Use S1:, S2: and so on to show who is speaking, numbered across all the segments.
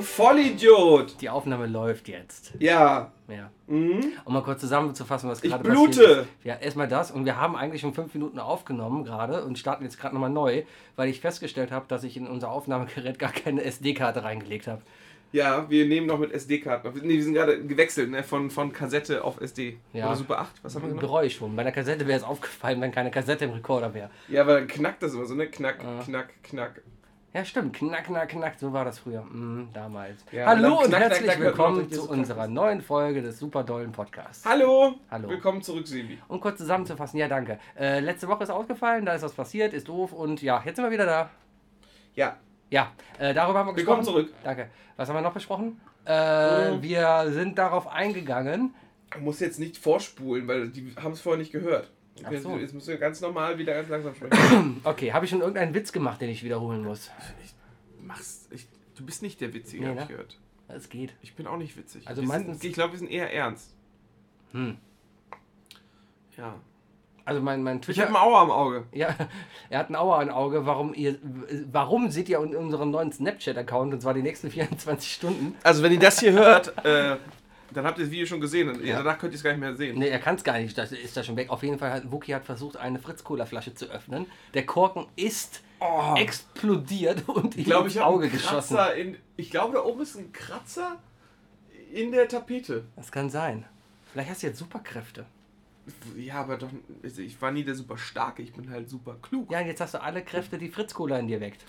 S1: Vollidiot!
S2: Die Aufnahme läuft jetzt.
S1: Ja.
S2: Ja.
S1: Mhm.
S2: Um mal kurz zusammenzufassen, was
S1: Ich
S2: gerade
S1: blute.
S2: passiert ist. Ja, erstmal das. Und wir haben eigentlich schon fünf Minuten aufgenommen gerade und starten jetzt gerade nochmal neu, weil ich festgestellt habe, dass ich in unser Aufnahmegerät gar keine SD-Karte reingelegt habe.
S1: Ja, wir nehmen noch mit SD-Karten. auf. Nee, wir sind gerade gewechselt, ne? Von, von Kassette auf SD.
S2: Ja.
S1: Oder Super 8, was haben wir gemacht?
S2: Bereue ich schon. Bei der Kassette wäre es aufgefallen, wenn keine Kassette im Rekorder wäre.
S1: Ja, aber dann knackt das immer so, ne? Knack,
S2: Ja.
S1: knack, knack.
S2: Ja, stimmt. Knack, knack, knack. So war das früher. Mhm, damals.
S1: Ja,
S2: Hallo
S1: dann
S2: und
S1: knack, knack,
S2: herzlich
S1: knack, knack,
S2: willkommen
S1: knack, knack,
S2: zu
S1: knack,
S2: unserer
S1: knack.
S2: neuen Folge des super dollen Podcasts.
S1: Hallo!
S2: Hallo.
S1: Willkommen zurück, Sebi.
S2: Um kurz zusammenzufassen, ja, danke. Äh, letzte Woche ist ausgefallen, da ist was passiert, ist doof und ja, jetzt sind wir wieder da.
S1: Ja.
S2: Ja, äh, darüber haben wir gesprochen.
S1: Willkommen zurück.
S2: Danke. Was haben wir noch besprochen? Äh,
S1: Mhm.
S2: Wir sind darauf eingegangen.
S1: Du musst jetzt nicht vorspulen, weil die haben es vorher nicht gehört.
S2: Ach
S1: Jetzt-
S2: so.
S1: Jetzt müssen wir ganz normal wieder ganz langsam sprechen.
S2: Okay, habe ich schon irgendeinen Witz gemacht, den ich wiederholen muss?
S1: Mach's. Ich, du bist nicht der Witzige,
S2: Nee,
S1: hab ich
S2: ne?
S1: gehört.
S2: Es geht.
S1: Ich bin auch nicht witzig.
S2: Also
S1: wir
S2: meistens-
S1: sind, ich glaube, wir sind eher ernst.
S2: Hm.
S1: Ja.
S2: Also mein, mein
S1: Ich
S2: Twitter.
S1: habe eine Auer am Auge.
S2: ja, er hat ein Auer im Auge. Warum, ihr, warum seht ihr in unserem neuen Snapchat-Account und zwar die nächsten 24 Stunden?
S1: Also, wenn ihr das hier hört, äh, dann habt ihr das Video schon gesehen. Und Danach könnt ihr es gar nicht mehr sehen.
S2: Ne, er kann es gar nicht, das ist da schon weg. Auf jeden Fall hat Wookie hat versucht, eine Fritz-Cola-Flasche zu öffnen. Der Korken ist
S1: Oh.
S2: explodiert und ihm
S1: Ich glaube,
S2: ins
S1: ich habe
S2: Auge
S1: einen
S2: geschossen.
S1: Kratzer in. Ich glaube, da oben ist ein Kratzer in der Tapete.
S2: Das kann sein. Vielleicht hast du jetzt Superkräfte.
S1: Ja, aber doch. also Ich war nie der super starke. Ich bin halt super klug.
S2: Ja, und jetzt hast du alle Kräfte, die Fritz-Cola in dir weckt.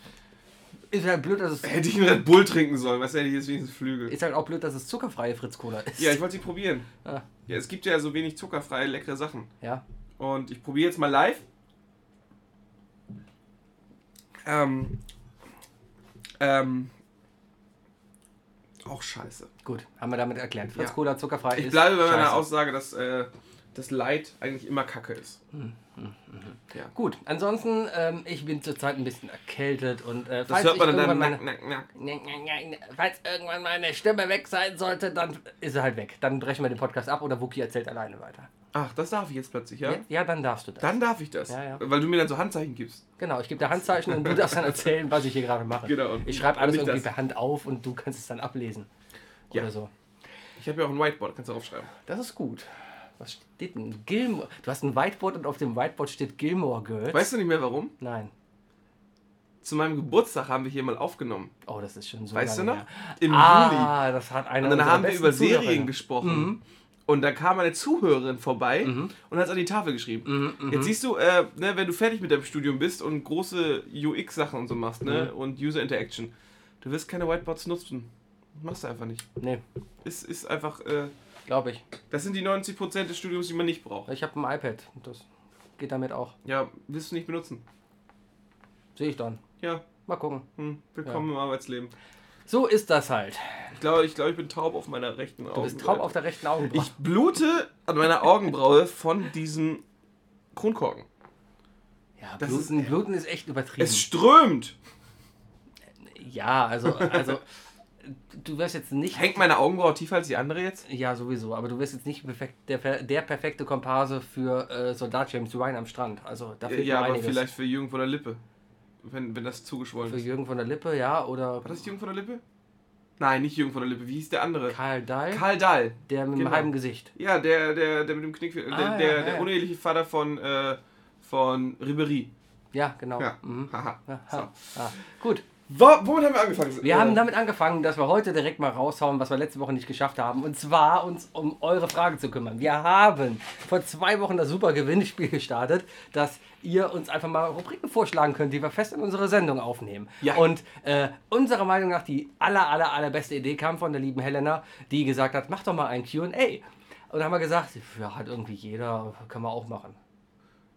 S2: Ist halt blöd, dass es.
S1: Hätte ich einen Red Bull trinken sollen, was hätte ich jetzt wenigstens Flügel.
S2: Ist halt auch blöd, dass es zuckerfreie Fritz-Cola ist.
S1: Ja, ich wollte sie probieren.
S2: Ah.
S1: Ja, es gibt ja so wenig zuckerfreie, leckere Sachen.
S2: ja.
S1: Und ich probiere jetzt mal live. Ähm. Ähm. Auch scheiße.
S2: gut. Haben wir damit erklärt.
S1: Ja.
S2: Fritz-Cola zuckerfrei ist.
S1: Ich bleibe bei meiner
S2: scheiße.
S1: Aussage, dass äh, das Leid eigentlich immer Kacke ist.
S2: Gut. Ansonsten, ähm, ich bin zurzeit ein bisschen erkältet und. Äh,
S1: Das
S2: falls
S1: hört man
S2: ich
S1: dann
S2: irgendwann
S1: deinem
S2: meine,
S1: Nack, Nack, Nack.
S2: Falls irgendwann meine Stimme weg sein sollte, dann ist sie halt weg. Dann brechen wir den Podcast ab oder Wookie erzählt alleine weiter.
S1: Ach, das darf ich jetzt plötzlich, ja?
S2: ja dann darfst du das.
S1: Dann darf ich das.
S2: Ja, ja.
S1: Weil du mir dann so Handzeichen gibst.
S2: Genau, ich gebe dir Handzeichen und du darfst dann erzählen, was ich hier gerade mache.
S1: Genau.
S2: Ich schreibe alles
S1: Und nicht
S2: irgendwie
S1: das.
S2: per Hand auf und du kannst es dann ablesen.
S1: Ja.
S2: Oder so.
S1: Ich habe ja auch ein Whiteboard, kannst du aufschreiben.
S2: Das ist gut. Was steht denn? Gilmore. Du hast ein Whiteboard und auf dem Whiteboard steht Gilmore Girls.
S1: Weißt du nicht mehr warum?
S2: Nein.
S1: Zu meinem Geburtstag haben wir hier mal aufgenommen.
S2: Oh, das ist schon so
S1: Weißt du
S2: lange
S1: noch?
S2: Her.
S1: Im Juli.
S2: Ah, das hat einer
S1: Und dann
S2: unserer
S1: haben wir
S2: besten Mhm.
S1: über
S2: Zuhörer.
S1: Serien gesprochen. Und dann kam eine Zuhörerin vorbei
S2: Mhm.
S1: und hat es an die Tafel geschrieben. Jetzt siehst du, äh, ne, wenn du fertig mit deinem Studium bist und große UX-Sachen und so machst ne,
S2: Mhm.
S1: und User Interaction, du wirst keine Whiteboards nutzen. Machst du einfach nicht.
S2: Nee,
S1: Es ist einfach, äh,
S2: glaube ich.
S1: das sind die 90% des Studiums, die man nicht braucht.
S2: Ich habe ein iPad. Das geht damit auch.
S1: Ja, wirst du nicht benutzen.
S2: Sehe ich dann.
S1: Ja,
S2: Mal gucken.
S1: hm, willkommen im Arbeitsleben.
S2: So ist das halt.
S1: Ich glaube, ich, glaube, ich bin taub auf meiner rechten Augenbraue.
S2: Du bist taub auf der rechten Augenbraue.
S1: Ich blute an meiner Augenbraue von diesem Kronkorken.
S2: ja,
S1: das
S2: Bluten
S1: ist-
S2: ist, Bluten ist echt übertrieben.
S1: Es strömt!
S2: ja, also, also du wirst jetzt nicht.
S1: Hängt meine Augenbraue tiefer als die andere jetzt?
S2: ja, sowieso, aber du wirst jetzt nicht perfekt, der, per- der perfekte Komparse für äh, Soldat James Ryan am Strand. Also da fehlt
S1: ja,
S2: noch
S1: aber
S2: einiges.
S1: vielleicht für Jürgen von der Lippe. Wenn, wenn das zugeschwollen
S2: Für
S1: ist.
S2: Jürgen von der Lippe, ja, oder
S1: War das Jürgen von der Lippe? Nein, nicht Jürgen von der Lippe. Wie hieß der andere?
S2: Karl Dahl,
S1: Karl Dahl.
S2: der mit
S1: genau.
S2: dem halben Gesicht.
S1: Ja, der, der, der mit dem Knick. der,
S2: Ah,
S1: der,
S2: ja,
S1: der
S2: ja.
S1: uneheliche Vater von, äh, von Ribery.
S2: Ja, genau.
S1: Ja.
S2: Mhm.
S1: Haha. So.
S2: Aha. Ah, gut.
S1: Wo, womit haben wir angefangen?
S2: Wir
S1: Äh,
S2: haben damit angefangen, dass wir heute direkt mal raushauen, was wir letzte Woche nicht geschafft haben. Und zwar uns um eure Fragen zu kümmern. Wir haben vor zwei Wochen das super Gewinnspiel gestartet, dass ihr uns einfach mal Rubriken vorschlagen könnt, die wir fest in unsere Sendung aufnehmen.
S1: Ja.
S2: Und äh, unserer Meinung nach die aller, aller, allerbeste Idee kam von der lieben Helena, die gesagt hat, mach doch mal ein Q&A. Und da haben wir gesagt, ja, hat irgendwie jeder, kann man auch machen.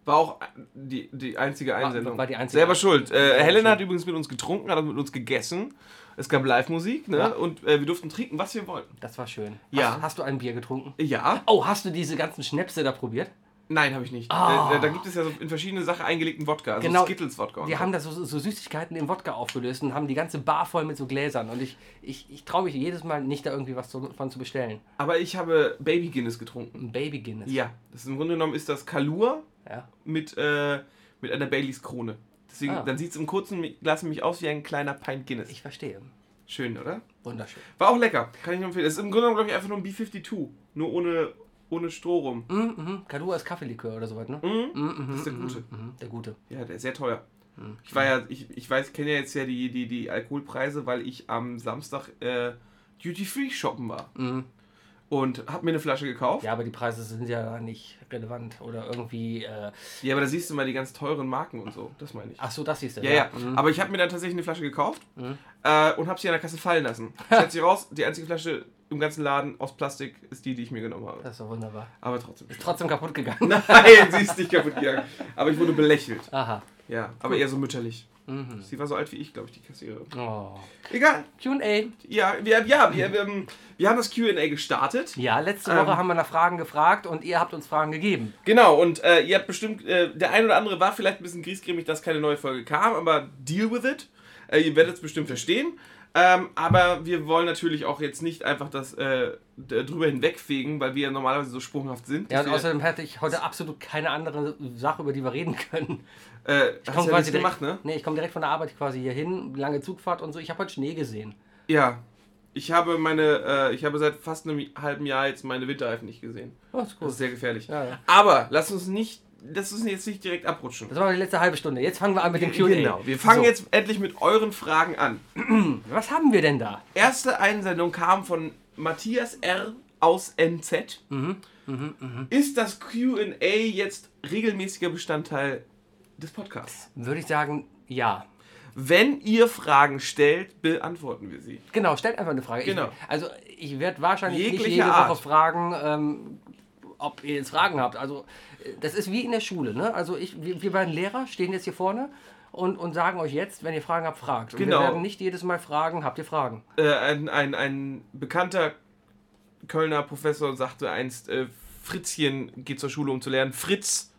S1: War auch die, die einzige Einsendung.
S2: war die einzige.
S1: Selber schuld. Äh,
S2: Selber
S1: Helena hat
S2: schuld.
S1: übrigens mit uns getrunken, hat mit uns gegessen. Es gab Live-Musik ne?
S2: Ja.
S1: und äh, wir durften trinken, was wir wollten.
S2: Das war schön.
S1: Ja.
S2: Hast, hast du ein Bier getrunken?
S1: Ja,
S2: Oh, hast du diese ganzen Schnäpse da probiert?
S1: nein, habe ich nicht.
S2: Ah.
S1: Äh, da gibt es ja so in verschiedene Sachen eingelegten Wodka, also
S2: Genau.
S1: Skittles-Wodka. und
S2: Wir
S1: so.
S2: haben da so, so Süßigkeiten in Wodka aufgelöst und haben die ganze Bar voll mit so Gläsern. Und ich, ich, ich traue mich jedes Mal nicht, da irgendwie was zu, von zu bestellen.
S1: Aber ich habe Baby Guinness getrunken.
S2: Ein Baby Guinness.
S1: Ja, das ist im Grunde genommen ist das Kalur
S2: Ja.
S1: mit, äh, mit einer Baileys Krone. Deswegen,
S2: Ah.
S1: dann sieht es im kurzen Glas nämlich aus wie ein kleiner Pint Guinness.
S2: Ich verstehe.
S1: Schön, oder?
S2: Wunderschön.
S1: War auch lecker, kann ich nur empfehlen. Es ist im Grunde, glaube ich, einfach nur ein B52, nur ohne, ohne Stroh rum.
S2: Mhm, mhm. Kadua ist Kaffeelikör oder sowas, ne?
S1: Mhm.
S2: Mhm,
S1: Das ist der
S2: mhm,
S1: Gute.
S2: mhm. Der Gute.
S1: Ja, der ist sehr teuer.
S2: Hm.
S1: Ich war ja, ich, ich weiß, kenne ja jetzt ja die, die, die Alkoholpreise, weil ich am Samstag äh, Duty-Free shoppen war.
S2: Mhm.
S1: Und habe mir eine Flasche gekauft. Ja.
S2: Ja, aber die Preise sind ja nicht relevant oder irgendwie. Äh,
S1: aber da siehst du mal die ganz teuren Marken und so. Das meine ich.
S2: ach so, das siehst du.
S1: Ja, ja.
S2: Mhm.
S1: Aber ich habe mir dann tatsächlich eine Flasche gekauft
S2: Mhm.
S1: äh, und habe sie an der Kasse fallen lassen. Stellt sich raus, die einzige Flasche im ganzen Laden aus Plastik ist die, die ich mir genommen habe.
S2: Das ist doch wunderbar.
S1: Aber trotzdem.
S2: Ist trotzdem kaputt gegangen.
S1: Nein, sie ist nicht kaputt gegangen. Aber ich wurde belächelt.
S2: Aha.
S1: Ja, aber eher so mütterlich.
S2: Mhm.
S1: Sie war so alt wie ich, glaube ich, die Kassiererin.
S2: Oh.
S1: Egal.
S2: QA.
S1: Ja, wir, ja wir, wir, ähm, wir haben das QA gestartet.
S2: Ja, letzte
S1: Ähm.
S2: Woche haben wir nach Fragen gefragt und ihr habt uns Fragen gegeben.
S1: Genau, und äh, ihr habt bestimmt, äh, der ein oder andere war vielleicht ein bisschen griesgrämig, dass keine neue Folge kam, aber deal with it. Äh, ihr werdet es bestimmt verstehen. Ähm, aber wir wollen natürlich auch jetzt nicht einfach das äh, d- drüber hinwegfegen, weil wir ja normalerweise so sprunghaft sind.
S2: Ja, und
S1: Dass wir-
S2: außerdem hatte ich heute absolut keine andere Sache, über die wir reden können.
S1: äh, hast
S2: komm
S1: du ja
S2: quasi
S1: nichts
S2: direkt-
S1: gemacht, ne?
S2: Nee, ich komme direkt von der Arbeit quasi hier hin, lange Zugfahrt und so. Ich habe heute Schnee gesehen.
S1: Ja. Ich habe meine, äh, ich habe seit fast einem halben Jahr jetzt meine Winterreifen nicht gesehen.
S2: Oh, ist
S1: Das ist
S2: gut.
S1: sehr gefährlich.
S2: Ja, ja.
S1: Aber lass uns nicht, lass uns jetzt nicht direkt abrutschen.
S2: Das war die letzte halbe Stunde. Jetzt fangen wir an mit dem QA.
S1: Genau. Wir fangen
S2: So,
S1: jetzt endlich mit euren Fragen an.
S2: Was haben wir denn da?
S1: Erste Einsendung kam von Matthias R. aus NZ. Ist das QA jetzt regelmäßiger Bestandteil des Podcasts?
S2: Würde ich sagen, ja.
S1: Wenn ihr Fragen stellt, beantworten wir sie.
S2: Genau, stellt einfach eine Frage.
S1: Genau.
S2: Ich, also ich werde wahrscheinlich
S1: Jeglicher
S2: nicht jede
S1: Art.
S2: Woche fragen, ähm, ob ihr jetzt Fragen habt. Also äh, das ist wie in der Schule. Ne? Also ich, wir, wir beiden Lehrer stehen jetzt hier vorne und, und sagen euch jetzt, wenn ihr Fragen habt, fragt. Und
S1: Genau.
S2: wir werden nicht jedes Mal fragen, habt ihr Fragen?
S1: Äh, ein, ein, ein bekannter Kölner Professor sagte einst, äh, Fritzchen geht zur Schule, um zu lernen. Fritz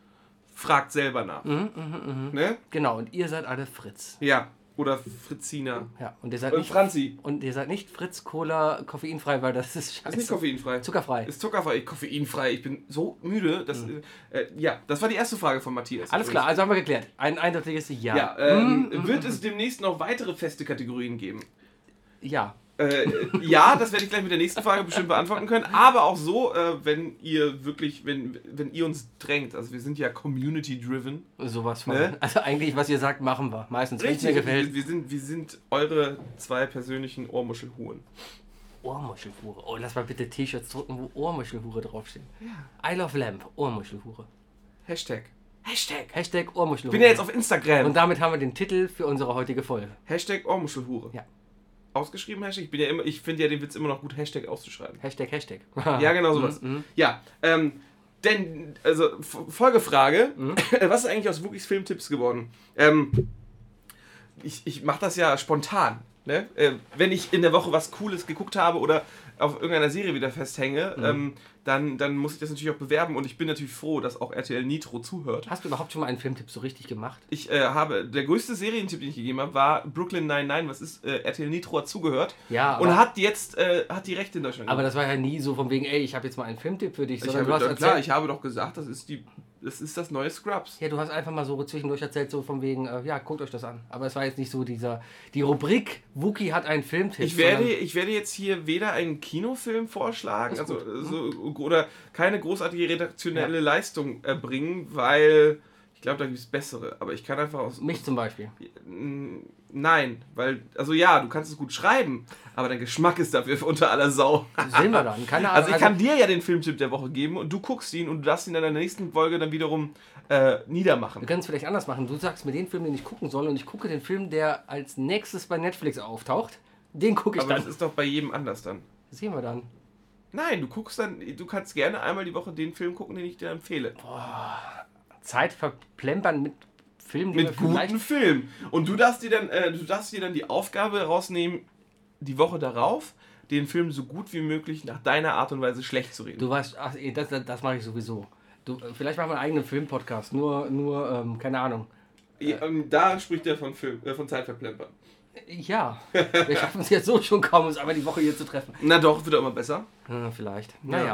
S1: fragt selber nach. Ne?
S2: Genau, und ihr seid alle Fritz.
S1: Ja. Oder Fritzina.
S2: Ja, und ihr seid
S1: Und
S2: nicht...
S1: Franzi.
S2: Und ihr seid nicht Fritz Cola koffeinfrei, weil das ist scheiße.
S1: Ist nicht koffeinfrei.
S2: Zuckerfrei.
S1: Ist zuckerfrei, koffeinfrei. Ich bin so müde. Dass, äh, ja, das war die erste Frage von Matthias.
S2: Hm. Alles klar, Hm. also haben wir geklärt. Ein eindeutiges Ja.
S1: Ja, ähm, wird es demnächst noch weitere feste Kategorien geben?
S2: Ja.
S1: Äh, ja, das werde ich gleich mit der nächsten Frage bestimmt beantworten können. Aber auch so, äh, wenn ihr wirklich, wenn, wenn ihr uns drängt. Also wir sind ja community-driven.
S2: Sowas von.
S1: Ne?
S2: Also eigentlich, was ihr sagt, machen wir. Meistens, wenn es mir
S1: Wir,
S2: gefällt.
S1: wir, sind, wir sind eure zwei persönlichen Ohrmuschelhuren.
S2: Ohrmuschelhure. Oh, lass mal bitte T-Shirts drucken, wo Ohrmuschelhure draufsteht. I love Lamp, Ohrmuschelhure.
S1: Hashtag.
S2: Hashtag. Hashtag Ohrmuschelhure.
S1: Bin ja jetzt auf Instagram.
S2: Oh. Und damit haben wir den Titel für unsere heutige Folge.
S1: Hashtag Ohrmuschelhure.
S2: Ja.
S1: Ausgeschrieben Hashtag? Ich, bin ja immer, ich finde ja den Witz immer noch gut, Hashtag auszuschreiben.
S2: Hashtag, Hashtag.
S1: Ja, genau
S2: Mhm,
S1: sowas. Ja, ähm, denn, also, F- Folgefrage:
S2: Mhm.
S1: Was ist eigentlich aus Wookies Filmtipps geworden? Ähm, ich ich mache das ja spontan. Ne? Äh, wenn ich in der Woche was Cooles geguckt habe oder auf irgendeiner Serie wieder festhänge,
S2: Mhm.
S1: ähm, dann, dann muss ich das natürlich auch bewerben und ich bin natürlich froh, dass auch RTL Nitro zuhört.
S2: Hast du überhaupt schon mal einen Filmtipp so richtig gemacht?
S1: Ich äh, habe, der größte Serientipp, den ich gegeben habe, war Brooklyn 99, was ist, äh, RTL Nitro hat zugehört
S2: Ja, aber,
S1: und hat jetzt, äh, hat die Rechte in Deutschland.
S2: aber das war ja nie so von wegen, ey, ich habe jetzt mal einen Filmtipp für dich,
S1: Ich
S2: sondern
S1: habe,
S2: du hast
S1: doch,
S2: erzählt.
S1: klar, ich habe doch gesagt, das ist, die, das ist das neue Scrubs.
S2: Ja, du hast einfach mal so zwischendurch erzählt, so von wegen, äh, ja, guckt euch das an. Aber es war jetzt nicht so dieser, die Rubrik, Wookie hat einen Filmtipp.
S1: Ich werde,
S2: sondern-
S1: ich werde jetzt hier weder einen Kinofilm vorschlagen
S2: Ist
S1: also,
S2: gut. ne?
S1: so, oder keine großartige redaktionelle Leistung erbringen, weil ich glaube, da gibt es bessere. Aber ich kann einfach aus.
S2: Mich zum Beispiel.
S1: Nein, weil, also ja, du kannst es gut schreiben, aber dein Geschmack ist dafür unter aller Sau.
S2: Sehen wir dann. Keine Ahnung.
S1: Also ich kann dir ja den Filmtipp der Woche geben und du guckst ihn und du darfst ihn dann in der nächsten Folge dann wiederum äh, niedermachen.
S2: wir können es vielleicht anders machen. Du sagst mir den Film, den ich gucken soll, und ich gucke den Film, der als nächstes bei Netflix auftaucht. Den gucke ich
S1: Aber das
S2: dann.
S1: ist doch bei jedem anders dann.
S2: Sehen wir dann.
S1: Nein, du guckst dann, du kannst gerne einmal die Woche den Film gucken, den ich dir empfehle.
S2: Zeit verplempern mit Filmen, die
S1: Mit
S2: wir vielleicht...
S1: guten Film. Und du darfst dir dann, äh, du darfst dir dann die Aufgabe rausnehmen, die Woche darauf den Film so gut wie möglich nach deiner Art und Weise schlecht zu reden.
S2: Du weißt, ach, eh, das, das, das mache ich sowieso. Du, äh, vielleicht machen wir einen eigenen Film-Podcast. Nur, nur ähm, keine Ahnung.
S1: Ja, ähm, da spricht er von Film, äh, von Zeitverplempern.
S2: Ja, wir schaffen es jetzt so schon kaum, uns einmal die Woche hier zu treffen.
S1: Na doch, wird doch immer besser.
S2: Hm, vielleicht. Naja, äh,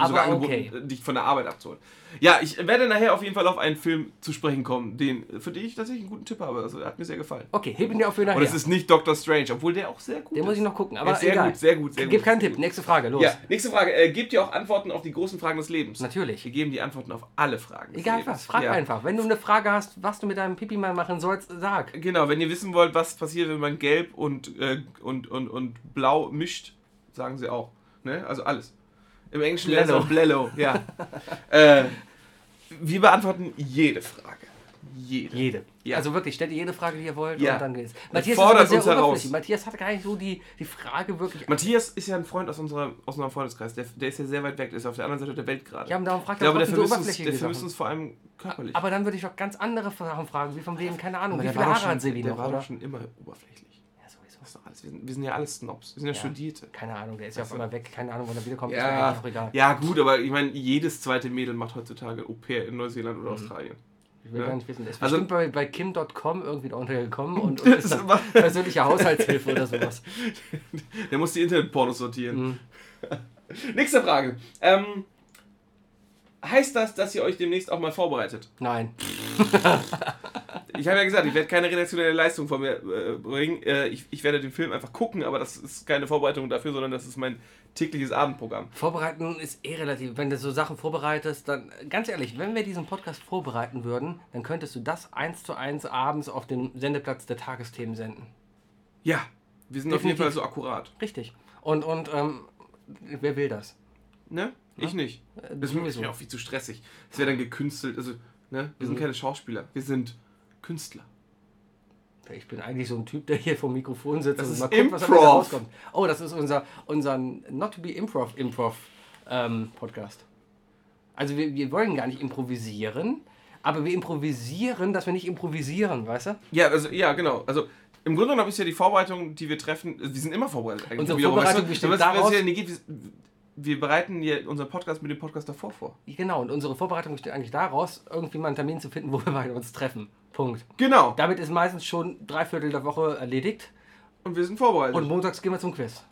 S1: um sogar
S2: aber okay.
S1: angeboten, äh, dich von der Arbeit abzuholen. Ja, ich werde nachher auf jeden Fall auf einen Film zu sprechen kommen, den, für den ich tatsächlich einen guten Tipp habe. Also, der hat mir sehr gefallen.
S2: Okay, heb ihn dir auf für nachher.
S1: Und es ist nicht Doctor Strange, obwohl der auch sehr gut
S2: Den
S1: ist.
S2: muss ich noch gucken,
S1: Der
S2: aber
S1: ist sehr
S2: egal.
S1: gut, sehr gut, sehr
S2: Gib
S1: gut.
S2: keinen Tipp. Nächste Frage, los.
S1: Ja, nächste Frage. Äh, gebt ihr auch Antworten auf die großen Fragen des Lebens? Wir
S2: Natürlich.
S1: geben die Antworten auf alle Fragen. des
S2: Egal
S1: Lebens.
S2: was, frag
S1: Ja.
S2: einfach. Wenn du eine Frage hast, was du mit deinem Pipi mal machen sollst, sag.
S1: Genau, wenn ihr wissen wollt, was passiert, wenn man gelb und, äh, und, und, und blau mischt, sagen sie auch. Ne? Also alles. Im Englischen wäre es
S2: Blello.
S1: auch Blello, ja. äh, wir beantworten jede Frage. Jede.
S2: Jede.
S1: Ja.
S2: Also wirklich, stellt ihr jede Frage, die ihr wollt
S1: Ja.
S2: und dann geht's.
S1: fordert
S2: aber
S1: uns heraus.
S2: oberflächlich. Matthias hat gar nicht so die, die Frage wirklich.
S1: Matthias ist ja ein Freund aus, unserer, aus unserem Freundeskreis. Der, der ist ja sehr weit weg, der ist auf der anderen Seite der Welt gerade.
S2: Ja, und darum fragt
S1: ich
S2: er
S1: glaube, der
S2: trotzdem so
S1: vermisst, uns, der
S2: oberflächliche
S1: vermisst
S2: Sachen.
S1: uns vor allem körperlich.
S2: Aber dann würde ich auch ganz andere Sachen fragen, wie von wegen, keine Ahnung,
S1: Aber
S2: wie
S1: der
S2: viele
S1: war doch
S2: Haare hat
S1: schon-
S2: Sebi
S1: Der
S2: noch,
S1: war
S2: oder?
S1: doch schon immer oberflächlich.
S2: Ja, sowieso.
S1: Das ist doch alles. Wir sind, wir sind ja alle Snobs. Wir sind ja,
S2: Ja.
S1: Studierte.
S2: Keine Ahnung, der ist ja auf
S1: Also-
S2: einmal weg, keine Ahnung, wann er wiederkommt, ist mir
S1: Ja,
S2: eigentlich auch egal.
S1: ja, gut, aber ich meine, jedes zweite Mädel macht heutzutage Au pair in Neuseeland oder Australien.
S2: Ich will
S1: Ja.
S2: gar nicht wissen. Der ist
S1: Also-
S2: bestimmt bei, bei Kim.com irgendwie da untergekommen und, und ist
S1: Das
S2: dann
S1: war-
S2: persönliche Haushaltshilfe oder sowas.
S1: Der muss die Internetpornos sortieren. Nächste Frage. Ähm, heißt das, dass ihr euch demnächst auch mal vorbereitet?
S2: Nein.
S1: Ich habe ja gesagt, ich werde keine redaktionelle Leistung von mir äh, bringen. Äh, ich, ich werde den Film einfach gucken, aber das ist keine Vorbereitung dafür, sondern das ist mein tägliches Abendprogramm.
S2: Vorbereiten ist eh relativ. Wenn du so Sachen vorbereitest, dann ganz ehrlich, wenn wir diesen Podcast vorbereiten würden, dann könntest du das eins zu eins abends auf dem Sendeplatz der Tagesthemen senden.
S1: Ja, wir sind auf jeden
S2: Definitiv.
S1: Fall so akkurat.
S2: Richtig. Und, und ähm, wer will das? Äh,
S1: Ne? Ich nicht. Das ist
S2: sowieso.
S1: mir auch viel zu stressig. Das wäre dann gekünstelt. Also, ne? Wir sind keine Schauspieler, wir sind Künstler.
S2: Ich bin eigentlich so ein Typ, der hier vor dem Mikrofon sitzt
S1: Das
S2: und
S1: ist
S2: mal guckt, was am
S1: Improv.
S2: Ende rauskommt. Oh, das ist unser, unser Not-to-be-Improv-Improv-Podcast. ähm, also wir, wir wollen gar nicht improvisieren, aber wir improvisieren, dass wir nicht improvisieren, weißt du?
S1: Ja, also, ja, genau. Also, im Grunde genommen ist ja die Vorbereitung, die wir treffen, also die sind immer vorbereitet. eigentlich.
S2: Unsere
S1: Wiederum,
S2: Vorbereitung
S1: weißt du,
S2: besteht
S1: was- was
S2: daraus-
S1: ja nicht geht, wir- wir bereiten ja unseren Podcast mit dem Podcast davor vor.
S2: Genau, und unsere Vorbereitung besteht eigentlich daraus, irgendwie mal einen Termin zu finden, wo wir beide uns treffen. Punkt.
S1: Genau.
S2: Damit ist meistens schon drei Viertel der Woche erledigt
S1: Und wir sind vorbereitet.
S2: und montags gehen wir zum Quiz.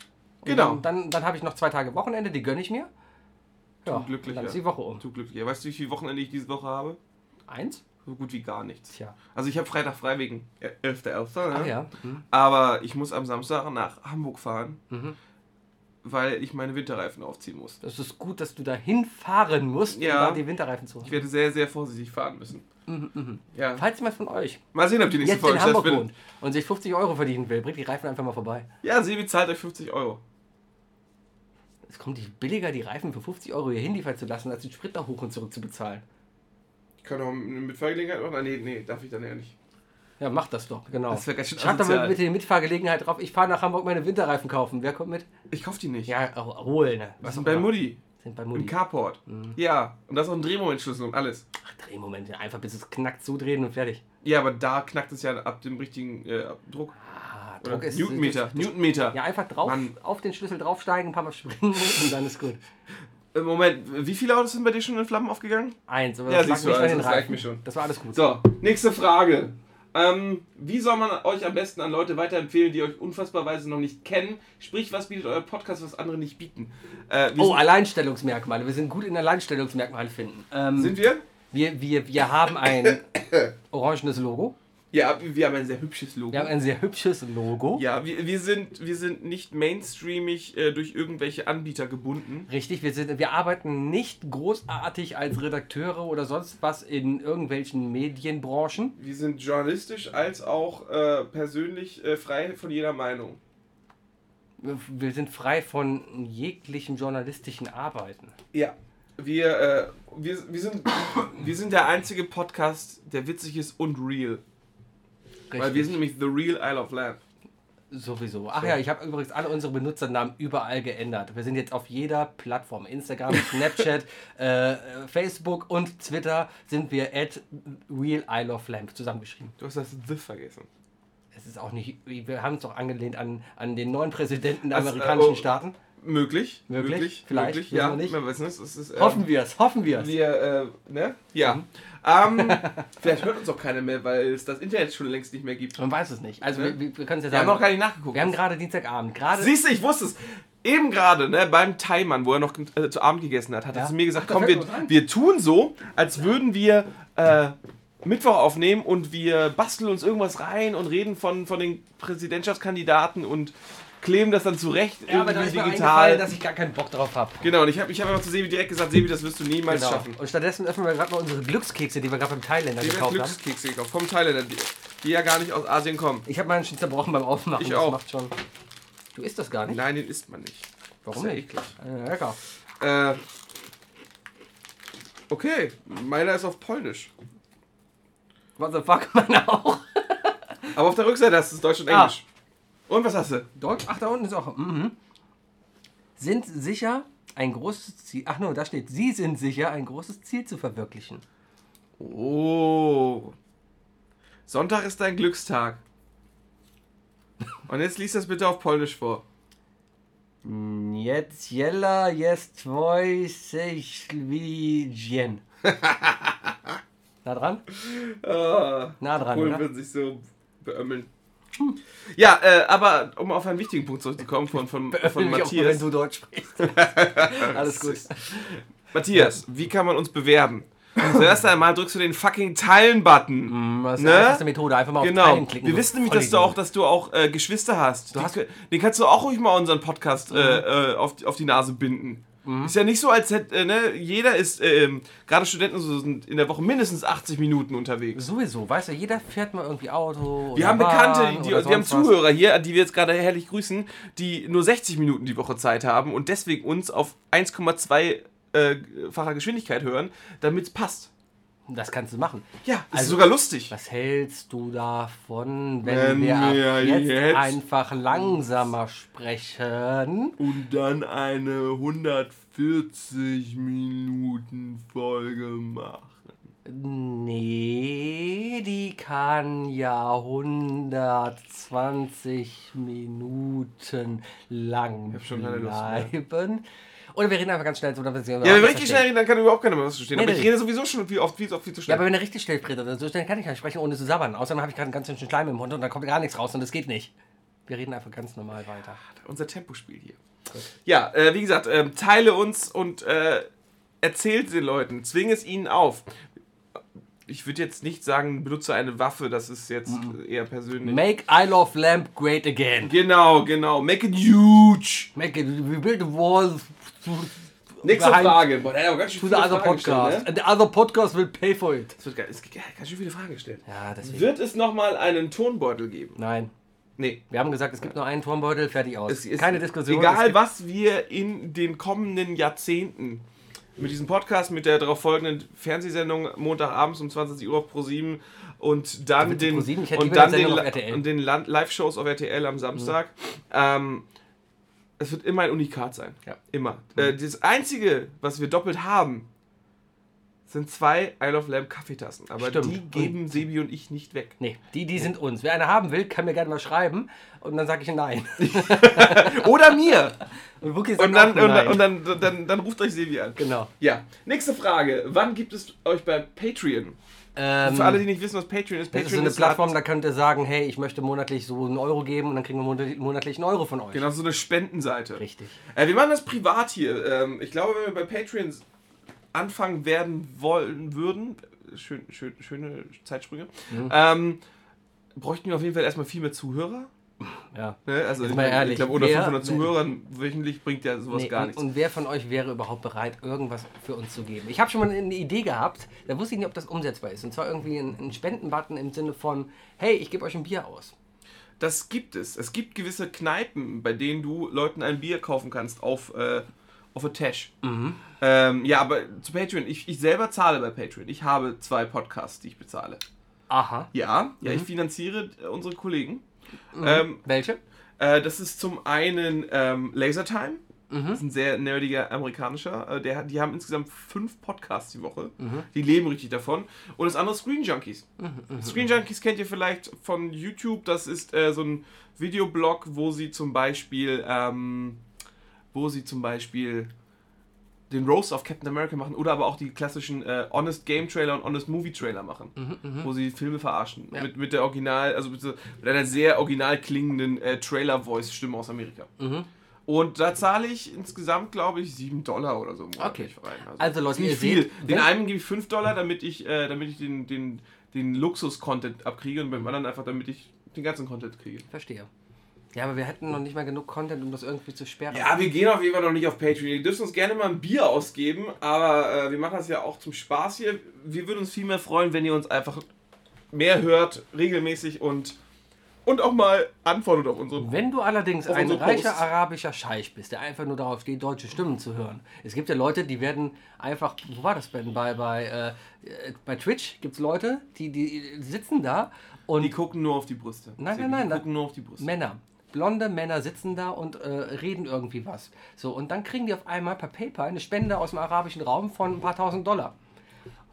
S2: Und
S1: Genau.
S2: Dann, dann, dann habe ich noch zwei Tage Wochenende, die gönne ich mir. Ja,
S1: Du Glücklicher.
S2: dann ist die Woche um.
S1: Du Glücklicher. Weißt du, wie viel Wochenende ich diese Woche habe?
S2: Eins?
S1: So gut wie gar nichts.
S2: Tja.
S1: Also ich habe Freitag frei wegen 11.11. Ne?
S2: Ach ja. Hm.
S1: Aber ich muss am Samstag nach Hamburg fahren, weil ich meine Winterreifen aufziehen muss.
S2: Es ist gut, dass du dahin fahren musst,
S1: Ja.
S2: um da die Winterreifen zu
S1: Ich
S2: holen.
S1: werde sehr, sehr vorsichtig fahren müssen. Ja.
S2: Falls jemand von euch
S1: Mal sehen, ob die nächste
S2: Mhm, jetzt
S1: Folge
S2: in Hamburg
S1: stattfindet.
S2: wohnt und sich 50 Euro verdienen will, bringt die Reifen einfach mal vorbei.
S1: Ja, Sebi zahlt euch 50 Euro.
S2: Es kommt nicht billiger, die Reifen für 50 Euro hier hinliefern zu lassen, als den Sprit nach hoch und zurück zu bezahlen.
S1: Ich kann auch mit Fahrgelegenheit machen. Ah, Nee, nee, darf ich dann ja nicht.
S2: Ja, mach das doch, genau.
S1: Das wär ganz schön
S2: Schreib doch
S1: asozial.
S2: mal bitte die Mitfahrgelegenheit drauf. Ich fahre nach Hamburg meine Winterreifen kaufen. Wer kommt mit?
S1: Ich kaufe die nicht.
S2: Ja, oh, holen. Ne?
S1: Was
S2: Was
S1: sind bei
S2: auch immer.
S1: Mutti?
S2: Sind bei
S1: Im
S2: Mutti. Mhm.
S1: Carport. Ja, und das ist auch ein Drehmomentschlüssel und alles.
S2: Ach, Drehmoment. Einfach bis es knackt, zudrehen und fertig.
S1: Ja, aber da knackt es ja ab dem richtigen äh, ab Druck.
S2: Ah,
S1: Oder
S2: Druck ist...
S1: Newtonmeter.
S2: Das, das,
S1: Newtonmeter.
S2: ja, einfach drauf,
S1: Mann.
S2: auf den Schlüssel draufsteigen, ein paar Mal springen und dann ist gut.
S1: Äh, Moment, wie viele Autos sind bei dir schon in Flammen aufgegangen?
S2: Eins, aber
S1: Ja,
S2: das lag
S1: siehst du,
S2: nicht an
S1: also
S2: den
S1: das reicht
S2: Reifen.
S1: mir schon.
S2: Das war alles gut.
S1: So, nächste Frage. Ähm, wie soll man euch am besten an Leute weiterempfehlen, die euch unfassbarweise noch nicht kennen? Sprich, was bietet euer Podcast, was andere nicht bieten? Äh, wir
S2: Oh, Alleinstellungsmerkmale. Wir sind gut in Alleinstellungsmerkmale finden. Ähm,
S1: sind, sind wir?
S2: wir, wir, wir haben ein orangenes Logo.
S1: Ja, wir haben ein sehr hübsches Logo.
S2: Wir haben ein sehr hübsches Logo.
S1: Ja, wir, wir, sind, wir sind nicht mainstreamig äh, durch irgendwelche Anbieter gebunden.
S2: Richtig, wir, sind, wir arbeiten nicht großartig als Redakteure oder sonst was in irgendwelchen Medienbranchen.
S1: Wir sind journalistisch als auch äh, persönlich äh, frei von jeder Meinung.
S2: Wir sind frei von jeglichen journalistischen Arbeiten.
S1: Ja. Wir, äh, wir, wir, sind, wir sind der einzige Podcast, der witzig ist und real.
S2: Richtig.
S1: Weil wir sind nämlich The Real Isle of Lamp.
S2: sowieso. Ach ja, ich habe übrigens alle unsere Benutzernamen überall geändert. Wir sind jetzt auf jeder Plattform. Instagram, Snapchat, äh, äh, Facebook und Twitter sind wir at Real I Love Lamp zusammengeschrieben.
S1: Du hast das The vergessen.
S2: Es ist auch nicht, wir haben es doch angelehnt an, an den neuen Präsidenten der
S1: Also, äh,
S2: amerikanischen
S1: oh.
S2: Staaten.
S1: Möglich.
S2: Möglich? Vielleicht,
S1: Möglich.
S2: wissen
S1: Ja,
S2: wir nicht.
S1: man weiß nicht. Es ist, äh,
S2: Hoffen wir es, hoffen wir es. Mhm.
S1: Wir, äh, ne? Ja. Ähm, vielleicht hört uns auch keiner mehr, weil es das Internet schon längst nicht mehr gibt.
S2: Man weiß es nicht. Also
S1: Ne?
S2: wir, wir können es ja
S1: Wir haben
S2: sagen.
S1: noch gar nicht nachgeguckt.
S2: Wir haben gerade Dienstagabend. Gerade
S1: Siehst du, ich wusste es. eben gerade, ne, beim Thaimann, wo er noch äh, zu Abend gegessen hat, hat er
S2: Ja.
S1: zu mir gesagt,
S2: Da
S1: komm, wir,
S2: fällt was ein.
S1: wir tun so, als würden wir äh, Mittwoch aufnehmen und wir basteln uns irgendwas rein und reden von, von den Präsidentschaftskandidaten und kleben das dann zurecht
S2: Ja, aber da ist mir eingefallen, dass ich gar keinen Bock drauf habe.
S1: genau, und ich habe ich hab einfach zu Sebi direkt gesagt, Sebi, das wirst du niemals
S2: Genau.
S1: schaffen.
S2: Und stattdessen öffnen wir gerade mal unsere Glückskekse, die wir gerade beim Thailänder
S1: Ich habe
S2: gekauft haben.
S1: Glückskekse gekauft vom Thailänder, die, die ja gar nicht aus Asien kommen.
S2: Ich habe meinen schon zerbrochen beim Aufmachen.
S1: Ich
S2: das
S1: auch.
S2: Macht schon. Du isst das gar nicht.
S1: Nein, den isst man nicht.
S2: Warum
S1: ist ja
S2: nicht?
S1: eklig.
S2: Äh, lecker.
S1: Äh, okay, meiner ist auf Polnisch.
S2: What the fuck, meine auch.
S1: Aber auf der Rückseite hast du es Deutsch und
S2: Ah.
S1: Englisch. Und was hast du?
S2: Deutsch, ach, da unten ist auch. Mhm. Sind sicher ein großes Ziel. Ach no, da steht, sie sind sicher ein großes Ziel zu verwirklichen.
S1: Oh. Sonntag ist dein Glückstag. Und jetzt liest das bitte auf Polnisch vor.
S2: Jetzt jella, jetzt wojciechwijen. Na dran?
S1: Ah,
S2: Na dran,
S1: Polen
S2: oder?
S1: würden sich so beömmeln. Ja, äh, aber um auf einen wichtigen Punkt zurückzukommen von, von, von
S2: Finde ich auch gut,
S1: Matthias.
S2: wenn du Deutsch sprichst. Alles gut.
S1: Matthias, wie kann man uns bewerben? Zuerst einmal drückst du den fucking Teilen-Button.
S2: Mm, Das ist
S1: Ne?
S2: die erste Methode, einfach mal auf
S1: Genau.
S2: Teilen klicken.
S1: Wir
S2: so.
S1: wissen nämlich,
S2: Voll
S1: dass du auch, dass du auch äh, Geschwister hast. Du
S2: hast- Mhm.
S1: den kannst du auch ruhig mal unseren Podcast äh, äh, auf, die- auf die Nase binden. Ist ja nicht so, als hätte, äh, ne, jeder ist, ähm, gerade Studenten und so sind in der Woche mindestens 80 Minuten unterwegs.
S2: Sowieso, weißt du, jeder fährt mal irgendwie Auto.
S1: Wir
S2: oder
S1: haben
S2: Bahn
S1: Bekannte, die,
S2: oder
S1: wir haben
S2: sonst was.
S1: Zuhörer hier, die wir jetzt gerade herrlich grüßen, die nur 60 Minuten die Woche Zeit haben und deswegen uns auf 1,2-facher äh, Geschwindigkeit hören, damit es passt.
S2: Das kannst du machen.
S1: Ja, ist
S2: Also-
S1: sogar lustig.
S2: Was hältst du davon,
S1: Wenn
S2: wenn, wir ab
S1: wir
S2: jetzt,
S1: jetzt-
S2: einfach langsamer sprechen?
S1: Und dann eine 140 Minuten Folge machen.
S2: Nee, die kann ja 120 Minuten lang
S1: hab schon keine Lust mehr.
S2: bleiben. Oder wir reden einfach ganz schnell. So, damit
S1: Ja, wenn wir richtig schnell reden, dann kann überhaupt keiner mehr was verstehen.
S2: Ah, Nee,
S1: Aber ich
S2: nee.
S1: rede sowieso schon viel oft, viel, oft, viel zu
S2: Ja,
S1: schnell.
S2: aber wenn er richtig schnell redet, dann so schnell kann ich nicht sprechen, ohne zu sabbern. Außerdem habe ich gerade einen ganz schönen Schleim im Mund und dann kommt gar nichts raus und das geht nicht. Wir reden einfach ganz normal weiter.
S1: Unser Tempospiel hier. Ja, äh, wie gesagt, ähm, teile uns und äh, erzählt den Leuten, zwing es ihnen auf. Ich würde jetzt nicht sagen, benutze eine Waffe, das ist jetzt
S2: Mhm.
S1: eher persönlich.
S2: Make I Love Lamp great again.
S1: genau, genau. Make it huge.
S2: Make it, we build a wall.
S1: Nächste
S2: behind-
S1: Frage. Boah, der hat auch ganz schön
S2: To
S1: viele
S2: the other
S1: Fragen gestellt,
S2: podcast.
S1: ne?
S2: And the other podcast will pay for it.
S1: Es wird ge- es gibt ja ganz schön viele Fragen gestellt.
S2: Ja, deswegen.
S1: Wird es nochmal einen Tonbeutel geben?
S2: Nein.
S1: Nee.
S2: Wir haben gesagt, es gibt nur einen Turmbeutel, fertig aus.
S1: Es ist
S2: Keine Diskussion. es
S1: Egal,
S2: gibt,
S1: was wir in den kommenden Jahrzehnten mit diesem Podcast, mit der darauf folgenden Fernsehsendung Montagabends um 20 Uhr auf Pro7 und dann
S2: Bitte
S1: den,
S2: ProSieben, ich hätte
S1: und
S2: lieber
S1: dann
S2: eine
S1: den,
S2: Sendung auf
S1: La-
S2: RTL.
S1: und den Land- Live-Shows auf RTL am Samstag. Ähm, es wird immer ein Unikat sein.
S2: Ja. Mhm.
S1: Immer. Äh, das Einzige, was wir doppelt haben, sind zwei Isle of Lamb Kaffeetassen. Aber
S2: Stimmt.
S1: die geben Sebi und ich nicht weg.
S2: Nee, die, die sind uns. Wer eine haben will, kann mir gerne mal schreiben und dann sage ich nein.
S1: Oder mir!
S2: Und Wookie sagt
S1: Und dann,
S2: auch
S1: und,
S2: nein.
S1: dann- und dann, dann, dann, dann ruft euch Sebi an.
S2: Genau.
S1: Ja, nächste Frage. Wann gibt es euch bei Patreon?
S2: Ähm,
S1: Für alle, die nicht wissen, was Patreon ist,
S2: Das
S1: Patreon
S2: ist so eine
S1: halt
S2: Plattform, da könnt ihr sagen, hey, ich möte monatlich so einen Euro geben und dann kriegen wir monat- monatlich einen Euro von euch.
S1: genau so eine Spendenseite.
S2: Richtig.
S1: Äh, wir machen das privat hier. Ähm, ich glaube, wenn wir bei Patreon anfangen werden wollen würden, schön, schön, schöne Zeitsprünge,
S2: Mhm.
S1: ähm, bräuchten wir auf jeden Fall erstmal viel mehr Zuhörer.
S2: Ja.
S1: Ne? Also ich,
S2: mal
S1: meine, ich
S2: ehrlich,
S1: glaube, unter
S2: wer-
S1: 500 Zuhörern wöchentlich bringt ja sowas
S2: Nee,
S1: gar
S2: und,
S1: nichts.
S2: und wer von euch wäre überhaupt bereit, irgendwas für uns zu geben? Ich habe schon mal eine Idee gehabt, da wusste ich nicht, ob das umsetzbar ist. Und zwar irgendwie einen, einen Spendenbutton im Sinne von, hey, ich gebe euch ein Bier aus.
S1: Das gibt es. Es gibt gewisse Kneipen, bei denen du Leuten ein Bier kaufen kannst auf, äh, auf a Tash. Ähm, ja, aber zu Patreon. Ich, ich selber zahle bei Patreon. Ich habe zwei Podcasts, die ich bezahle.
S2: Aha.
S1: Ja, ja ich finanziere äh, unsere Kollegen. Ähm,
S2: Welche?
S1: äh, das ist zum einen ähm, Lasertime. Das ist ein sehr nerdiger amerikanischer. Äh, der, hat- die haben insgesamt fünf Podcasts die Woche. Die leben richtig davon. Und das andere ist Screen Junkies.
S2: Mhm.
S1: Screen Junkies kennt ihr vielleicht von YouTube. Das ist äh, so ein Videoblog, wo sie zum Beispiel, ähm, wo sie zum Beispiel den Roast auf Captain America machen oder aber auch die klassischen äh, Honest Game Trailer und Honest Movie Trailer machen, wo sie Filme verarschen.
S2: Mhm, Ja.
S1: Mit, mit der
S2: Mhm.
S1: Original, also mit, so- mit einer sehr original klingenden äh, Trailer-Voice-Stimme aus Amerika. Und da zahle ich insgesamt, glaube ich, 7 Dollar oder so monatlich
S2: Okay.
S1: rein.
S2: Also, Leute,
S1: ist nicht
S2: ihr
S1: viel.
S2: seht,
S1: den
S2: wenn-
S1: einen gebe ich 5 Dollar, damit ich, äh, damit ich den, den, den Luxus-Content abkriege und beim anderen einfach, damit ich den ganzen Content kriege.
S2: Verstehe. Ja, aber wir hätten noch nicht mal genug Content, um das irgendwie zu sperren.
S1: Ja, wir gehen auf jeden Fall noch nicht auf Patreon. Ihr dürft uns gerne mal ein Bier ausgeben, aber äh, wir machen das ja auch zum Spaß hier. Wir würden uns viel mehr freuen, wenn ihr uns einfach mehr hört, regelmäßig und, und auch mal antwortet auf unsere.
S2: Wenn du allerdings
S1: Auf
S2: ein
S1: unsere
S2: reicher
S1: Posts.
S2: arabischer Scheich bist, der einfach nur darauf steht, deutsche Stimmen zu hören. Es gibt ja Leute, die werden einfach, wo war das denn? Bei, bei, äh, bei Twitch gibt es Leute, die, die sitzen da und
S1: Die gucken nur auf die Brüste.
S2: Nein, nein, nein,
S1: Die
S2: da-
S1: gucken nur auf die Brüste.
S2: Männer. Blonde Männer sitzen da und äh, reden irgendwie was. So, und dann kriegen die auf einmal per PayPal eine Spende aus dem arabischen Raum von ein paar tausend Dollar.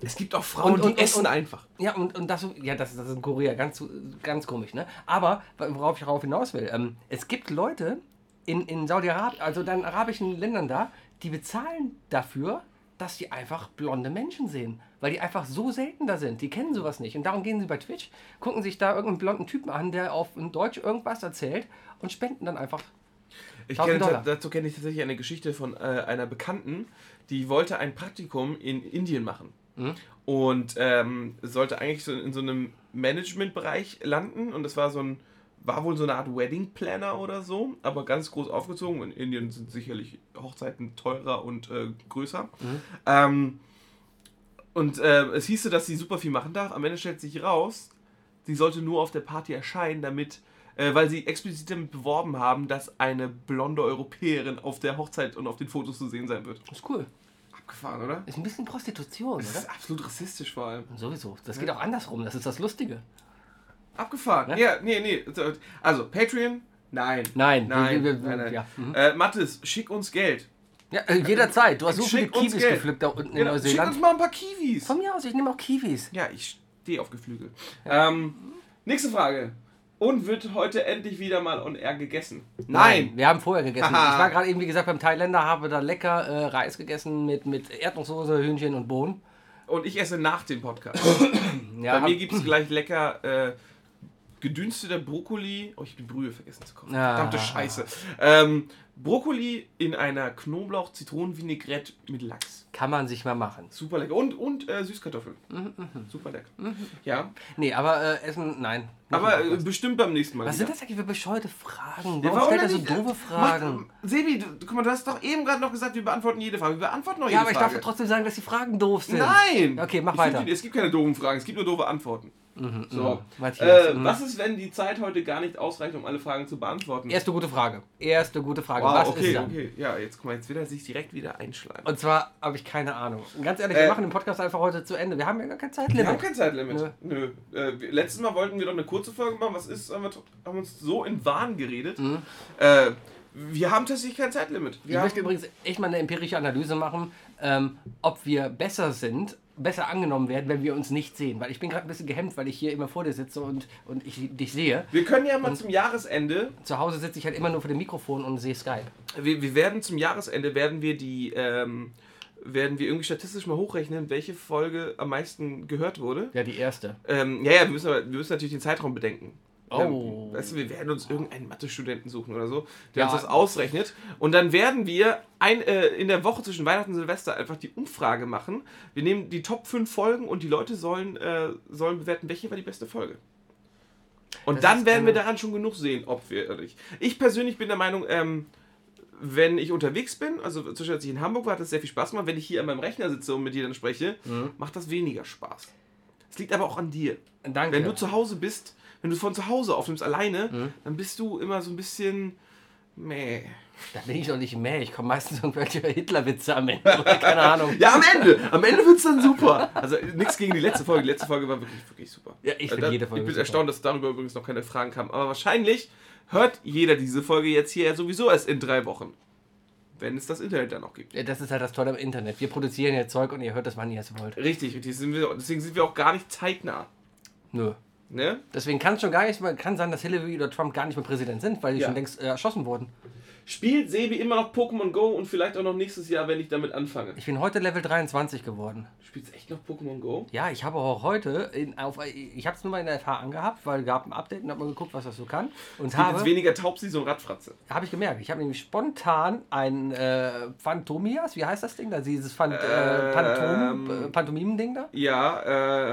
S1: Es gibt auch Frauen,
S2: Und- und-
S1: die essen
S2: und-
S1: einfach.
S2: Ja, und, und das, ja, das, das ist in Korea ganz, ganz komisch, ne? Aber worauf ich darauf hinaus will, ähm, es gibt Leute in, in Saudi-Arabien, also in arabischen Ländern da, die bezahlen dafür, dass sie einfach blonde Menschen sehen. Weil die einfach so selten da sind. Die kennen sowas nicht. Und darum gehen sie bei Twitch, gucken sich da irgendeinen blonden Typen an, der auf in Deutsch irgendwas erzählt und spenden dann einfach.
S1: Ich
S2: 1000
S1: kenne,
S2: Dollar.
S1: dazu kenne ich tatsächlich eine Geschichte von äh, einer Bekannten, die wollte ein Praktikum in Indien machen. Und ähm, sollte eigentlich so in so einem Managementbereich landen. Und das war so ein, war wohl so eine Art Wedding Planner oder so, aber ganz groß aufgezogen. In Indien sind sicherlich Hochzeiten teurer und äh, größer. Ähm, und äh, es hieße, dass sie super viel machen darf. Am Ende stellt sich raus, sie sollte nur auf der Party erscheinen, damit, äh, weil sie explizit damit beworben haben, dass eine blonde Europäerin auf der Hochzeit und auf den Fotos zu sehen sein wird.
S2: Ist cool.
S1: Abgefahren, oder?
S2: Ist ein bisschen Prostitution,
S1: Das ist
S2: oder?
S1: absolut rassistisch vor allem.
S2: Sowieso. Das geht auch andersrum. Das ist das Lustige.
S1: Abgefahren.
S2: Ne?
S1: Ja, nee, nee. Also, Patreon? Nein.
S2: Nein.
S1: Nein,
S2: Wir- wir- wir-
S1: nein, nein.
S2: ja. Mhm.
S1: Äh, Mathis, schick uns Geld.
S2: Ja, äh, jederzeit. Du hast so viele
S1: Schick uns
S2: Kiwis
S1: Geld.
S2: gepflückt da unten in
S1: Genau, schick
S2: Neuseeland.
S1: uns mal ein paar Kiwis.
S2: Von mir aus, ich nehme auch Kiwis.
S1: Ja, ich stehe auf Geflügel. Ähm, nächste Frage. Und wird heute endlich wieder mal on air gegessen? Nein!
S2: Wir haben vorher gegessen.
S1: Aha.
S2: Ich war gerade eben, wie gesagt, beim Thailänder, habe da lecker äh, Reis gegessen mit, mit Erdnusssoße, Hühnchen und Bohnen.
S1: Und ich esse nach dem Podcast.
S2: Ja,
S1: Bei mir
S2: hab-
S1: gibt es gleich lecker äh, gedünsteter Brokkoli. Oh, ich habe die Brühe vergessen zu kaufen.
S2: Ah.
S1: Verdammte Scheiße. Ähm, Brokkoli in einer Knoblauch-Zitronen-Vinaigrette mit Lachs.
S2: kann man sich mal machen.
S1: Super lecker. Und, und äh, Süßkartoffeln.
S2: Mhm,
S1: Super lecker. Ja.
S2: Nee, aber äh, Essen, nein.
S1: Aber äh, bestimmt beim nächsten Mal.
S2: Mhm. Was
S1: wieder.
S2: sind das eigentlich für bescheuerte Fragen? Warum,
S1: Ja,
S2: stellt er
S1: denn
S2: so
S1: nicht?
S2: doofe Fragen?
S1: Mach- Sebi, du, guck mal, du hast doch eben gerade noch gesagt, wir beantworten jede Frage. Wir beantworten noch jede
S2: ja, aber ich darf
S1: Frage.
S2: doch trotzdem sagen, dass die Fragen doof sind.
S1: Nein!
S2: Okay, mach
S1: Ich
S2: weiter.
S1: find, es gibt keine doofen Fragen, es gibt nur doofe Antworten. so.
S2: Matthias,
S1: Äh,
S2: mhm.
S1: was ist, wenn die Zeit heute gar nicht ausreicht, um alle Fragen zu beantworten?
S2: Erste gute Frage. Erste gute Frage.
S1: Wow,
S2: was
S1: okay,
S2: ist da?
S1: okay. Ja, jetzt guck mal, jetzt will er sich direkt wieder einschleimen.
S2: Und zwar habe ich keine Ahnung. Ganz ehrlich,
S1: Äh,
S2: wir machen den Podcast einfach heute zu Ende. Wir haben ja gar kein
S1: Wir haben
S2: Zeitlimit.
S1: kein Zeitlimit.
S2: Ne?
S1: Nö. Äh, wir- letztes Mal wollten wir doch eine kurze Folge machen. Was ist? Haben wir haben uns so in Wahn geredet. Äh, wir haben tatsächlich kein Zeitlimit.
S2: Mhm. Ich
S1: Wir haben,
S2: möchte übrigens echt mal eine empirische Analyse machen, ähm, ob wir besser sind, besser angenommen werden, wenn wir uns nicht sehen. Weil ich bin gerade ein bisschen gehemmt, weil ich hier immer vor dir sitze und, und ich dich sehe.
S1: wir können ja mal
S2: Mhm.
S1: zum Jahresende
S2: Zu Hause sitze ich halt immer nur vor dem Mikrofon und sehe Skype.
S1: Wir, wir werden zum Jahresende werden wir die ähm, werden wir irgendwie statistisch mal hochrechnen, welche Folge am meisten gehört wurde.
S2: Ja, die erste.
S1: Ähm, ja, ja, wir müssen, aber, wir müssen natürlich den Zeitraum bedenken.
S2: Oh.
S1: Ähm, weißt du, wir werden uns irgendeinen Mathestudenten suchen oder so, der
S2: Ja.
S1: uns das ausrechnet. Und dann werden wir ein, äh, in der Woche zwischen Weihnachten und Silvester einfach die Umfrage machen. Wir nehmen die Top 5 Folgen und die Leute sollen, äh, sollen bewerten, welche war die beste Folge. Und
S2: Das
S1: dann
S2: ist
S1: werden wir
S2: eine-
S1: daran schon genug sehen, ob wir oder nicht. Ich persönlich bin der Meinung, ähm, wenn ich unterwegs bin, also zum Beispiel als ich in Hamburg war, hat das sehr viel Spaß gemacht. Wenn ich hier an meinem Rechner sitze und mit dir dann spreche,
S2: Mhm.
S1: macht das weniger Spaß. Es liegt aber auch an dir.
S2: Danke.
S1: Wenn du zu Hause bist, wenn du von zu Hause aufnimmst alleine, dann bist du immer so ein bisschen meh.
S2: da bin ich doch nicht mehr. Ich komme meistens irgendwelche Hitlerwitze am Ende. Oder keine Ahnung.
S1: Ja, am Ende! Am Ende wird's dann super! Also nichts gegen die letzte Folge. Die letzte Folge war wirklich, wirklich super.
S2: Ja, ich
S1: Äh,
S2: find
S1: da-
S2: jede Folge
S1: Ich bin
S2: super.
S1: erstaunt, dass darüber übrigens noch keine Fragen kamen. Aber wahrscheinlich hört jeder diese Folge jetzt hier ja sowieso erst in drei Wochen. Wenn es das Internet dann noch gibt.
S2: Ja, Das ist halt das Tolle am Internet. Wir produzieren ja Zeug und ihr hört das, wann ihr es wollt.
S1: Richtig, richtig. Sind wir, deswegen sind wir auch gar nicht zeitnah.
S2: Nö.
S1: Ne?
S2: Deswegen kann es schon gar nicht, mal- kann sein, dass Hillary oder Trump gar nicht mehr Präsident sind, weil die
S1: Ja.
S2: schon längst äh, erschossen wurden.
S1: Spielt Sebi immer noch Pokémon Go und vielleicht auch noch nächstes Jahr, wenn ich damit anfange.
S2: Ich bin heute Level 23 geworden.
S1: Du spielst echt noch Pokémon Go?
S2: Ja, ich habe auch heute, in, auf, ich habe es nur mal in der FH angehabt, weil gab ein Update und habe mal geguckt, was das so kann. Und
S1: Gibt jetzt
S2: habe,
S1: weniger Taubsi, so Radfratze.
S2: habe ich gemerkt, ich habe nämlich spontan ein äh, Phantomias, wie heißt das Ding da? Dieses Phant
S1: Ähm.
S2: äh, Phantom, äh, Pantomimen-Ding da?
S1: Ja,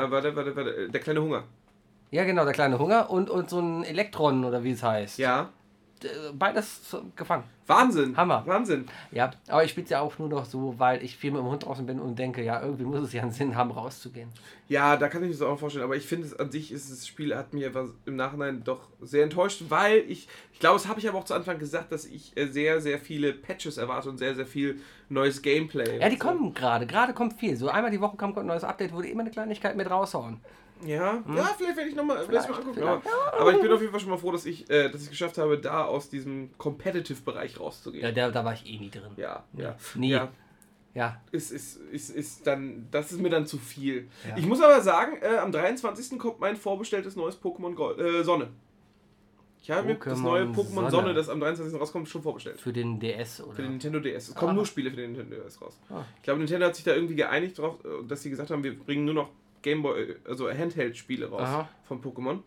S1: äh, warte, warte, warte. Der kleine Hunger.
S2: Ja, genau, der kleine Hunger und, und so ein Elektron oder wie es heißt.
S1: Ja.
S2: Äh, Beides gefangen.
S1: Wahnsinn.
S2: Hammer.
S1: Wahnsinn.
S2: Ja, aber ich spiele es ja auch nur noch so, weil ich viel mit dem Hund draußen bin und denke, ja, irgendwie muss es ja einen Sinn haben, rauszugehen.
S1: Ja, da kann ich mir das auch vorstellen. Aber ich finde es an sich ist das Spiel hat mir was im Nachhinein doch sehr enttäuscht, weil ich, ich glaube, das habe ich aber auch zu Anfang gesagt, dass ich äh, sehr, sehr viele Patches erwarte und sehr, sehr viel neues Gameplay.
S2: Ja, die
S1: So.
S2: kommt gerade. Gerade kommt viel. So einmal die Woche kommt ein neues Update, wo die immer eine Kleinigkeit mit raushauen.
S1: Ja, ja, vielleicht werde ich nochmal mal angucken.
S2: Mhm. vielleicht.
S1: Aber, aber ich bin auf jeden Fall schon mal froh, dass ich äh, dass ich es geschafft habe, da aus diesem Competitive-Bereich
S2: Ja,
S1: rauszugehen.
S2: da, da war ich eh nie drin.
S1: Ja, ja.
S2: Nie.
S1: ja.
S2: Ja.
S1: ist, ist, ist, ist dann, das ist mir dann zu viel.
S2: Ja.
S1: Ich muss aber sagen, äh, am 23. kommt mein vorbestelltes neues Pokémon Go- äh, Sonne. Ich habe mir das
S2: Pokémon
S1: neue Pokémon Sonne.
S2: Sonne,
S1: das am 23. rauskommt, schon vorbestellt.
S2: Für den DS oder.
S1: Für den Nintendo DS. Es kommen
S2: Ah.
S1: nur Spiele für den Nintendo DS raus.
S2: Ah.
S1: Ich glaube, Nintendo hat sich da irgendwie geeinigt drauf, äh, dass sie gesagt haben, wir bringen nur noch Gameboy, also Handheld-Spiele raus
S2: Aha.
S1: von Pokémon.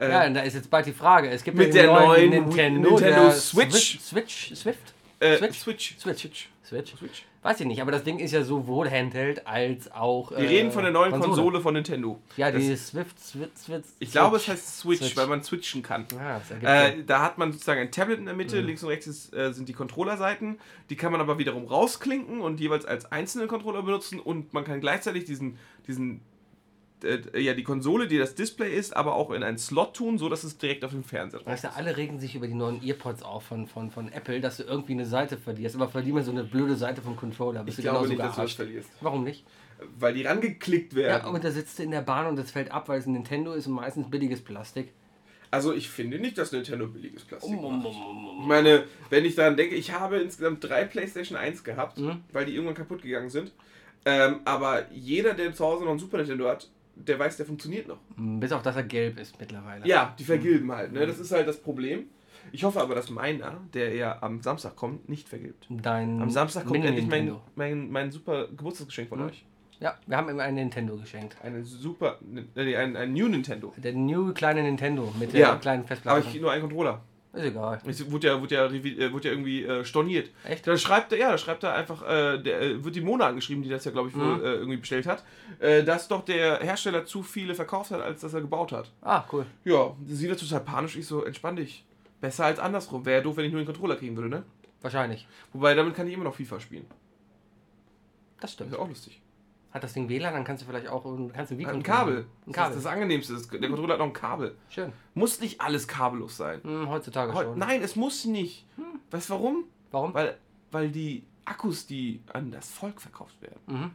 S1: Äh,
S2: ja, und da ist jetzt bald die Frage. Es gibt
S1: Mit
S2: ja den
S1: der
S2: neuen
S1: neuen
S2: Nintendo,
S1: Nintendo
S2: der
S1: Switch.
S2: Switch. Swift?
S1: äh,
S2: Switch?
S1: Switch. Switch.
S2: Switch.
S1: Switch.
S2: Switch. Weiß ich nicht, aber das Ding ist ja sowohl Handheld als auch. äh,
S1: Wir reden von der neuen Konsole, von Nintendo.
S2: Ja,
S1: Das-
S2: die Swift, Switch, Switch.
S1: ich glaube, es heißt Switch,
S2: Switch.
S1: weil man switchen kann.
S2: Ah, das ergibt Sinn.
S1: Äh, da hat man sozusagen ein Tablet in der Mitte, links und rechts ist, äh, sind die Controllerseiten. Die kann man aber wiederum rausklinken und jeweils als einzelnen Controller benutzen und man kann gleichzeitig diesen, diesen äh, ja, die Konsole, die das Display ist, aber auch in einen Slot tun, so dass es direkt auf dem Fernseher drauf
S2: Weißt du, alle regen sich über die neuen Earpods auf von, von, von Apple, dass du irgendwie eine Seite verlierst. Aber verlier mal so eine blöde Seite vom Controller. Bist
S1: Ich
S2: du
S1: glaube nicht,
S2: genauso
S1: dass du das
S2: gearscht.
S1: verlierst.
S2: Warum nicht?
S1: Weil die rangeklickt
S2: Ja,
S1: werden.
S2: und da sitzt du in der Bahn und das fällt ab, weil es ein Nintendo ist und meistens billiges Plastik.
S1: also ich finde nicht, dass Nintendo billiges Plastik macht. Ich
S2: Mumumumum.
S1: meine, wenn ich daran denke, ich habe insgesamt drei PlayStation 1 gehabt, weil die irgendwann kaputt gegangen sind. Ähm, aber jeder, der zu Hause noch einen Super Nintendo hat, der weiß, der funktioniert noch.
S2: Bis auf, dass er gelb ist mittlerweile.
S1: um. Ja, die vergilben halt. Ne? Das ist halt das Problem. Ich hoffe aber, dass meiner, der ja am Samstag kommt, nicht vergilbt.
S2: Dein
S1: Am Samstag kommt endlich mein,
S2: Mini-Nintendo.
S1: mein, mein super Geburtstagsgeschenk von euch.
S2: Ja, wir haben ihm ein Nintendo geschenkt.
S1: Eine super, äh, nee, ein, ein New Nintendo.
S2: Der new kleine Nintendo mit der
S1: Ja,
S2: kleinen
S1: Aber
S2: Festplatte.
S1: ich nur einen Controller.
S2: ist egal.
S1: Es wurde ja, wurde ja, revi- äh, wurde ja irgendwie äh, storniert.
S2: Echt?
S1: Da schreibt er, ja, da schreibt er einfach, äh, der, äh, wird die Mona angeschrieben, die das ja, glaube ich, wohl
S2: Mhm.
S1: äh, irgendwie bestellt hat, äh, dass doch der Hersteller zu viele verkauft hat, als dass er gebaut hat.
S2: Ah, cool.
S1: Ja, sie wird total panisch, ich so, entspann dich. Besser als andersrum. Wäre ja doof, wenn ich nur den Controller kriegen würde, ne?
S2: Wahrscheinlich.
S1: Wobei, damit kann ich immer noch FIFA spielen.
S2: Das
S1: Das
S2: stimmt.
S1: ist auch lustig.
S2: Hat das Ding WLAN, dann kannst du vielleicht auch kannst du
S1: Hat
S2: Wii-Controller
S1: ein Kabel.
S2: haben. Ein
S1: Das ist
S2: Kabel.
S1: das Angenehmste. Das- Der Controller hat noch ein Kabel.
S2: Schön.
S1: Muss nicht alles kabellos sein.
S2: Hm, heutzutage
S1: Heu-
S2: schon. Hm.
S1: Nein, es muss nicht. Weißt du warum?
S2: Warum?
S1: Weil, weil die Akkus, die an das Volk verkauft werden,
S2: Mhm.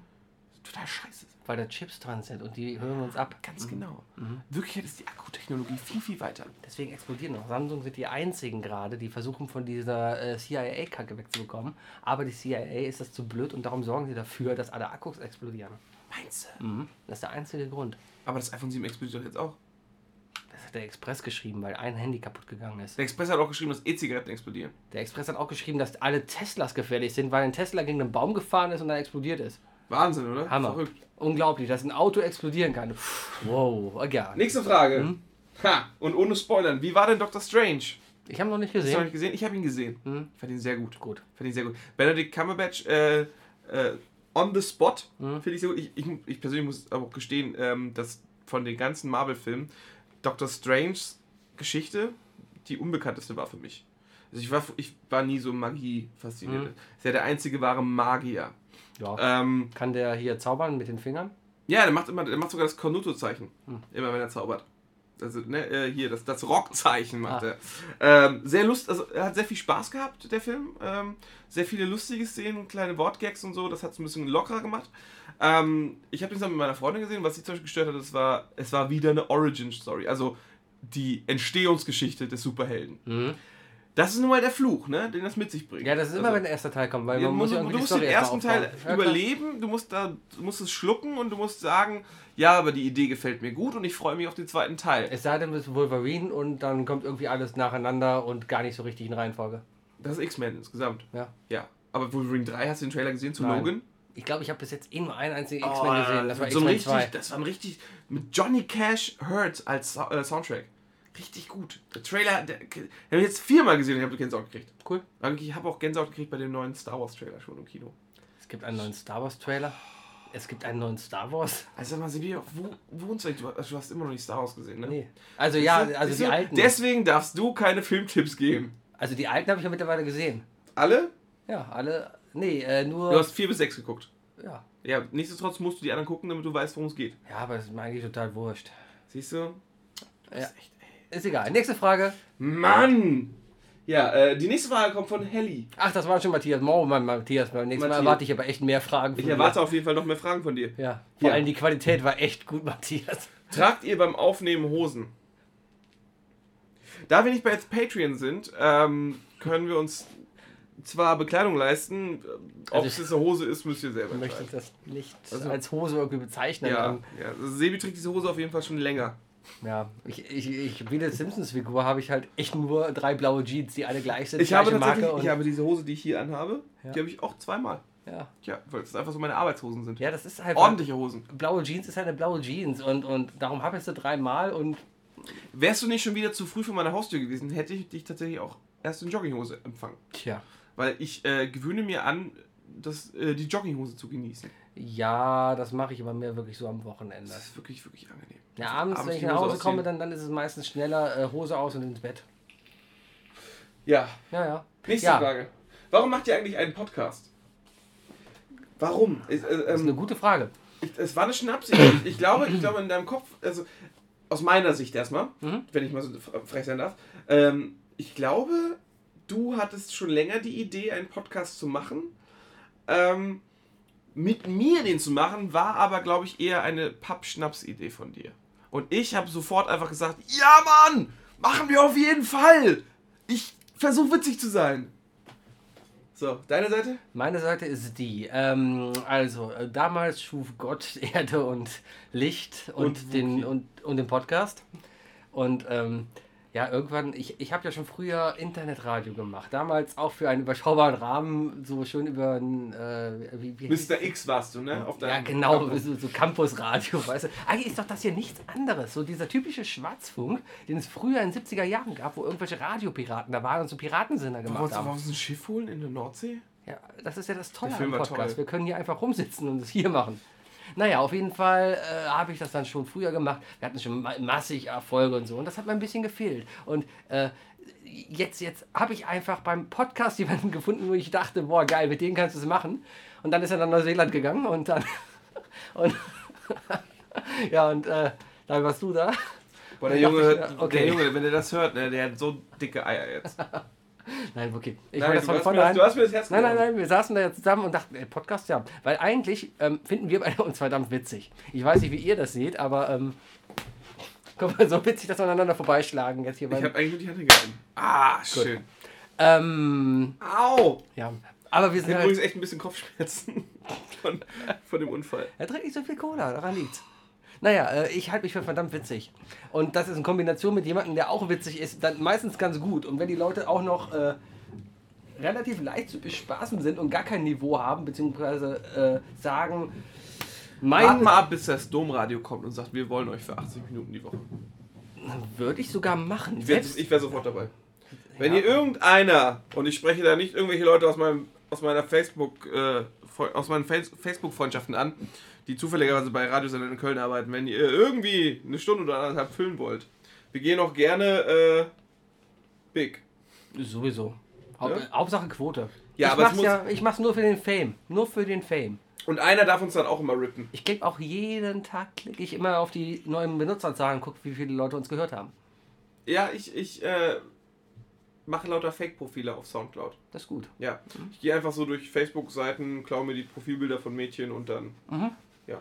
S1: total scheiße sind.
S2: Weil da Chips dran sind und die hören uns ab.
S1: Ganz genau. Wirklich ist die Akkutechnologie viel, viel weiter.
S2: Deswegen explodieren noch. Samsung sind die einzigen gerade, die versuchen von dieser äh, CIA-Kacke wegzubekommen. Aber die CIA ist das zu blöd und darum sorgen sie dafür, dass alle Akkus explodieren.
S1: Meinst du?
S2: Das ist der einzige Grund.
S1: Aber das iPhone 7 explodiert doch jetzt auch.
S2: Das hat der Express geschrieben, weil ein Handy kaputt gegangen ist.
S1: Der Express hat auch geschrieben, dass E-Zigaretten explodieren.
S2: Der Express hat auch geschrieben, dass alle Teslas gefährlich sind, weil ein Tesla gegen einen Baum gefahren ist und dann explodiert ist.
S1: Wahnsinn, oder?
S2: Hammer.
S1: Verrückt.
S2: Unglaublich, dass ein Auto explodieren kann. Wow, ja.
S1: Nächste Frage. Ha, und ohne Spoilern, wie war denn Dr. Strange?
S2: Ich habe noch nicht
S1: Hast du noch nicht
S2: gesehen.
S1: gesehen? Ich habe ihn gesehen. Ich fand ihn sehr gut.
S2: Gut.
S1: Finde ich sehr gut. Benedict Cumberbatch, äh, äh, on the spot, finde ich sehr gut. Ich, ich, ich persönlich muss aber auch gestehen, ähm, dass von den ganzen Marvel-Filmen Doctor Strange's Geschichte die unbekannteste war für mich. Also ich war, ich war nie so Magie fasziniert. Ist ja der einzige wahre Magier.
S2: Ja.
S1: Ähm,
S2: Kann der hier zaubern mit den Fingern?
S1: ja, der macht immer, der macht sogar das Cornuto-Zeichen, immer wenn er zaubert. Also, ne, äh, hier, das, das Rockzeichen macht
S2: Ah.
S1: er. Ähm, sehr lust, also er hat sehr viel Spaß gehabt, der Film. Ähm, sehr viele lustige Szenen, kleine Wortgags und so, das hat es ein bisschen lockerer gemacht. Ähm, ich habe den zusammen mit meiner Freundin gesehen, was sie zum Beispiel gestört hat, es war, es war wieder eine Origin-Story. Also die Entstehungsgeschichte des Superhelden. Das ist nun mal der Fluch, ne, den das mit sich bringt.
S2: Ja, das ist immer,
S1: Mhm. also,
S2: wenn der erste Teil kommt, weil
S1: ja,
S2: man
S1: du
S2: muss
S1: musst,
S2: ja
S1: du
S2: irgendwie die
S1: musst den
S2: Story
S1: ersten
S2: erstmal
S1: Teil
S2: aufbauen. Ja, klar.
S1: überleben, du musst, da, du musst es schlucken und du musst sagen, ja, aber die Idee gefällt mir gut und ich freue mich auf den zweiten Teil.
S2: Es sei denn, du bist Wolverine und dann kommt irgendwie alles nacheinander und gar nicht so richtig in Reihenfolge.
S1: Das ist X-Men insgesamt.
S2: Ja.
S1: Ja. Aber Wolverine 3, hast du den Trailer gesehen zu
S2: Nein.
S1: Logan?
S2: Ich glaube, ich habe bis jetzt eh nur einen einzigen
S1: Oh,
S2: X-Men gesehen. Das war
S1: so ein
S2: X-Men
S1: richtig,
S2: 2.
S1: das war ein richtig mit Johnny Cash Hurts als Sa- äh, Soundtrack. Richtig gut. Der Trailer, der, der habe ich jetzt viermal gesehen und ich habe Gänsehaut gekriegt.
S2: Cool.
S1: Ich habe auch Gänsehaut gekriegt bei dem neuen Star Wars Trailer schon im Kino.
S2: Es gibt einen neuen Star Wars Trailer. Es gibt einen neuen Star Wars.
S1: Also sag mal, Silvia, wo wohnst du eigentlich? Du hast- Du hast immer noch nicht Star Wars gesehen, ne?
S2: Nee. Also ja,
S1: Siehst du?
S2: also
S1: Siehst du?
S2: die alten.
S1: Deswegen darfst du keine Filmtipps geben.
S2: Also die alten habe ich ja mittlerweile gesehen.
S1: Alle?
S2: Ja, alle. Nee, äh, nur.
S1: Du hast vier bis sechs geguckt.
S2: ja.
S1: Ja, nichtsdestotrotz musst du die anderen gucken, damit du weißt, worum es geht.
S2: ja, aber es ist mir eigentlich total wurscht.
S1: Siehst du?
S2: Ja.
S1: echt,
S2: Ist egal. Nächste Frage.
S1: Mann! Ja, äh, die nächste Frage kommt von Helly.
S2: Ach, das war schon Matthias. Oh, mein Matthias. Beim nächsten Mal
S1: Matthias.
S2: erwarte ich aber echt mehr Fragen. von
S1: Ich
S2: dir.
S1: erwarte auf jeden Fall noch mehr Fragen von dir.
S2: Ja. Vor
S1: Ja.
S2: allem die Qualität war echt gut, Matthias.
S1: Tragt ihr beim Aufnehmen Hosen? Da wir nicht bei Patreon sind, ähm, können wir uns zwar Bekleidung leisten. Ob
S2: Also ich-
S1: es eine Hose ist, müsst ihr selber
S2: Ich möchte
S1: entscheiden.
S2: das nicht
S1: Also-
S2: als Hose irgendwie bezeichnen.
S1: Ja,
S2: Ähm,
S1: ja. Also Sebi trägt diese Hose auf jeden Fall schon länger.
S2: ja. Ich, ich, ich, wie eine Simpsons-Figur habe ich halt echt nur drei blaue Jeans, die alle gleich sind.
S1: Ich habe
S2: gleiche
S1: tatsächlich,
S2: und,
S1: ich habe diese Hose, die ich hier anhabe,
S2: Ja.
S1: die habe ich auch zweimal.
S2: ja.
S1: Ja, weil es einfach so meine Arbeitshosen sind.
S2: ja, das ist halt.
S1: Ordentliche Hosen.
S2: Blaue Jeans ist halt eine blaue Jeans und, und darum habe ich sie dreimal und
S1: Wärst du nicht schon wieder zu früh vor meiner Haustür gewesen, hätte ich dich tatsächlich auch erst in Jogginghose empfangen.
S2: tja.
S1: Weil ich äh, gewöhne mir an, das, äh, die Jogginghose zu genießen.
S2: Ja, das mache ich aber mehr wirklich so am Wochenende.
S1: Das ist wirklich, wirklich angenehm.
S2: Ja, abends,
S1: Abends
S2: wenn ich
S1: die
S2: nach
S1: Hose
S2: Hause komme,
S1: ausziehen.
S2: dann, dann ist es meistens schneller äh, Hose aus und ins Bett.
S1: Ja,
S2: Ja, ja.
S1: nächste
S2: ja,
S1: Frage. Warum macht ihr eigentlich einen Podcast? Warum? Es, äh,
S2: Das ist eine
S1: ähm,
S2: gute Frage.
S1: ich- es war eine Schnapsidee. Ich, ich glaube, ich glaube in deinem Kopf, also aus meiner Sicht erstmal, wenn ich mal so fre- frech sein darf, ähm, ich glaube, du hattest schon länger die Idee, einen Podcast zu machen. Ähm, mit mir den zu machen, war aber, glaube ich, eher eine Pappschnaps-Idee von dir. Und ich habe sofort einfach gesagt, ja Mann, machen wir auf jeden Fall. Ich versuche witzig zu sein. So, deine Seite?
S2: Meine Seite ist die. Ähm, also, äh, damals schuf Gott Erde und Licht und,
S1: Und
S2: den,
S1: Wookie.
S2: und, und den Podcast. Und ähm, ja, irgendwann, ich, ich habe ja schon früher Internetradio gemacht. Damals auch für einen überschaubaren Rahmen, so schön über ein. Äh, wie, wie
S1: Mr. X warst du, ne? Auf
S2: Ja,
S1: deinem
S2: genau,
S1: Campus.
S2: so, so Campusradio, weißt du. Eigentlich ist doch das hier nichts anderes. So dieser typische Schwarzfunk, den es früher in den 70er Jahren gab, wo irgendwelche Radiopiraten da waren und so Piratensender gemacht
S1: Wolltest du
S2: haben.
S1: uns ein Schiff holen in der Nordsee?
S2: Ja, das ist ja das Tolle
S1: Der Film
S2: am
S1: war
S2: Podcast.
S1: toll.
S2: Wir können hier einfach rumsitzen und es hier machen. Naja, auf jeden Fall äh, habe ich das dann schon früher gemacht. Wir hatten schon ma massig Erfolge und so. Und das hat mir ein bisschen gefehlt. Und äh, jetzt, jetzt habe ich einfach beim Podcast jemanden gefunden, wo ich dachte, boah, geil, mit dem kannst du es machen. Und dann ist er nach Neuseeland gegangen und dann. und ja, und äh, dann warst du da.
S1: Boah, der
S2: Dann dachte
S1: Junge,
S2: ich, ja, okay.
S1: der Junge, wenn der das hört, ne, der hat so dicke Eier jetzt.
S2: Nein, okay. Ich
S1: Nein,
S2: wollte das
S1: du
S2: von
S1: hast mir das-
S2: vornherein.
S1: du hast mir das Herz
S2: Nein, nein,
S1: gebrochen.
S2: nein, wir saßen da jetzt zusammen und dachten, ey, Podcast, ja. Weil eigentlich ähm, finden wir beide uns verdammt witzig. Ich weiß nicht, wie ihr das seht, aber ähm, guck mal, so witzig, dass wir aneinander vorbeischlagen jetzt hier
S1: Ich
S2: beim.
S1: habe eigentlich nur die Hand hingehalten. Ah, schön.
S2: Ähm,
S1: Au!
S2: ja. Aber wir
S1: Ich
S2: sind
S1: habe
S2: halt.
S1: übrigens echt ein bisschen Kopfschmerzen von, von dem Unfall.
S2: Er trinkt nicht so viel Cola, daran liegt's. Naja, äh, ich halte mich für verdammt witzig. Und das ist in Kombination mit jemandem, der auch witzig ist, dann meistens ganz gut. Und wenn die Leute auch noch äh, relativ leicht zu bespaßen sind und gar kein Niveau haben, beziehungsweise äh, sagen,
S1: Wart
S2: mein,
S1: mal ab, bis das Domradio kommt und sagt, wir wollen euch für 80 Minuten die Woche.
S2: Würde ich sogar machen.
S1: Ich wär-
S2: Selbst,
S1: Ich wäre sofort dabei. Wenn
S2: Ja.
S1: hier irgendeiner, und ich spreche da nicht irgendwelche Leute aus, meinem, aus meiner Facebook, äh, Fre- aus meinen Face- Facebook-Freundschaften an, die zufälligerweise bei Radiosendern in Köln arbeiten, wenn ihr irgendwie eine Stunde oder anderthalb füllen wollt, wir gehen auch gerne äh, big.
S2: sowieso. Hau
S1: Ja?
S2: Hauptsache Quote.
S1: Ja,
S2: ich
S1: aber es
S2: mach's
S1: muss-
S2: ja, ich mach's nur für den Fame. Nur für den Fame.
S1: Und einer darf uns dann auch immer rippen.
S2: Ich klicke auch jeden Tag, klicke ich immer auf die neuen Benutzerzahlen und gucke, wie viele Leute uns gehört haben.
S1: Ja, ich, ich äh, mache lauter Fake-Profile auf Soundcloud.
S2: Das ist gut.
S1: Ja, ich gehe einfach so durch Facebook-Seiten, klaue mir die Profilbilder von Mädchen und dann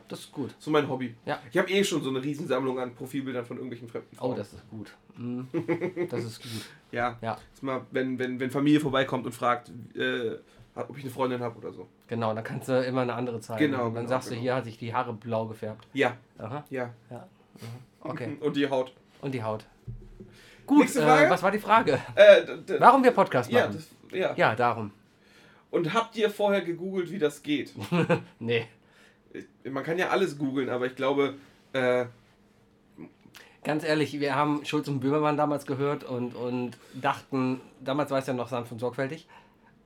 S2: Das ist gut.
S1: So mein Hobby.
S2: Ja.
S1: Ich habe eh schon so eine Riesensammlung an Profilbildern von irgendwelchen fremden Frauen.
S2: Oh, das ist gut. Mm. Das ist gut.
S1: Ja.
S2: Ja,
S1: Ist mal, wenn, wenn, wenn Familie vorbeikommt und fragt, äh, ob ich eine Freundin habe oder so.
S2: genau. Dann kannst du immer eine andere Zahl.
S1: Genau,
S2: Dann
S1: genau,
S2: sagst du,
S1: genau.
S2: hier hat sich die Haare blau gefärbt.
S1: Ja,
S2: Aha. Mhm.
S1: ja.
S2: Okay.
S1: Und die Haut.
S2: Und die Haut. Gut.
S1: Nächste Frage?
S2: Äh, was war die Frage?
S1: Äh, d- d-
S2: Warum wir Podcast
S1: ja,
S2: machen?
S1: das, Ja.
S2: Ja, darum.
S1: Und habt ihr vorher gegoogelt, wie das geht?
S2: Nee.
S1: Man kann ja alles googeln, aber ich glaube, äh,
S2: Ganz ehrlich, wir haben Schulz und Böhmermann damals gehört und, und dachten, damals war es ja noch sanft und sorgfältig,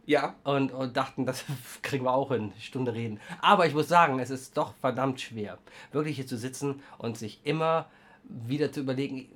S1: ja,
S2: und, und dachten, das kriegen wir auch hin, Stunde reden. Aber ich muss sagen, es ist doch verdammt schwer, wirklich hier zu sitzen und sich immer wieder zu überlegen,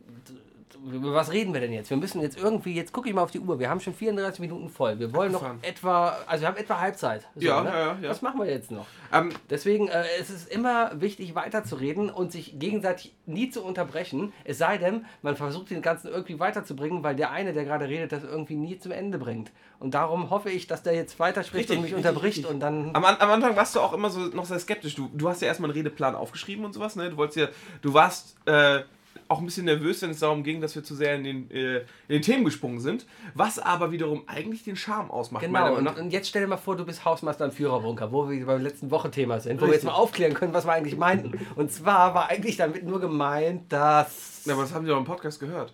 S2: über was reden wir denn jetzt? Wir müssen jetzt irgendwie, jetzt gucke ich mal auf die Uhr, wir haben schon 34 Minuten voll. Wir wollen noch
S1: Abgefahren.
S2: etwa, also wir haben etwa Halbzeit. So, ne?
S1: Ja, ja, ja, ja.
S2: Was machen wir jetzt noch?
S1: ähm,
S2: Deswegen äh, es ist immer wichtig, weiterzureden und sich gegenseitig nie zu unterbrechen. Es sei denn, man versucht den Ganzen irgendwie weiterzubringen, weil der eine, der gerade redet, das irgendwie nie zum Ende bringt. Und darum hoffe ich, dass der jetzt weiterspricht
S1: Richtig,
S2: und mich
S1: richtig,
S2: unterbricht
S1: richtig.
S2: und dann.
S1: Am, An- am Anfang warst du auch immer so noch sehr skeptisch. Du, du hast ja erstmal einen Redeplan aufgeschrieben und sowas, ne? Du wolltest ja, du warst äh, auch ein bisschen nervös, wenn es darum ging, dass wir zu sehr in den, äh, in den Themen gesprungen sind. Was aber wiederum eigentlich den Charme ausmacht, meiner
S2: Genau,
S1: Meinung
S2: und,
S1: nach.
S2: und jetzt stell dir mal vor, du bist Hausmeister im Führerbunker, wo wir beim letzten Wochenthema sind, wo wir jetzt
S1: Richtig.
S2: mal aufklären können, was wir eigentlich meinten. Und zwar war eigentlich damit nur gemeint, dass.
S1: Ja, aber das haben sie doch im Podcast gehört.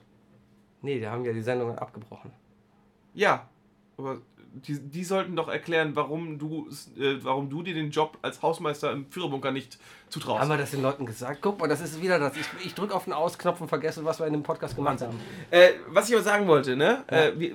S2: Nee, die haben ja die Sendung abgebrochen.
S1: Ja, aber die, die sollten doch erklären, warum du, es- äh, warum du dir den Job als Hausmeister im Führerbunker nicht zutraust.
S2: Haben wir das den Leuten gesagt? Guck mal, das ist wieder das. Ich, ich drücke auf den Ausknopf und vergesse, was wir in dem Podcast gemacht haben.
S1: Äh, was ich aber sagen wollte, ne? Äh, wir, äh,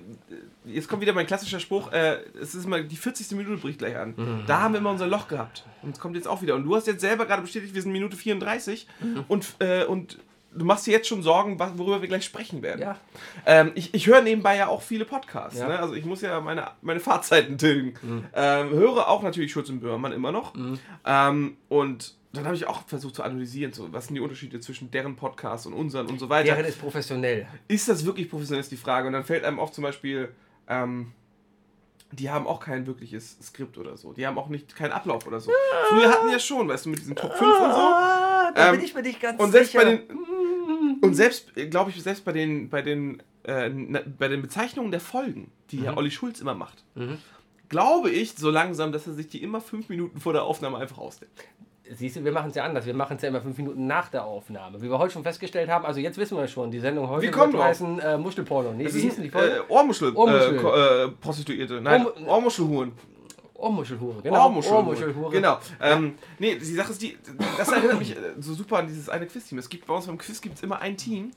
S1: jetzt kommt wieder mein klassischer Spruch, äh, es ist mal die 40. Minute bricht gleich an.
S2: Mhm.
S1: Da haben wir immer unser Loch gehabt. Und es kommt jetzt auch wieder. Und du hast jetzt selber gerade bestätigt, wir sind Minute 34
S2: Mhm.
S1: und, äh, und du machst dir jetzt schon Sorgen, wa- worüber wir gleich sprechen werden.
S2: Ja.
S1: Ähm, ich ich höre nebenbei ja auch viele Podcasts.
S2: Ja. Mhm.
S1: Ne? Also ich muss ja meine, meine Fahrzeiten tilgen. Ähm, höre auch natürlich Schulz und Böhmermann immer noch. Ähm, und dann habe ich auch versucht zu analysieren, so, was sind die Unterschiede zwischen deren Podcasts und unseren und so weiter
S2: Deren ist professionell.
S1: ist das wirklich professionell, ist die Frage. Und dann fällt einem oft zum Beispiel, ähm, die haben auch kein wirkliches Skript oder so. Die haben auch nicht keinen Ablauf oder so. Früher hatten die ja schon, weißt du, mit diesen Top 5 und so.
S2: Ah, da
S1: Ähm,
S2: bin ich mir nicht ganz
S1: Und selbst
S2: sicher.
S1: bei den. Und selbst, glaube ich, selbst bei den, bei den, äh, na- bei den Bezeichnungen der Folgen, die
S2: Mhm.
S1: ja Olli Schulz immer macht, glaube ich so langsam, dass er sich die immer fünf Minuten vor der Aufnahme einfach ausdenkt.
S2: Siehst du, wir machen es ja anders. Wir machen es ja immer fünf Minuten nach der Aufnahme. Wie wir heute schon festgestellt haben, also jetzt wissen wir schon, die Sendung heute
S1: Wie kommen
S2: wird
S1: wir
S2: heißen äh, Muschelporno. Nee, wie hießen die
S1: äh,
S2: Folge?
S1: Ohrmuschel,
S2: Ohrmuschel.
S1: Äh, Ko- äh, Prostituierte. Nein,
S2: Ohrmu-
S1: Ohrmuschelhuren.
S2: Ohrmuschelhure. Genau.
S1: Ohrmuschelhure.
S2: Ohrmuschelhure.
S1: Genau. Ähm, nee, die Sache ist, die, das erinnert mich äh, so super an dieses eine Quiz-Team. Es gibt bei uns beim Quiz gibt's immer ein Team,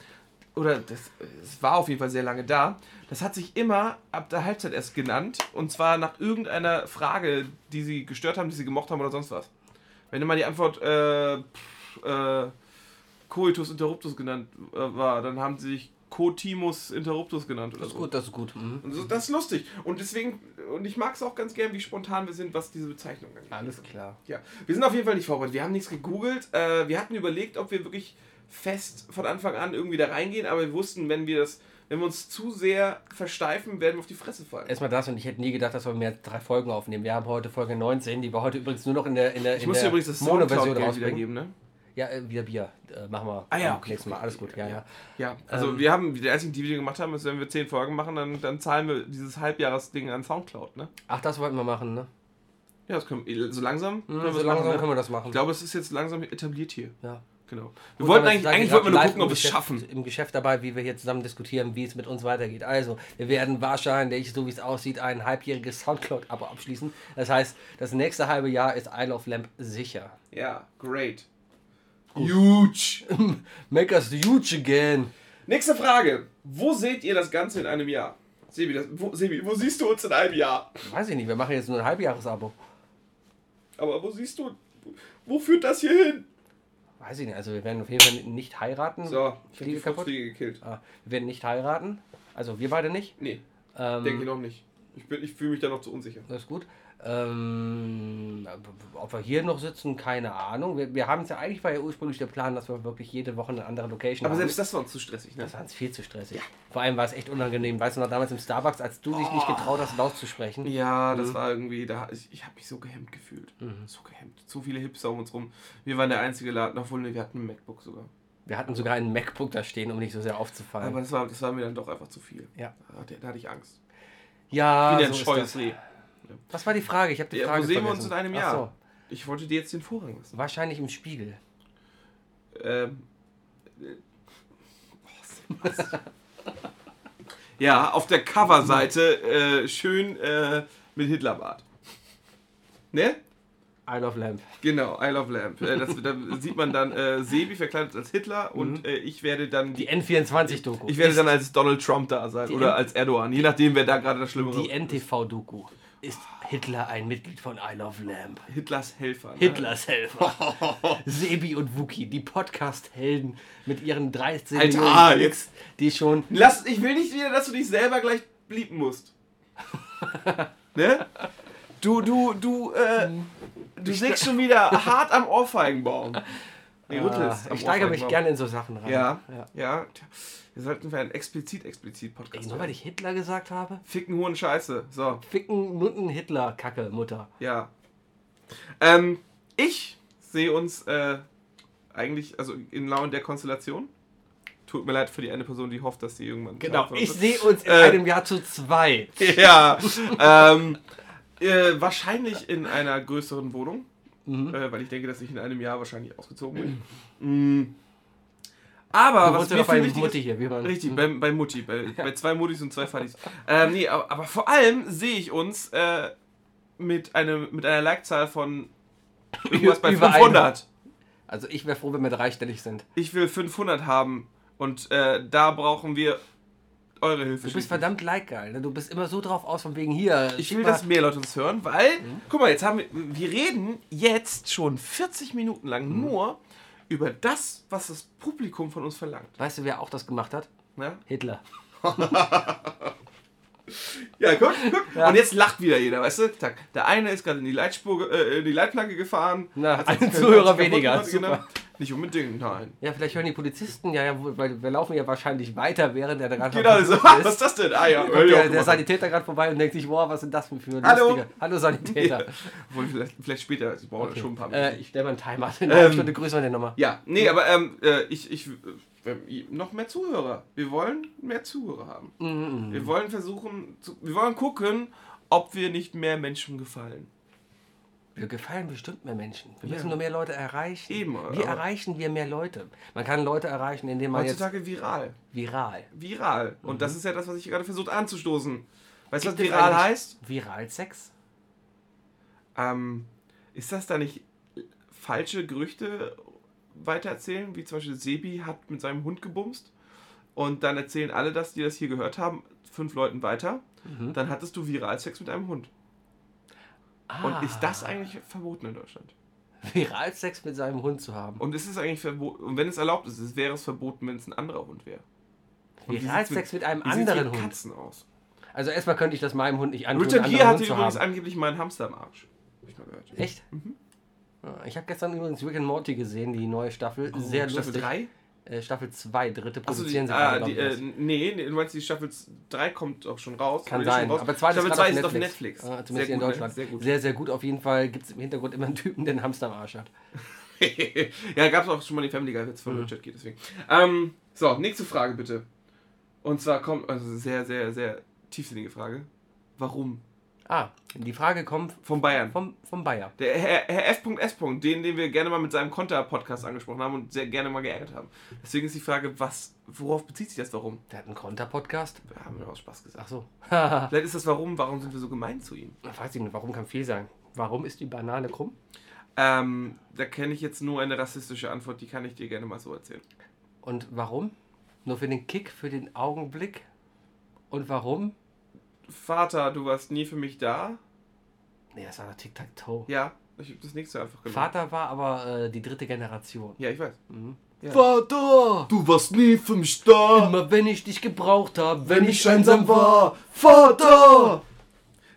S1: oder das, es war auf jeden Fall sehr lange da, das hat sich immer ab der Halbzeit erst genannt. Und zwar nach irgendeiner Frage, die sie gestört haben, die sie gemocht haben oder sonst was. Wenn immer die Antwort äh, pff, äh, Coitus interruptus genannt äh, war, dann haben sie sich Cotimus interruptus genannt. Oder
S2: Das ist
S1: so.
S2: gut, das ist gut. Mhm.
S1: Und so, das ist lustig. Und deswegen, und ich mag es auch ganz gern, wie spontan wir sind, was diese Bezeichnung angeht.
S2: Alles klar.
S1: Ja, wir sind auf jeden Fall nicht vorbereitet. Wir haben nichts gegoogelt. Äh, wir hatten überlegt, ob wir wirklich fest von Anfang an irgendwie da reingehen, aber wir wussten, wenn wir das, wenn wir uns zu sehr versteifen, werden wir auf die Fresse fallen.
S2: Erstmal das und ich hätte nie gedacht, dass wir mehr als drei Folgen aufnehmen. Wir haben heute Folge 19, die wir heute übrigens nur noch in der, in der,
S1: Ich
S2: in
S1: muss dir
S2: der
S1: übrigens das
S2: Mono-Version
S1: Soundcloud-Geld
S2: rausbringen.
S1: wiedergeben, ne?
S2: Ja, äh, wieder Bier. Äh, machen wir.
S1: Ah ja,
S2: ähm,
S1: okay,
S2: Nächstes Mal.
S1: okay,
S2: Alles gut. Ja, ja.
S1: Ja, also
S2: Ähm.
S1: wir haben, die einzigen, die wir gemacht haben, ist, wenn wir zehn Folgen machen, dann, dann zahlen wir dieses Halbjahresding an Soundcloud, ne?
S2: Ach, das wollten wir machen, ne?
S1: Ja, das können wir, so langsam können
S2: So
S1: wir es
S2: langsam
S1: machen, ne?
S2: können wir das machen.
S1: Ich glaube, es ist jetzt langsam etabliert hier.
S2: ja.
S1: Genau. Wir wollten eigentlich, eigentlich wollten wir nur gucken, ob wir es schaffen.
S2: Im Geschäft dabei, wie wir hier zusammen diskutieren, wie es mit uns weitergeht. Also, wir werden wahrscheinlich, so wie es aussieht, ein halbjähriges Soundcloud-Abo abschließen. Das heißt, das nächste halbe Jahr ist Isle of Lamp sicher.
S1: Ja, great. Huge.
S2: Make us huge again.
S1: Nächste Frage. Wo seht ihr das Ganze in einem Jahr? Sebi, das, wo, Sebi, wo siehst du uns in einem Jahr?
S2: Weiß ich nicht, wir machen jetzt nur ein halbjahresabo.
S1: Aber wo siehst du, wo führt das hier hin?
S2: Weiß ich nicht, also wir werden auf jeden Fall nicht heiraten.
S1: So, ich habe die
S2: Fliege kaputt.
S1: Fliege gekillt.
S2: Ah, wir werden nicht heiraten. Also, wir beide nicht.
S1: Nee,
S2: Ähm,
S1: denke ich noch nicht. Ich, bin- ich fühle mich da noch zu unsicher.
S2: Das ist gut. Ähm, ob wir hier noch sitzen, keine Ahnung. Wir, wir haben es ja eigentlich war ja ursprünglich der Plan, dass wir wirklich jede Woche eine andere Location
S1: Aber
S2: haben.
S1: selbst das war uns zu stressig, ne?
S2: das war uns viel zu stressig. Vor allem war es echt unangenehm. Weißt du noch damals im Starbucks, als du dich nicht getraut hast, laut zu sprechen?
S1: Ja, das war irgendwie, da, ich, ich habe mich so gehemmt gefühlt. So gehemmt. So viele Hipster um uns rum. Wir waren der einzige Laden, obwohl nee, wir hatten ein MacBook sogar.
S2: Wir hatten sogar einen MacBook da stehen, um nicht so sehr aufzufallen.
S1: Aber das war, das war mir dann doch einfach zu viel.
S2: ja.
S1: Da, da hatte ich Angst. Ich
S2: Ja,
S1: bin ja ein
S2: so ist
S1: scheues
S2: das.
S1: Reh.
S2: Was war die Frage? Ich habe die
S1: Ja,
S2: Frage
S1: wo sehen wir uns
S2: vergessen.
S1: in einem
S2: Ach
S1: Jahr?
S2: so.
S1: Ich wollte dir jetzt den Vorrang lassen.
S2: Wahrscheinlich im Spiegel.
S1: Ähm. äh, oh, Sebastian. Ja, auf der Coverseite äh, schön äh, mit Hitlerbart. Ne?
S2: I love Lamp.
S1: Genau, I Love Lamp. Äh, das, da sieht man dann äh, Sebi verkleidet als Hitler und äh, ich werde dann
S2: Mhm. Die N24-Doku.
S1: ich werde dann als Donald Trump da sein oder als Erdogan, je nachdem, wer da gerade das Schlimmere
S2: Die NTV-Doku. Ist Hitler ein Mitglied von I Love Lamp?
S1: Hitlers Helfer. Ne?
S2: Hitlers Helfer. Sebi und Wookie, die Podcast-Helden mit ihren 13
S1: Alter,
S2: Millionen Klicks,
S1: jetzt-
S2: die schon.
S1: Lass, ich will nicht wieder, dass du dich selber gleich blieben musst. ne? Du, du, du, äh,
S2: Mhm.
S1: du sägst schon wieder hart am Ohrfeigenbaum. Nee, rüttelst
S2: Ah,
S1: am
S2: ich steigere mich
S1: Ohrfeigenbaum.
S2: gerne in so Sachen rein.
S1: Ja, ja. Tja, Wir sollten für einen explizit, explizit
S2: Ey,
S1: Podcast
S2: nur weil
S1: machen.
S2: ich Hitler gesagt habe?
S1: Ficken, Huren, Scheiße. So,
S2: Ficken, Mutten, Hitler, Kacke, Mutter.
S1: ja. Ähm, ich sehe uns äh, eigentlich, also genau in der Konstellation. Tut mir leid für die eine Person, die hofft, dass sie irgendwann.
S2: Genau,
S1: klar-
S2: ich sehe uns in
S1: Äh,
S2: einem Jahr zu zwei.
S1: Ja. ähm, äh, wahrscheinlich in einer größeren Wohnung,
S2: Mhm.
S1: äh, weil ich denke, dass ich in einem Jahr wahrscheinlich ausgezogen bin. Mm. Aber
S2: Du
S1: was
S2: wohnst ja
S1: mir
S2: noch bei
S1: viel wichtig
S2: Mutti
S1: ist,
S2: hier, Mhm. Hm. wie man-
S1: richtig, bei, bei Mutti, bei, bei zwei Muttis und zwei Fadis. Ähm, nee, aber, aber vor allem sehe ich uns äh, mit, einem, mit einer Likezahl von irgendwas bei
S2: Über
S1: 500.
S2: Also ich wäre froh, wenn wir dreistellig sind.
S1: Ich will 500 haben und äh, da brauchen wir eure Hilfe.
S2: Du bist
S1: schließlich.
S2: verdammt like-geil. Ne? Du bist immer so drauf aus von wegen hier.
S1: Ich
S2: schick
S1: will,
S2: mal-
S1: dass mehr Leute uns hören, weil,
S2: Mhm.
S1: guck mal, jetzt haben wir, wir reden jetzt schon 40 Minuten lang
S2: Mhm.
S1: nur über das, was das Publikum von uns verlangt.
S2: Weißt du, wer auch das gemacht hat?
S1: Ne?
S2: Hitler.
S1: Ja, guck, guck. Und jetzt lacht wieder jeder, weißt du? Tack. Der eine ist gerade in die Leitspur, äh, in die Leitplanke gefahren.
S2: Na,
S1: Hat's-
S2: einen
S1: hat's-
S2: Zuhörer
S1: hat's kaputt
S2: weniger,
S1: gemacht,
S2: super.
S1: genau. Nicht unbedingt, nein.
S2: Ja, vielleicht hören die Polizisten ja, ja, weil wir laufen ja wahrscheinlich weiter, während der da gerade
S1: Genau,
S2: am
S1: so,
S2: Flug
S1: was ist das denn? Ah ja, hör ich auch
S2: Der, der
S1: gemacht.
S2: Sanitäter gerade vorbei und denkt sich, boah, was sind das denn für
S1: Hallo?
S2: lustige... Hallo Sanitäter.
S1: Obwohl, vielleicht, vielleicht später, sie brauchen
S2: Okay.
S1: schon ein paar Minuten.
S2: äh, ich stelle mal einen Timer. In einer
S1: Ähm,
S2: Stunde grüßen wir den nochmal.
S1: Ja, nee, aber ähm, äh, ich, ich, äh, noch mehr Zuhörer. Wir wollen mehr Zuhörer haben.
S2: Mhm,
S1: Wir wollen versuchen, zu, wir wollen gucken, ob wir nicht mehr Menschen gefallen.
S2: Wir gefallen bestimmt mehr Menschen. Wir
S1: Ja.
S2: müssen nur mehr Leute erreichen.
S1: Eben,
S2: Wie
S1: aber-
S2: erreichen wir mehr Leute? Man kann Leute erreichen, indem man jetzt
S1: Heutzutage viral.
S2: viral.
S1: Viral. Und das ist ja das, was ich gerade versucht anzustoßen. Weißt du, was
S2: Gibt es
S1: viral
S2: eigentlich
S1: heißt?
S2: Viralsex?
S1: Ähm, ist das da nicht äh, falsche Gerüchte weitererzählen? Wie zum Beispiel Sebi hat mit seinem Hund gebumst. Und dann erzählen alle das, die das hier gehört haben, fünf Leuten weiter.
S2: Mhm.
S1: Dann hattest du Viralsex mit einem Hund. Ah.
S2: Ah.
S1: Und ist das eigentlich verboten in Deutschland?
S2: Viralsex mit seinem Hund zu haben.
S1: Und ist es eigentlich verboten? Und wenn es erlaubt ist, es wäre es verboten, wenn es ein anderer Hund wäre. Und wie sieht's
S2: Viralsex mit einem
S1: wie sieht's
S2: anderen
S1: mit
S2: Hund.
S1: Katzen aus.
S2: Also erstmal könnte ich das meinem Hund nicht antun.
S1: Richard
S2: einen
S1: Gere
S2: anderen
S1: hatte
S2: Hund zu
S1: übrigens
S2: haben.
S1: angeblich mal einen Hamster am Arsch. Hab ich mal gehört.
S2: Echt? Ah, Ich habe gestern übrigens Rick and Morty gesehen, die neue Staffel. Sehr
S1: Oh, Staffel
S2: lustig.
S1: 3?
S2: Äh, Staffel 2,
S1: Achso, die,
S2: dritte produzieren sie gerade,
S1: ah, die,
S2: glaub ich,
S1: äh,
S2: erst.
S1: nee, nee, du meinst, die Staffel 3 kommt auch schon raus.
S2: Kann
S1: oder ist
S2: sein,
S1: schon raus.
S2: aber zweite
S1: Staffel
S2: ist,
S1: 2
S2: gerade
S1: ist auf Netflix.
S2: Ah, zumindest hier
S1: gut,
S2: in
S1: ne?
S2: Deutschland.
S1: Sehr gut.
S2: sehr, sehr gut. Auf jeden Fall gibt es im Hintergrund immer einen Typen, der einen Hamster am Arsch hat.
S1: ja, gab es auch schon mal die Family Guy Witz von Richard Gere, deswegen. Ähm, so, nächste Frage bitte. Und zwar kommt, also sehr, sehr, sehr tiefsinnige Frage. Warum?
S2: Ah, die Frage kommt
S1: Von Bayern.
S2: vom, vom Bayer.
S1: Der Herr, Herr F.S. Den, den wir gerne mal mit seinem Konter-Podcast angesprochen haben und sehr gerne mal geärgert haben. Deswegen ist die Frage, was, worauf bezieht sich das Warum?
S2: Der hat einen Konter-Podcast.
S1: Wir haben ja aus Spaß gesagt.
S2: Ach so. Ah.
S1: Vielleicht ist das Warum, warum sind wir so gemein zu ihm?
S2: Ich weiß ich nicht, warum kann viel sein? Warum ist die Banane krumm?
S1: Ähm, da kenne ich jetzt nur eine rassistische Antwort, die kann ich dir gerne mal so erzählen.
S2: Und warum? Nur für den Kick, für den Augenblick. Und warum?
S1: Vater, du warst nie für mich da?
S2: Nee, das war doch Tic-Tac-Toe.
S1: Ja, ich habe das nächste einfach genommen.
S2: Vater war aber äh, die dritte Generation.
S1: Ja, ich weiß. Ja.
S2: Vater!
S1: Du warst nie für mich da,
S2: Immer wenn ich dich gebraucht habe, wenn, ich
S1: einsam
S2: einsam war.
S1: Vater!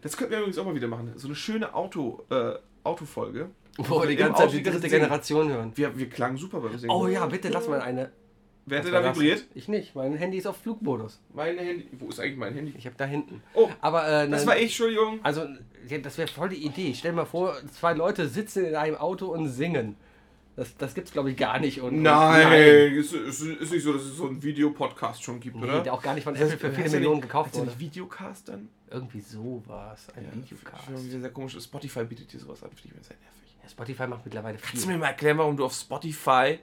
S1: Das könnten wir übrigens auch mal wieder machen. So eine schöne Auto, äh, Autofolge.
S2: Wo wir die
S1: Im
S2: ganze Zeit
S1: Auto
S2: die dritte
S1: singen.
S2: Generation hören.
S1: Wir, wir klangen super beim Singen.
S2: Oh ja, bitte lass mal eine.
S1: Wer hat
S2: Lass
S1: denn
S2: mal
S1: da
S2: das.
S1: vibriert?
S2: Ich nicht, mein Handy ist auf Flugmodus.
S1: Mein Handy. Wo ist eigentlich mein Handy?
S2: Ich habe da hinten.
S1: Oh,
S2: Aber äh,
S1: das
S2: ne-
S1: war ich, Entschuldigung.
S2: Also, ja, das wäre voll die Idee. Stell dir mal vor, zwei Leute sitzen in einem Auto und singen. Das, das gibt's, glaube ich, gar nicht. Und, Und
S1: Ist, ist, ist nicht so, dass es so einen Videopodcast schon gibt,
S2: nein. Nee, der auch gar nicht von Apple für viele Millionen gekauft
S1: wurde.
S2: wurde.
S1: nicht Videocast dann?
S2: Irgendwie so war es. Ein
S1: Videocast. Das
S2: Videocast.
S1: ist sehr komisch. Spotify bietet dir sowas an, finde ich mir sehr nervig.
S2: Ja, Spotify macht mittlerweile viel.
S1: Kannst du mir mal erklären, warum du auf Spotify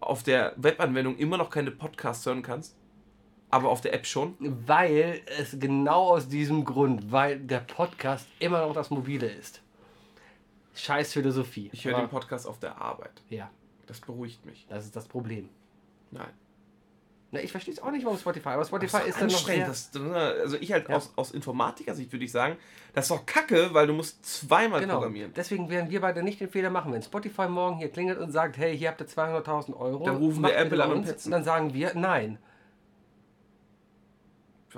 S1: auf der Webanwendung immer noch keine Podcasts hören kannst? aber auf der App schon.
S2: Weil es genau aus diesem Grund, weil der Podcast immer noch das Mobile ist. Scheiß Philosophie.
S1: Ich höre
S2: Aber-
S1: den Podcast auf der Arbeit.
S2: Ja,
S1: Das beruhigt mich.
S2: das ist das Problem.
S1: Nein.
S2: Na, ich verstehe es auch nicht, warum Spotify, aber Spotify
S1: Das
S2: ist, dann noch
S1: anstrengend.
S2: sehr,
S1: Das, also ich halt
S2: Ja.
S1: aus, aus Informatiker-Sicht würde ich sagen, das ist doch kacke, weil du musst zweimal
S2: Genau,
S1: programmieren.
S2: deswegen werden wir beide nicht den Fehler machen. Wenn Spotify morgen hier klingelt und sagt, hey, hier habt ihr 200.000 Euro.
S1: Dann rufen
S2: macht
S1: wir
S2: bitte
S1: Apple
S2: bei
S1: an und
S2: uns.
S1: petzen.
S2: Dann sagen wir, nein,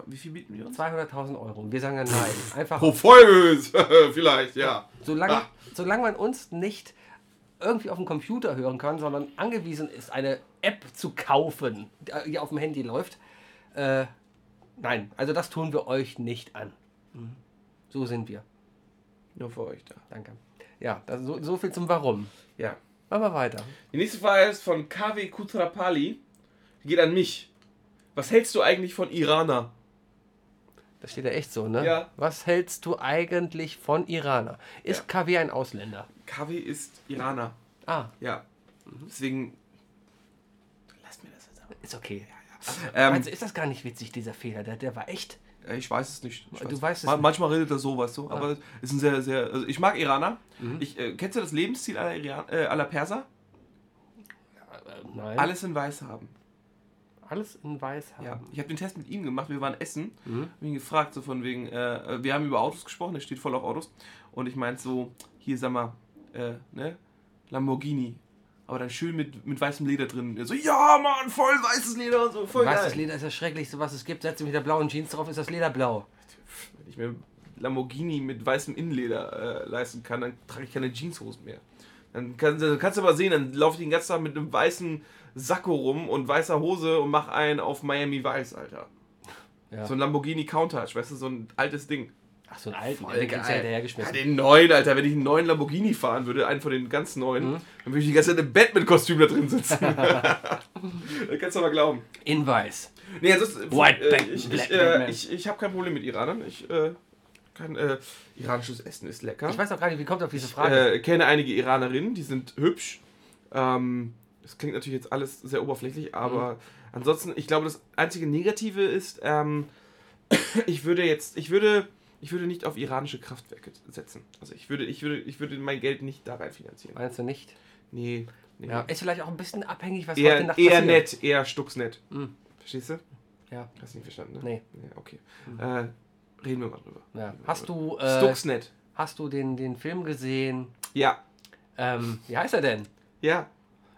S1: Wie viel bieten wir uns?
S2: 200.000 Euro. Wir sagen dann nein. Einfach
S1: Pro Folge ist, vielleicht, ja.
S2: Solange,
S1: Ah.
S2: solange man uns nicht irgendwie auf dem Computer hören kann, sondern angewiesen ist, eine App zu kaufen, die auf dem Handy läuft. Äh, nein, also das tun wir euch nicht an. Mhm. So sind wir.
S1: Nur für euch da.
S2: Danke. Ja, das, so, so viel zum Warum.
S1: Ja.
S2: Machen wir weiter.
S1: Die nächste Frage ist von KW Kutrapali. Die geht an mich. Was hältst du eigentlich von Iraner?
S2: Das steht ja echt so, ne?
S1: Ja.
S2: Was hältst du eigentlich von Iraner? Ist
S1: Ja.
S2: KW ein Ausländer?
S1: KW ist Iraner.
S2: Ah,
S1: Ja. Deswegen. Lass mir das jetzt aber.
S2: ist okay.
S1: Ähm,
S2: Also ist das gar nicht witzig, dieser Fehler. Der, der war echt.
S1: Ja, Ich weiß es nicht. Ich
S2: Du weißt es
S1: Ma
S2: nicht.
S1: Manchmal redet er so, weißt du. Aber es ist ein sehr, sehr. Also ich mag Iraner.
S2: Mhm.
S1: Ich, äh, kennst du das Lebensziel aller, Iran äh, aller Perser?
S2: Äh, nein.
S1: Alles in Weiß haben.
S2: Alles in weiß haben. Mhm.
S1: Ja. Ich habe den Test mit ihm gemacht. Wir waren essen. Hab ihn gefragt, so von wegen. Äh, wir haben über Autos gesprochen. Er steht voll auf Autos. Und ich meinte so: Hier, sag mal, äh, ne? Lamborghini. Aber dann schön mit, mit weißem Leder drin. Und Er so: Ja, Mann, voll weißes Leder und so. Voll
S2: Weißes
S1: Oh, geil.
S2: Leder ist das Schrecklichste, was es gibt. Setze mit der blauen Jeans drauf, ist das Leder blau.
S1: Wenn ich mir Lamborghini mit weißem Innenleder äh, leisten kann, dann trage ich keine Jeanshosen mehr. Dann kannst, du- kannst du aber sehen, dann laufe ich den ganzen Tag mit einem weißen Sakko rum und weißer Hose und mach einen auf Miami Vice, Alter.
S2: Ja.
S1: So ein Lamborghini Countach, weißt du, so ein altes Ding.
S2: Ach, so einen alten, den kriegst du
S1: ja,
S2: hinterhergeschmissen.
S1: den neuen, Alter. Wenn ich einen neuen Lamborghini fahren würde, einen von den ganz neuen, dann würde ich die ganze Zeit im Bett mit Kostüm da drin sitzen. das kannst du aber glauben.
S2: In weiß.
S1: Nee, ansonsten.
S2: White
S1: äh,
S2: Batman,
S1: ich
S2: Black
S1: ich, äh,
S2: Batman.
S1: ich, ich habe kein Problem mit Iranern. Ich äh, kann. Äh, iranisches Essen ist lecker.
S2: Ich weiß auch gar nicht, wie kommt auf diese Frage.
S1: äh, kenne einige Iranerinnen, die sind hübsch. Ähm, das klingt natürlich jetzt alles sehr oberflächlich,
S2: Mhm.
S1: aber ansonsten, ich glaube, das einzige Negative ist, ähm, ich würde jetzt, ich würde, ich würde nicht auf iranische Kraftwerke setzen. Also ich würde, ich würde, ich würde mein Geld nicht da rein finanzieren.
S2: Meinst du nicht?
S1: Nee, nee.
S2: Ja. Ist vielleicht auch ein bisschen abhängig, was heute
S1: Eher,
S2: Nacht
S1: eher
S2: passiert.
S1: nett, eher stucksnett.
S2: Mhm.
S1: Verstehst du?
S2: Ja.
S1: Hast du nicht verstanden, ne?
S2: Nee.
S1: Ja, okay. Äh, reden wir mal drüber.
S2: ja.
S1: Reden wir
S2: Hast
S1: mal
S2: du,
S1: drüber.
S2: äh,
S1: Stuxnet.
S2: hast du den, den Film gesehen?
S1: Ja,
S2: Ähm, wie heißt er denn?
S1: ja.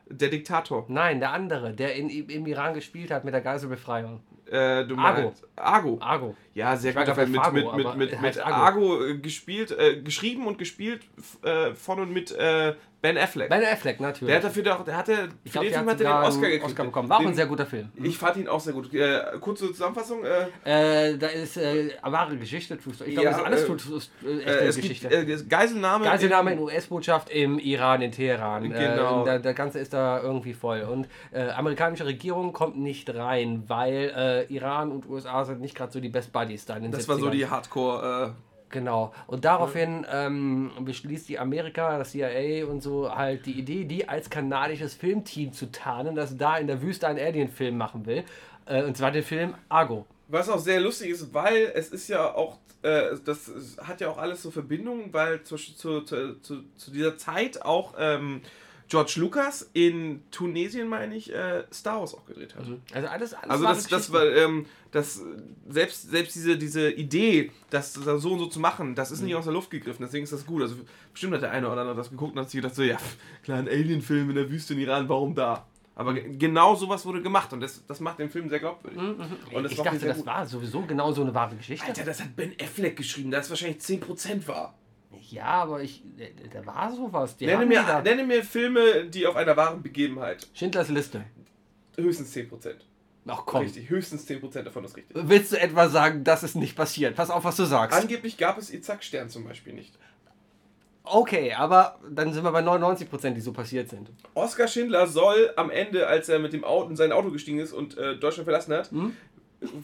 S1: Der Diktator.
S2: Nein, der andere, der in, im Iran gespielt hat mit der Geiselbefreiung.
S1: Äh, du
S2: Argo.
S1: meinst- Argo.
S2: Argo.
S1: Ja, sehr
S2: Ich war
S1: guter
S2: gerade
S1: Film.
S2: bei
S1: Mit, mit,
S2: Fargo,
S1: mit,
S2: aber
S1: mit,
S2: er
S1: mit
S2: heißt
S1: Argo äh, gespielt, äh, geschrieben und gespielt f- äh, von und mit äh, Ben Affleck.
S2: Ben Affleck, natürlich.
S1: der hat dafür doch, der hatte,
S2: ich
S1: für
S2: glaube,
S1: den
S2: der
S1: Film
S2: hat
S1: hat er den
S2: sogar
S1: Oscar
S2: einen
S1: gekriegt.
S2: Oscar bekommen. War auch
S1: Den-
S2: ein sehr guter Film.
S1: ich fand ihn auch sehr gut. Äh, kurze Zusammenfassung. Äh,
S2: Äh, da ist äh, wahre Geschichte. True Story. Ich glaube,
S1: Ja,
S2: das ist alles
S1: äh,
S2: True Story, äh, echte
S1: äh, es
S2: Geschichte.
S1: gibt äh, Geiselnahme.
S2: Geiselnahme in US-Botschaft im Iran, in Teheran.
S1: Genau.
S2: Äh, da, das Ganze ist da irgendwie voll. Und äh, amerikanische Regierung kommt nicht rein, weil äh, Iran und USA sind nicht gerade so die Best Buddies da in den
S1: Das war so
S2: 70ern.
S1: die Hardcore. Äh,
S2: Genau. Und daraufhin ähm, beschließt die Amerika, das CIA und so halt die Idee, die als kanadisches Filmteam zu tarnen, das da in der Wüste einen Alien-Film machen will. Äh, und zwar den Film Argo.
S1: Was auch sehr lustig ist, weil es ist ja auch, äh, das ist- hat ja auch alles so Verbindungen, weil zum Beispiel zu, zu, zu, zu dieser Zeit auch ähm, George Lucas in Tunesien, meine ich, äh, Star Wars auch gedreht hat.
S2: Also alles, alles
S1: Also
S2: wahre
S1: das, das
S2: Geschichten.
S1: war, ähm, das, äh, selbst, selbst diese, diese Idee, das so und so zu machen, das ist
S2: Mhm.
S1: nicht aus der Luft gegriffen, deswegen ist das gut. Also bestimmt hat der eine oder andere das geguckt und hat sich gedacht, so, ja, pff, klar, ein Alien-Film in der Wüste in Iran, warum da?
S2: Mhm.
S1: Aber ge- genau sowas wurde gemacht und das, das macht den Film sehr glaubwürdig. Und
S2: mhm. ich
S1: macht ihn
S2: dachte,
S1: sehr
S2: das
S1: gut.
S2: war sowieso genau so eine wahre Geschichte.
S1: Alter, das hat Ben Affleck geschrieben, das ist wahrscheinlich 10% wahr.
S2: Ja, aber ich, äh, da war sowas. Die
S1: Nenne
S2: haben
S1: mir,
S2: die da-
S1: nenne mir Filme, die auf einer wahren Begebenheit.
S2: Schindlers Liste.
S1: Höchstens 10%.
S2: Ach komm.
S1: Richtig, höchstens 10% davon ist richtig.
S2: Willst du etwa sagen, das ist nicht passiert? Pass auf, was du sagst.
S1: Angeblich gab es Izak-Stern zum Beispiel nicht.
S2: okay, aber dann sind wir bei 99%, die so passiert sind.
S1: Oskar Schindler soll am Ende, als er mit dem Auto in sein Auto gestiegen ist und äh, Deutschland verlassen hat,
S2: Hm?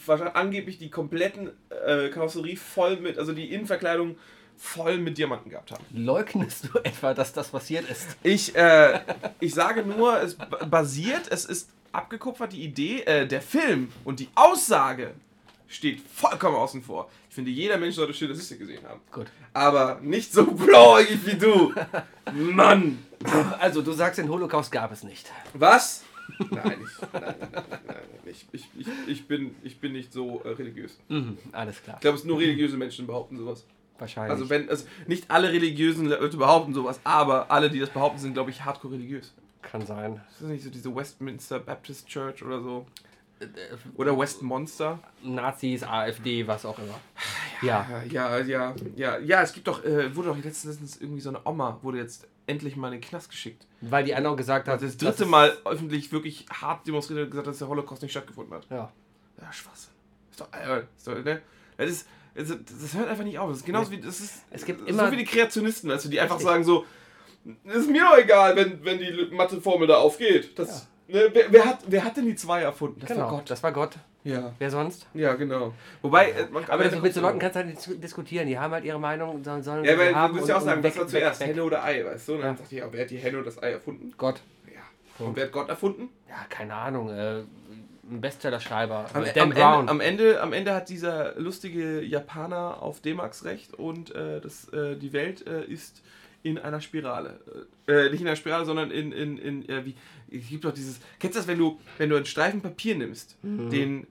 S1: wahrscheinlich angeblich die kompletten äh, Karosserie voll mit, also die Innenverkleidung voll mit Diamanten gehabt haben.
S2: Leugnest du etwa, dass das passiert ist?
S1: Ich, äh, ich sage nur, es ba- basiert, es ist abgekupfert. Die Idee, äh, der Film und die Aussage steht vollkommen außen vor. Ich finde, jeder Mensch sollte Schilder Liste gesehen haben.
S2: Gut.
S1: Aber nicht so blauäugig wie du. Mann!
S2: Also, du sagst, den Holocaust gab es nicht.
S1: Was? Nein, ich, nein, nein, nein, nein, nein, ich, ich, ich, ich, bin, ich bin nicht so äh, religiös. Ich
S2: Mhm, alles klar.
S1: glaube, es sind nur religiöse Menschen behaupten sowas.
S2: Wahrscheinlich.
S1: Also wenn, also nicht alle religiösen Leute behaupten sowas, aber alle, die das behaupten, sind, glaube ich, hardcore religiös.
S2: Kann sein.
S1: Ist das nicht so diese Westminster Baptist Church oder so?
S2: Äh,
S1: Oder Westmonster?
S2: Nazis, AfD, was auch immer. Ja.
S1: Ja, ja, ja, ja, ja, es gibt doch, äh, wurde doch letztens irgendwie so eine Oma, wurde jetzt endlich mal in den Knast geschickt.
S2: Weil die andere gesagt hat,
S1: Hat das dritte
S2: ist-
S1: Mal öffentlich wirklich hart demonstriert und gesagt, dass der Holocaust nicht stattgefunden hat.
S2: Ja.
S1: Ja, Schwachsinn. Ist doch albern. Ist doch, ne? Das ist. Das, das hört einfach nicht auf. Das ist genauso wie. Das ist,
S2: Es gibt
S1: so
S2: immer-
S1: wie die Kreationisten, also die einfach
S2: Richtig.
S1: sagen so, ist mir doch egal, wenn, wenn die Matheformel da aufgeht. Das, ne, wer, wer, hat, wer hat denn die zwei erfunden? Das
S2: genau.
S1: war Gott.
S2: Das war Gott.
S1: Ja.
S2: Wer sonst?
S1: Ja, genau. Wobei, äh, man,
S2: Aber
S1: man-
S2: mit so Leuten kannst du halt nicht dis- diskutieren. Die haben halt ihre Meinung, sollen, sollen
S1: Ja, weil du
S2: haben um
S1: musst ja auch sagen, was
S2: weg-
S1: war zuerst?
S2: weg- weg.
S1: Henne oder Ei, weißt du? Und dann
S2: Ja.
S1: dachte ich, ja, wer hat die Henne und das Ei erfunden?
S2: Gott.
S1: Ja. Und wer hat Gott erfunden?
S2: Ja, keine Ahnung. Äh, ein Bestsellerschreiber.
S1: Am, E-
S2: äh,
S1: am, Ende, am, Ende, am Ende hat dieser lustige Japaner auf D-Max recht und äh, das, äh, die Welt äh, ist in einer Spirale. Äh, nicht in einer Spirale, sondern in, in, in äh, wie, es gibt doch dieses, kennst du das, wenn du, wenn du einen Streifen Papier nimmst, den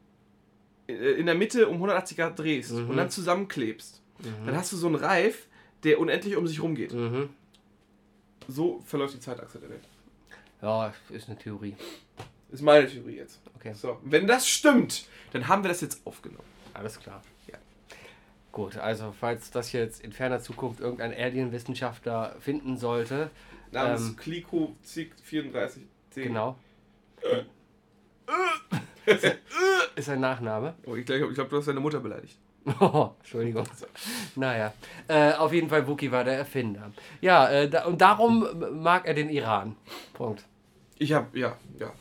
S1: äh, in der Mitte um 180 Grad drehst und dann zusammenklebst, dann hast du so einen Reif, der unendlich um sich rumgeht.
S2: Mhm.
S1: So verläuft die Zeitachse der Welt.
S2: Ja, ist eine Theorie.
S1: Ist meine Theorie jetzt.
S2: Okay,
S1: So, wenn das stimmt, dann haben wir das jetzt aufgenommen.
S2: alles klar.
S1: Ja.
S2: Gut, also falls das jetzt in ferner Zukunft irgendein Alien-Wissenschaftler finden sollte,
S1: Namens
S2: Ähm.
S1: Kliko Zig 34.
S2: genau. ist, ist ein Nachname.
S1: Oh, ich glaube, ich glaub, du hast deine Mutter beleidigt.
S2: Oh, Entschuldigung. Naja, äh, auf jeden Fall Wookie war der Erfinder. Ja, äh, da, und darum mag er den Iran. Punkt.
S1: Ich habe, ja, ja.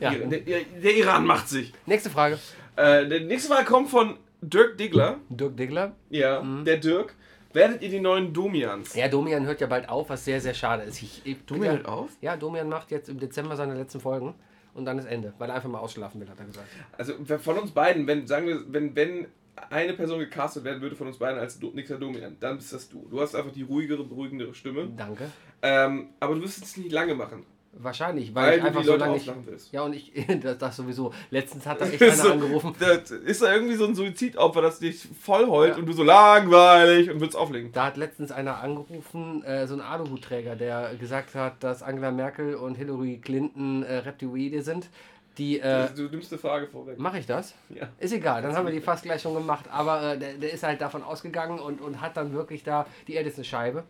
S2: Ja.
S1: Iran- Der, der, der Iran macht sich.
S2: Nächste Frage.
S1: Äh, der nächste Mal kommt von Dirk Diggler.
S2: Dirk Diggler.
S1: Ja, der Dirk. Werdet ihr die neuen Domians?
S2: Mhm. Ja, Domian hört ja bald auf, was sehr, sehr schade ist. Ich, ich,
S1: Domian
S2: ja,
S1: hört auf?
S2: Ja, Domian macht jetzt im Dezember seine letzten Folgen und dann ist Ende, weil er einfach mal ausschlafen will, hat er gesagt.
S1: Also wer von uns beiden, wenn, sagen wir, wenn, wenn eine Person gecastet werden würde von uns beiden als Do nächster Domian, dann bist das du. Du hast einfach die ruhigere, beruhigendere Stimme.
S2: Danke.
S1: Ähm, aber du wirst es nicht lange machen,
S2: Wahrscheinlich, weil,
S1: weil,
S2: ich
S1: du
S2: einfach
S1: die
S2: so
S1: Leute
S2: lange nicht.
S1: auflachen willst.
S2: Ja, und ich, das, das sowieso. Letztens hat da echt einer
S1: So,
S2: angerufen.
S1: Da, ist da irgendwie so ein Suizidopfer, das dich voll heult
S2: Ja.
S1: und du so langweilig und willst auflegen.
S2: Da hat letztens einer angerufen, äh, so ein Aluhutträger, der gesagt hat, dass Angela Merkel und Hillary Clinton äh, Reptiloide sind. Die, äh,
S1: du nimmst eine Frage vorweg.
S2: mache ich das?
S1: Ja.
S2: Ist egal, dann haben wir die fast gleich schon gemacht. Aber äh, der, der ist halt davon ausgegangen und, und hat dann wirklich da, die Erde ist eine Scheibe.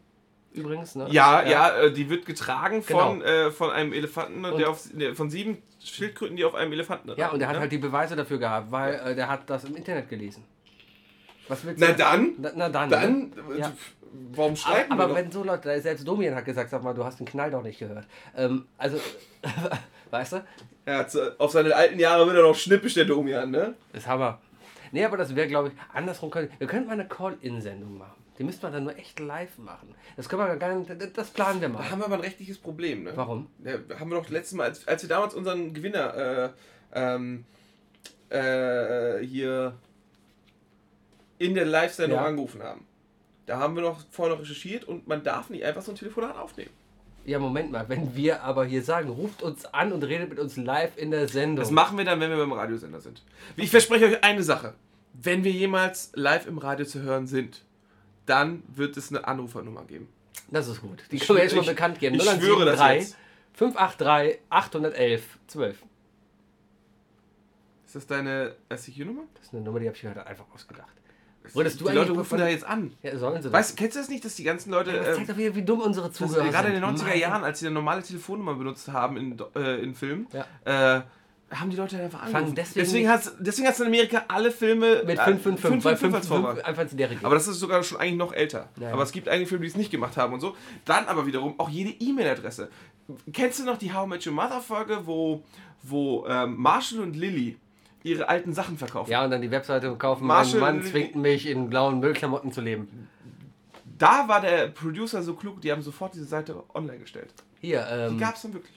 S2: Übrigens, ne?
S1: Ja, ja, äh, die wird getragen von,
S2: Genau.
S1: äh, von einem Elefanten,
S2: Und-
S1: der auf, ne, von sieben Schildkröten, die auf einem Elefanten
S2: Ja, und er hat
S1: ne?
S2: halt die Beweise dafür gehabt, weil äh, der hat das im Internet gelesen. Was willst
S1: Na
S2: du?
S1: dann,
S2: Na, na dann. ne?
S1: dann, äh,
S2: Ja.
S1: pf, warum streiten
S2: Aber, aber
S1: wir
S2: wenn so Leute, selbst Domian hat gesagt, sag mal, du hast den Knall doch nicht gehört. Ähm, also, weißt du,
S1: noch? Ja, zu, äh, auf seine alten Jahre wird er noch schnippisch, der Domian, ne?
S2: ist Hammer. Nee, aber das wäre, glaube ich, andersrum. Können, wir könnten mal eine Call-In-Sendung machen. Die müssten wir dann nur echt live machen. Das können wir gar nicht, das- das planen wir
S1: Da
S2: mal.
S1: haben wir aber ein rechtliches Problem, ne?
S2: Warum?
S1: Ja, haben wir doch letztes Mal, als, als wir damals unseren Gewinner äh, ähm, äh, hier in der Live-Sendung
S2: Ja.
S1: angerufen haben. Da haben wir noch vorher noch recherchiert und man darf nicht einfach so ein Telefonat aufnehmen.
S2: Ja, Moment mal, wenn wir aber hier sagen, ruft uns an und redet mit uns live in der Sendung.
S1: Das machen wir dann, wenn wir beim Radiosender sind. Ich verspreche euch eine Sache. Wenn wir jemals live im Radio zu hören sind, dann wird es eine Anrufernummer geben.
S2: Das ist gut. Die
S1: Ich
S2: können wir jetzt
S1: schwöre-
S2: schon mal bekannt geben.
S1: ich- ich schwöre das
S2: 0173
S1: jetzt.
S2: 583 811 12.
S1: Ist das deine SCQ-Nummer?
S2: Das ist eine Nummer, die habe ich mir heute einfach ausgedacht. Wurdest du
S1: Die
S2: eigentlich
S1: Leute rufen
S2: von-
S1: da jetzt an.
S2: Ja, sollen sie
S1: Weißt, kennst du das nicht, dass die ganzen Leute...
S2: das? Das
S1: ähm,
S2: zeigt doch wieder, wie dumm unsere
S1: Das
S2: Zuhörer
S1: ist gerade in
S2: sind.
S1: den 90er
S2: Mann.
S1: Jahren, als sie eine normale Telefonnummer benutzt haben in, Do- äh, in Filmen, äh, haben die Leute dann einfach angerufen.
S2: deswegen
S1: deswegen
S2: nicht-
S1: hat es deswegen hat's in Amerika alle Filme
S2: Mit
S1: äh,
S2: 555, weil
S1: 555 als Vorwahl.
S2: 555 einfach in der Regel.
S1: Aber das ist sogar schon eigentlich noch älter.
S2: Ja.
S1: Aber es gibt einige Filme, die es nicht gemacht haben und so. Dann aber wiederum auch jede E-Mail-Adresse. Kennst du noch die How I Met Your Mother-Folge, wo, wo ähm, Marshall und Lily ihre alten Sachen verkaufen?
S2: ja, und dann die Webseite kaufen.
S1: Marshall-
S2: mein Mann zwingt mich, in blauen Müllklamotten zu leben.
S1: Da war der Producer so klug, die haben sofort diese Seite online gestellt.
S2: Hier, ähm,
S1: Die gab es dann wirklich.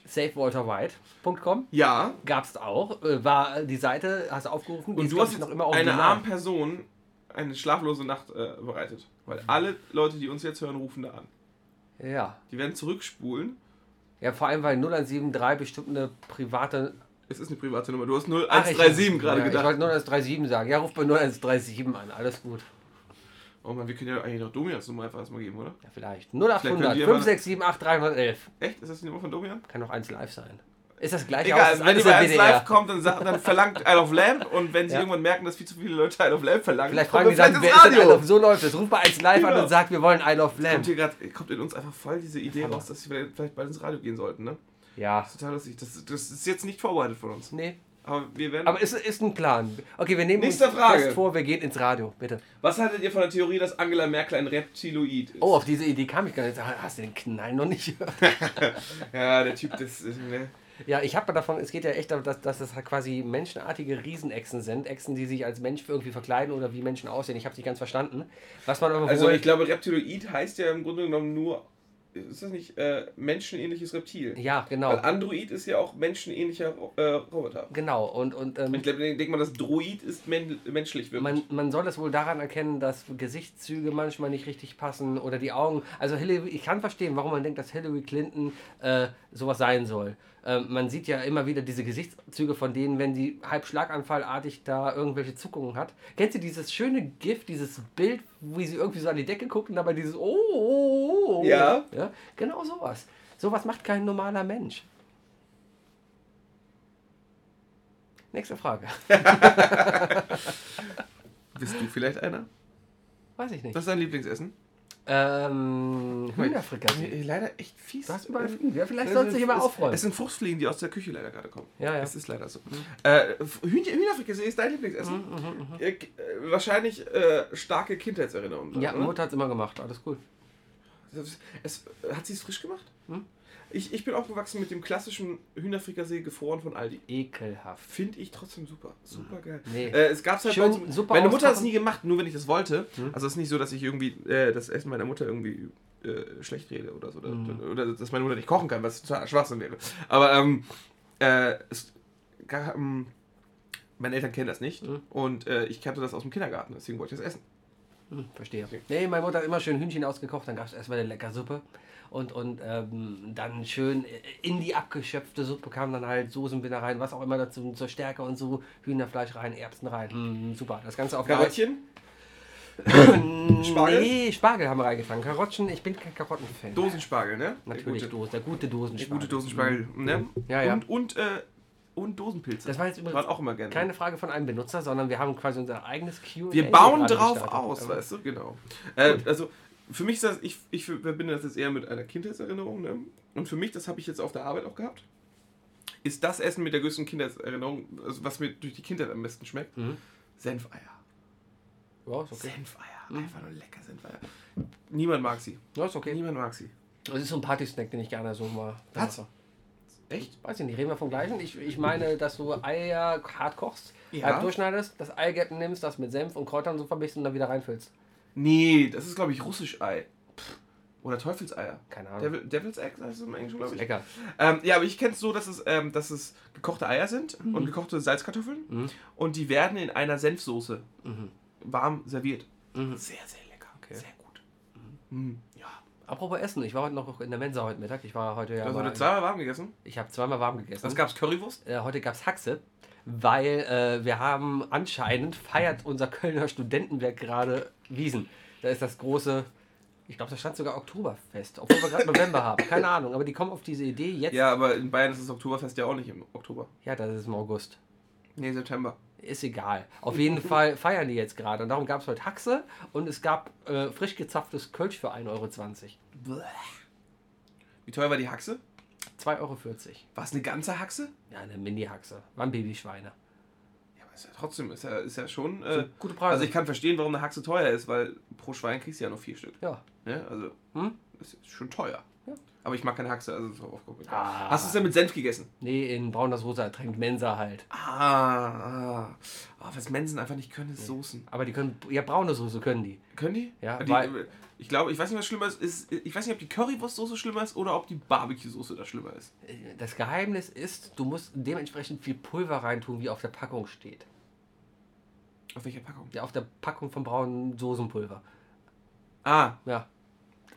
S2: savewalterwhite.com
S1: Ja.
S2: gab es auch. Äh, war die Seite, hast du aufgerufen. die
S1: Und
S2: ist,
S1: du
S2: glaub
S1: hast
S2: ich,
S1: jetzt
S2: noch immer
S1: einer
S2: original.
S1: armen Person eine schlaflose Nacht äh, bereitet.
S2: Mhm.
S1: Weil alle Leute, die uns jetzt hören, rufen da an.
S2: Ja.
S1: Die werden zurückspulen.
S2: Ja, vor allem, weil 0173 bestimmt eine private.
S1: Es ist eine private Nummer. Du hast
S2: Ach, Ah, ich-
S1: 0137 gerade
S2: ja, Ich
S1: gedacht.
S2: wollte 0137 sagen. Ja, ruf bei 0137 an. Alles gut.
S1: Oh Mann, wir können ja eigentlich noch Domians Nummer einfach erstmal geben, oder?
S2: Ja,
S1: Vielleicht
S2: vielleicht.
S1: können
S2: 0800
S1: die aber-
S2: 567 8311.
S1: Echt? Ist das die Nummer von Domian?
S2: Kann auch eins live sein. Ist das gleiche
S1: Egal,
S2: Haus?
S1: wenn
S2: Alles
S1: ihr bei
S2: der
S1: 1
S2: WDR.
S1: Live kommt, dann, sagt- dann verlangt Isle of Lamp und wenn sie
S2: Ja.
S1: irgendwann merken, dass viel zu viele Leute Isle of Lamp verlangen,
S2: Vielleicht
S1: kommen
S2: fragen die
S1: wir
S2: dann,
S1: vielleicht
S2: wer
S1: ins
S2: ist denn I
S1: Radio.
S2: Love So läuft es. Ruf bei 1 Live an
S1: Genau.
S2: und sagt, wir wollen I Love
S1: Kommt,
S2: Lamb.
S1: hier grad, kommt in uns einfach voll diese Idee raus, dass wir vielleicht bald ins Radio gehen sollten, ne?
S2: Ja.
S1: Das ist total lustig. Das, das ist jetzt nicht vorbereitet von uns.
S2: Nee.
S1: Aber wir werden.
S2: Aber es ist, ist ein Plan. Okay, wir nehmen
S1: Nächste
S2: uns
S1: Frage.
S2: fest vor, wir gehen ins Radio. Bitte.
S1: Was haltet ihr von der Theorie, dass Angela Merkel ein Reptiloid ist?
S2: Oh, auf diese Idee kam ich gar nicht. Ah, Hast du den Knall noch nicht gehört?
S1: Ja, der Typ, das ist. Ne?
S2: Ja, ich habe davon, es geht ja echt darum, dass, dass das halt quasi menschenartige Riesenechsen sind. Echsen, die sich als Mensch irgendwie verkleiden oder wie Menschen aussehen. Ich habe es nicht ganz verstanden. Was man aber
S1: Also,
S2: wohl-
S1: ich glaube, Reptiloid heißt ja im Grunde genommen nur. Ist das nicht äh, menschenähnliches Reptil?
S2: Ja, genau.
S1: Weil Android ist ja auch menschenähnlicher äh, Roboter.
S2: Genau. Und, und ähm,
S1: Ich glaube, ich denke mal, das Droid ist men menschlich wirklich.
S2: Man, man soll das wohl daran erkennen, dass Gesichtszüge manchmal nicht richtig passen oder die Augen. Also Hillary, ich kann verstehen, warum man denkt, dass Hillary Clinton äh, sowas sein soll. Ähm, man sieht ja immer wieder diese Gesichtszüge von denen, wenn die halb schlaganfallartig da irgendwelche Zuckungen hat. Kennst du dieses schöne Gift, dieses Bild, wie sie irgendwie so an die Decke guckt und dabei dieses Oh, oh, oh, oh.
S1: Ja.
S2: ja. Genau sowas. Sowas macht kein normaler Mensch. Nächste Frage.
S1: Bist du vielleicht einer?
S2: Weiß ich nicht.
S1: Was ist dein Lieblingsessen? Äh,
S2: Ähm, Äh, Hühnerfrikassee.
S1: Leider echt fies. Ähm,
S2: Du hast überall Fliegen. Ja, vielleicht
S1: Das
S2: sollst du dich
S1: sind-
S2: immer
S1: Äh, es-
S2: aufräumen.
S1: Es sind Fruchtfliegen, die aus der Küche leider gerade kommen.
S2: Ja, Mhm. ja.
S1: Es ist leider so. Äh, Hühnchen, Hühnerfrikassee ist dein Lieblingsessen?
S2: Mhm,
S1: Äh, äh, wahrscheinlich äh, starke Kindheitserinnerungen.
S2: ja,
S1: oder?
S2: Mutter hat es immer gemacht. Alles cool.
S1: Es, es, hat sie es frisch gemacht?
S2: Hm?
S1: Ich, ich bin aufgewachsen mit dem klassischen Hühnerfrikassee gefroren von Aldi.
S2: Ekelhaft.
S1: Finde ich trotzdem super. Super geil.
S2: Nee.
S1: Äh, es gab's halt
S2: Schön Hm.
S1: bei uns,
S2: Suppe
S1: Meine Mutter hat es
S2: ausmachen.
S1: nie gemacht, nur wenn ich das wollte. Also es ist nicht so, dass ich irgendwie äh, das Essen meiner Mutter irgendwie äh, schlecht rede oder so. Oder,
S2: Hm.
S1: oder dass meine Mutter nicht kochen kann, was total Schwachsinn wäre. Aber ähm, äh, es, gar, ähm, meine Eltern kennen das nicht. Und äh, ich kannte das aus dem Kindergarten, deswegen wollte ich das essen.
S2: Hm, verstehe. Nee, meine Mutter hat immer schön Hühnchen ausgekocht. Dann gab es erstmal eine leckere Suppe. Und, und ähm, dann schön äh, in die abgeschöpfte Suppe kamen dann halt Soßen wieder rein, was auch immer dazu, zur Stärke und so. Hühnerfleisch rein, Erbsen rein. Hm, super. Das Ganze auf
S1: Karottchen, Spargel?
S2: Spargel? Nee, Spargel haben wir reingefangen. Karottchen, ich bin kein Karottenfan.
S1: Dosenspargel, ne?
S2: Natürlich
S1: Der gute,
S2: Dosen, der gute
S1: der
S2: Dosenspargel.
S1: gute Dosenspargel. Ne?
S2: Ja, ja.
S1: Und, und, äh, und Dosenpilze.
S2: Das war jetzt übrigens
S1: Waren auch immer gerne.
S2: Keine Frage von einem Benutzer, sondern wir haben quasi unser eigenes Q.
S1: Wir bauen drauf aus, weißt du, genau. Äh, also für mich ist das, ich, ich verbinde das jetzt eher mit einer Kindheitserinnerung, ne? Und für mich, das habe ich jetzt auf der Arbeit auch gehabt, ist das Essen mit der größten Kindheitserinnerung, also was mir durch die Kindheit am besten schmeckt, Senfeier.
S2: Ja, ist okay.
S1: Senfeier, einfach nur lecker Senfeier. Niemand mag sie.
S2: Ja, ist okay.
S1: Niemand mag sie.
S2: Das ist so ein Party-Snack, den ich gerne so mal.
S1: Was?
S2: mache.
S1: Echt?
S2: Weiß ich nicht, reden wir vom gleichen. Ich, ich meine, dass du Eier hart kochst,
S1: Ja.
S2: halb durchschneidest, das Eigelb nimmst, das mit Senf und Kräutern so vermischst und dann wieder reinfüllst.
S1: Nee, das ist, glaube ich, Russisch-Ei. Pff, Oder Teufelseier.
S2: Keine Ahnung.
S1: Devil, Devil's Egg heißt es im Englischen, glaube ich.
S2: Lecker.
S1: Ähm, ja, aber ich kenne es so, dass es, ähm, dass es gekochte Eier sind und gekochte Salzkartoffeln und die werden in einer Senfsoße warm serviert. Sehr, sehr lecker. Sehr gut. Mhm. Ja.
S2: Apropos Essen, ich war heute noch in der Mensa heute Mittag. Ich war heute ja.
S1: Also
S2: mal-
S1: heute zweimal warm gegessen. Mhm.
S2: ich habe zweimal warm gegessen.
S1: Was gab's? Currywurst?
S2: äh, heute gab es Haxe, weil äh, wir haben anscheinend feiert unser Kölner Studentenwerk gerade Wiesen. Da ist das große, ich glaube, da stand sogar Oktoberfest, obwohl wir gerade November haben. Keine Ahnung, aber die kommen auf diese Idee jetzt.
S1: Ja, aber in Bayern ist das Oktoberfest ja auch nicht im Oktober.
S2: ja das ist im August.
S1: Nee, September.
S2: Ist egal. Auf jeden Fall feiern die jetzt gerade. Und darum gab es heute Haxe und es gab äh, frisch gezapftes Kölsch für 1,20 Euro. 2,40
S1: Wie teuer war die Haxe?
S2: Euro.
S1: War es eine ganze Haxe?
S2: Ja, eine Mini-Haxe. Waren Babyschweine.
S1: Ja, aber ist ja trotzdem, ist ja, ist ja schon. Äh,
S2: gute Preise.
S1: Also ich kann verstehen, warum eine Haxe teuer ist, weil pro Schwein kriegst du ja nur vier Stück.
S2: Ja.
S1: Ne? Also,
S2: Hm?
S1: das ist schon teuer. Aber ich mag keine Haxe, also so aufgehoben.
S2: Ah.
S1: Hast du es denn mit Senf gegessen?
S2: Nee, in braun das rosa ertränkt Mensa halt.
S1: Ah, ah. Ah, was Mensen einfach nicht können, ist Soßen.
S2: Aber die können, ja, braune Soße können die.
S1: Können die?
S2: Ja,
S1: die, äh,
S2: weil-
S1: ich glaube, ich weiß nicht, was schlimmer ist, ist. Ich weiß nicht, ob die Currywurstsoße schlimmer ist oder ob die Barbecue-Soße da schlimmer ist.
S2: Das Geheimnis ist, du musst dementsprechend viel Pulver reintun, wie auf der Packung steht.
S1: Auf welcher Packung?
S2: Ja, auf der Packung von braunen Soßenpulver.
S1: Ah,
S2: Ja,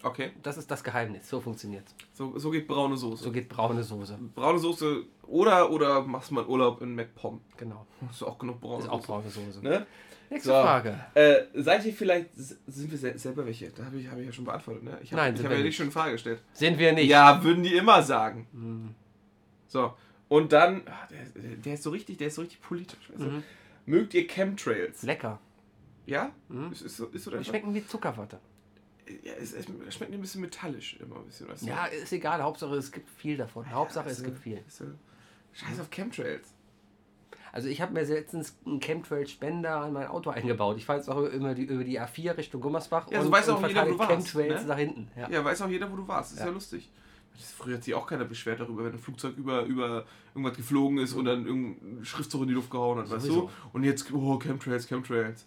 S1: okay.
S2: das ist das Geheimnis. So funktioniert's.
S1: So, so geht braune Soße.
S2: So geht braune Soße.
S1: braune Soße oder oder machst mal Urlaub in MacPom.
S2: Genau.
S1: Hast du auch genug braune
S2: Ist auch
S1: Soße.
S2: braune Soße.
S1: Ne?
S2: Nächste
S1: So.
S2: Frage.
S1: Äh, seid ihr vielleicht. s- Sind wir sel- selber welche? Da habe ich, hab ich ja schon beantwortet, ne? Ich hab-
S2: Nein,
S1: ich
S2: sind
S1: habe
S2: wir
S1: ja
S2: nicht.
S1: nicht schon eine Frage gestellt.
S2: Sind wir nicht.
S1: Ja, würden die immer sagen.
S2: Mhm.
S1: So, und dann, ah, der, der ist so richtig, der ist so richtig politisch. Weißt du?
S2: Mhm.
S1: Mögt ihr Chemtrails?
S2: Lecker.
S1: Ja? Ist, ist, so, ist so der
S2: Mhm. Die schmecken wie Zuckerwatte.
S1: ja, es, es schmeckt ein bisschen metallisch immer ein bisschen. Weißt du?
S2: Ja, ist egal. Hauptsache es gibt viel davon. Hauptsache es
S1: Ist so-
S2: gibt viel.
S1: ist so- Scheiß auf Chemtrails.
S2: Also ich habe mir letztens einen Chemtrail-Spender an mein Auto eingebaut. Ich fahre jetzt auch immer die, über die A4 Richtung Gummersbach
S1: Ja, so weiß auch jeder, wo du warst,
S2: Chemtrails
S1: ne?
S2: nach hinten. Ja.
S1: Ja, weiß auch jeder, wo du warst. Ist ja,
S2: Ja.
S1: lustig. Das, früher hat sich auch keiner beschwert darüber, wenn ein Flugzeug über, über irgendwas geflogen ist und dann irgendein Schriftzug in die Luft gehauen hat, weißt du?
S2: Sowieso.
S1: Und jetzt, oh, Chemtrails, Chemtrails.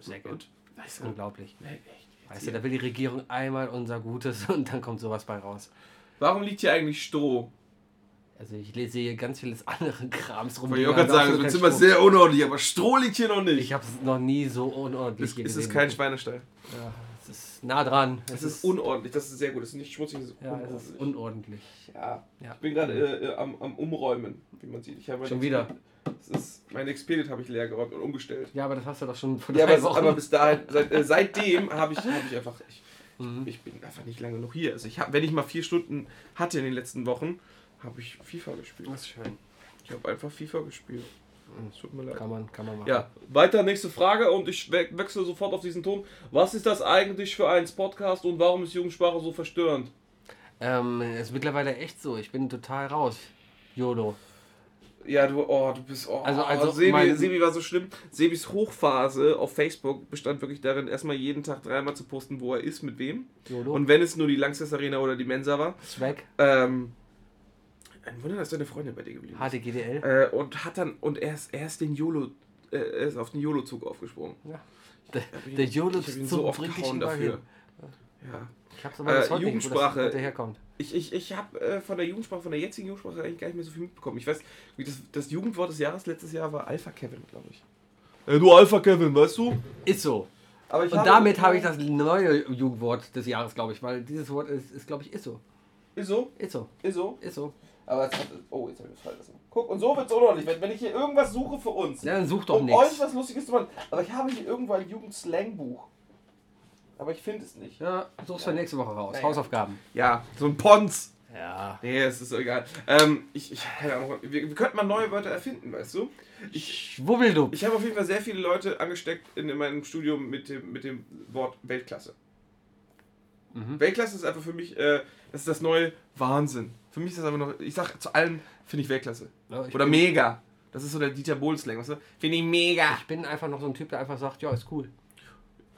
S2: Sehr gut.
S1: Und? Weißt du,
S2: Unglaublich.
S1: nee, echt.
S2: Weißt du, da will die Regierung einmal unser Gutes und dann kommt sowas bei raus.
S1: Warum liegt hier eigentlich Stroh?
S2: Also ich le- sehe ganz vieles andere Krams rum.
S1: Wollte
S2: die
S1: ich auch
S2: haben
S1: gerade sagen,
S2: absolut
S1: das wird
S2: keinen
S1: immer
S2: Strom.
S1: sehr unordentlich, aber Stroh liegt hier noch nicht.
S2: Ich habe es noch nie so unordentlich
S1: es,
S2: hier
S1: es
S2: gesehen.
S1: ist kein Schweinestall.
S2: ja, es ist nah dran.
S1: Es ist unordentlich, das ist sehr gut. Es ist nicht schmutzig, es ist
S2: ja, es
S1: unordentlich.
S2: ist unordentlich.
S1: ja.
S2: Ja.
S1: Ich bin gerade äh, äh, am, am Umräumen, wie man sieht. Ich habe mein
S2: Schon wieder.
S1: Es ist, mein Expedit habe ich leer geräumt und umgestellt.
S2: Ja, aber das hast du doch schon vor
S1: Ja,
S2: drei
S1: aber,
S2: Wochen.
S1: aber bis dahin, seit, äh, seitdem habe ich, hab ich einfach. Ich,
S2: Mhm.
S1: ich bin einfach nicht lange noch hier. Also ich hab, wenn ich mal vier Stunden hatte in den letzten Wochen, habe ich FIFA gespielt.
S2: das ist Mhm. schön.
S1: Ich habe einfach FIFA gespielt. Es tut mir leid.
S2: Kann man, kann man machen.
S1: Ja, weiter nächste Frage und ich we wechsle sofort auf diesen Ton. Was ist das eigentlich für ein Podcast und warum ist Jugendsprache so verstörend?
S2: Ähm, ist mittlerweile echt so. Ich bin total raus. YOLO.
S1: Ja, du, oh, du bist, oh,
S2: Also- also
S1: Sebi,
S2: mein-
S1: Sebi war so schlimm. Sebis Hochphase auf Facebook bestand wirklich darin, erstmal jeden Tag dreimal zu posten, wo er ist, mit wem.
S2: YOLO.
S1: Und wenn es nur die Langsess Arena oder die Mensa war.
S2: Swag,
S1: Ähm, ein Wunder, dass deine Freundin bei dir geblieben ist.
S2: HDGDL.
S1: Äh, und hat dann, und er ist, er ist den YOLO, äh, er ist auf den YOLO-Zug aufgesprungen.
S2: Ja. Der,
S1: ihn-
S2: der YOLO
S1: Ich habe ihn
S2: zum
S1: so oft
S2: bringt dich
S1: gehauen
S2: überall
S1: dafür.
S2: hin.
S1: Ja.
S2: Ich hab's aber bis
S1: Äh,
S2: heute nicht, wo das-
S1: Jugendsprache.
S2: wo der herkommt.
S1: Ich, ich, ich habe äh, von der Jugendsprache, von der jetzigen Jugendsprache eigentlich gar nicht mehr so viel mitbekommen. Ich weiß, wie das, das Jugendwort des Jahres letztes Jahr war Alpha Kevin, glaube ich. Äh, du Alpha Kevin, weißt du?
S2: Ist so.
S1: Aber ich
S2: Und damit habe ich das neue Jugendwort des Jahres, glaube ich, weil dieses Wort ist, ist glaube ich, ist so.
S1: Ist so,
S2: Ist so.
S1: ist so.
S2: Ist so.
S1: Aber es hat. Oh, jetzt habe ich das falsch lassen. Guck, und so wird es unordentlich. Wenn, wenn ich hier irgendwas suche für uns,
S2: Ja, dann such doch
S1: um euch
S2: nichts.
S1: was Lustiges zu machen. Aber ich habe hier irgendwo ein Jugendslangbuch. Aber ich finde es nicht.
S2: Ja, such's für nächste Woche raus.
S1: Naja.
S2: Hausaufgaben.
S1: Ja, so ein Pons.
S2: Ja.
S1: Nee, es ist so egal. Ähm, ich, ich habe keine Ahnung. Wir, wir könnten mal neue Wörter erfinden, weißt du? Ich,
S2: Schwubbeldupp.
S1: ich habe auf jeden Fall sehr viele Leute angesteckt in, in meinem Studium mit dem, mit dem Wort Weltklasse.
S2: Mhm.
S1: Weltklasse ist einfach für mich, äh, das ist das neue Wahnsinn. Für mich ist das einfach noch, ich sag zu allem, finde ich Weltklasse.
S2: Ja, ich
S1: Oder
S2: bin-
S1: mega. Das ist so der Dieter Bohlen-Slang, weißt du? Finde ich mega.
S2: Ich bin einfach noch so ein Typ, der einfach sagt, ja, ist cool.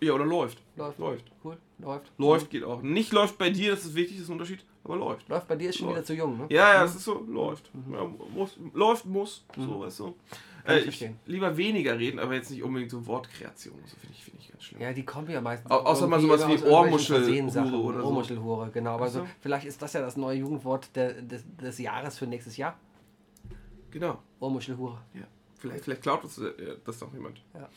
S1: Ja, oder läuft.
S2: Läuft.
S1: Läuft.
S2: Cool. Läuft.
S1: Läuft geht auch. Nicht läuft bei dir, das ist wichtig, das ist ein Unterschied, aber läuft.
S2: Läuft bei dir ist schon
S1: Läuft.
S2: wieder zu jung, ne?
S1: Ja, ja, es ist so, läuft. Ja, muss, läuft, muss, so, weißt du.
S2: Mhm. Kann ich
S1: Äh, ich
S2: verstehen.
S1: lieber weniger reden, aber jetzt nicht unbedingt so Wortkreation. So finde ich, finde ich ganz schlimm.
S2: Ja, die kommen ja meistens.
S1: Au- außer mal
S2: irgendwie
S1: sowas wie
S2: aus irgendwelchen
S1: Ohrmuschel-
S2: Versehenssachen.
S1: Hure oder so.
S2: Ohrmuschelhure, genau. Aber so,
S1: Ach so.
S2: vielleicht ist das ja das neue Jugendwort der, des, des Jahres für nächstes Jahr.
S1: Genau.
S2: Ohrmuschelhure.
S1: Ja. Vielleicht, vielleicht klaut uns äh, das noch jemand.
S2: Ja.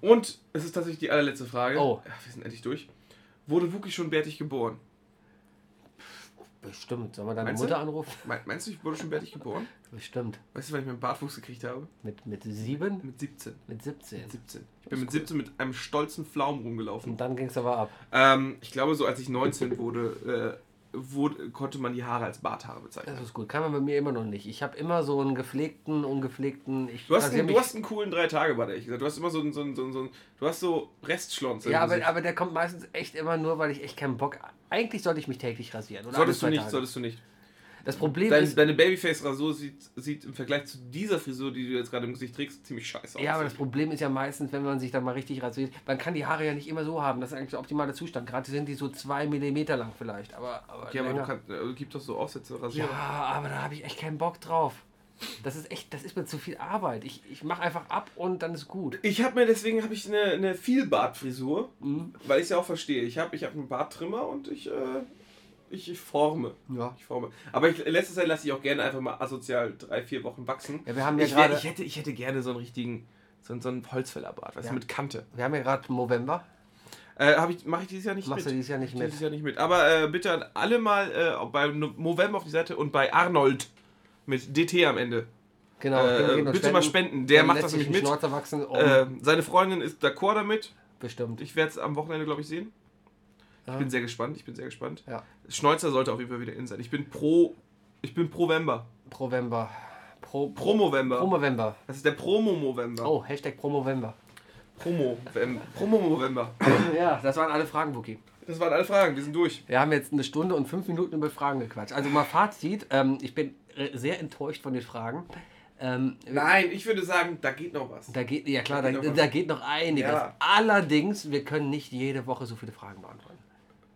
S1: Und es ist tatsächlich die allerletzte Frage.
S2: Oh.
S1: Ja, wir sind endlich durch. Wurde Wookie schon bärtig geboren?
S2: Bestimmt. Sollen wir deine
S1: Meinst
S2: Mutter
S1: du?
S2: anrufen?
S1: Me- Meinst du, ich wurde schon bärtig geboren?
S2: Bestimmt.
S1: Weißt du, wann ich meinen Bartwuchs gekriegt habe?
S2: Mit, mit sieben?
S1: Mit 17.
S2: Mit 17.
S1: 17. Ich bin mit 17 mit einem stolzen Pflaumen rumgelaufen.
S2: Und dann ging es aber ab.
S1: Ähm, ich glaube, so als ich 19 wurde, äh, wurde, konnte man die Haare als Barthaare bezeichnen.
S2: Das ist gut. Kann man bei mir immer noch nicht. Ich habe immer so einen gepflegten, ungepflegten. Also Ich
S1: Du hast,
S2: rasier
S1: einen, du
S2: mich-
S1: hast einen coolen drei tage bart ehrlich gesagt. Du hast immer so einen, so einen, so einen, so einen du hast so Restschlons. im
S2: Ja, aber,
S1: Gesicht.
S2: aber der kommt meistens echt immer nur, weil ich echt keinen Bock. Eigentlich sollte ich mich täglich rasieren. Oder
S1: solltest du
S2: alle zwei
S1: nicht,
S2: Tage.
S1: solltest du nicht.
S2: Das Problem
S1: Dein,
S2: ist.
S1: deine Babyface-Rasur sieht, sieht im Vergleich zu dieser Frisur, die du jetzt gerade im Gesicht trägst, ziemlich scheiße aus.
S2: Ja, aber das Problem ist ja meistens, wenn man sich dann mal richtig rasiert, man kann die Haare ja nicht immer so haben. Das ist eigentlich der optimale Zustand. Gerade sind die so zwei Millimeter lang vielleicht. Aber, aber,
S1: ja, aber du
S2: länger-
S1: kannst, äh, gibt doch so Aufsätze,
S2: ja,
S1: Rasierer.
S2: aber da habe ich echt keinen Bock drauf. Das ist echt, das ist mir zu viel Arbeit. Ich, ich mache einfach ab und dann ist gut.
S1: Ich habe mir deswegen habe ich eine, eine Vielbartfrisur,
S2: Mhm.
S1: weil ich es ja auch verstehe. Ich habe ich hab einen Barttrimmer und ich, äh, ich, ich forme.
S2: Ja.
S1: Ich forme. Aber ich, in letzter Zeit lasse ich auch gerne einfach mal asozial drei, vier Wochen wachsen.
S2: Ja, wir haben ja
S1: ich, wär-
S2: gerade-
S1: ich, hätte, ich hätte gerne so einen richtigen, so, einen- so einen Holzfällerbart, weißt
S2: Ja.
S1: du, mit Kante.
S2: Wir haben ja gerade November.
S1: Äh, hab ich, Mache ich dieses Jahr nicht
S2: Machst
S1: mit.
S2: du dieses Jahr nicht
S1: Mach ich
S2: mit.
S1: Dieses Jahr nicht mit. Aber äh, bitte an alle mal äh, bei No- Movember auf die Seite und bei Arnold mit DT am Ende.
S2: Genau.
S1: Äh,
S2: gehen und
S1: bitte mal spenden. Der
S2: Dann
S1: macht
S2: lässt
S1: das
S2: sich
S1: nämlich mit.
S2: ein Schnauzer wachsen. Oh,
S1: Äh, seine Freundin ist d'accord damit.
S2: bestimmt.
S1: Ich werde es am Wochenende, glaube ich, sehen. Ich
S2: Ja.
S1: bin sehr gespannt, ich bin sehr gespannt.
S2: ja.
S1: Schneuzer sollte auf jeden Fall wieder in sein. Ich bin pro. Ich bin Provember.
S2: Provember. Pro,
S1: Promovember.
S2: Promovember.
S1: das ist der Promo-Movember.
S2: Oh, Hashtag Promovember.
S1: Promo-Vem- Promo-Movember.
S2: Ja, das waren alle Fragen, Wookie.
S1: Das waren alle Fragen, wir sind durch.
S2: Wir haben jetzt eine Stunde und fünf Minuten über Fragen gequatscht. Also mal Fazit, ähm, ich bin äh, sehr enttäuscht von den Fragen. Ähm,
S1: Nein, ich würde sagen, da geht noch was.
S2: da geht, ja klar,
S1: Da
S2: da,
S1: geht noch was.
S2: da geht noch einiges.
S1: Ja.
S2: Allerdings, wir können nicht jede Woche so viele Fragen beantworten.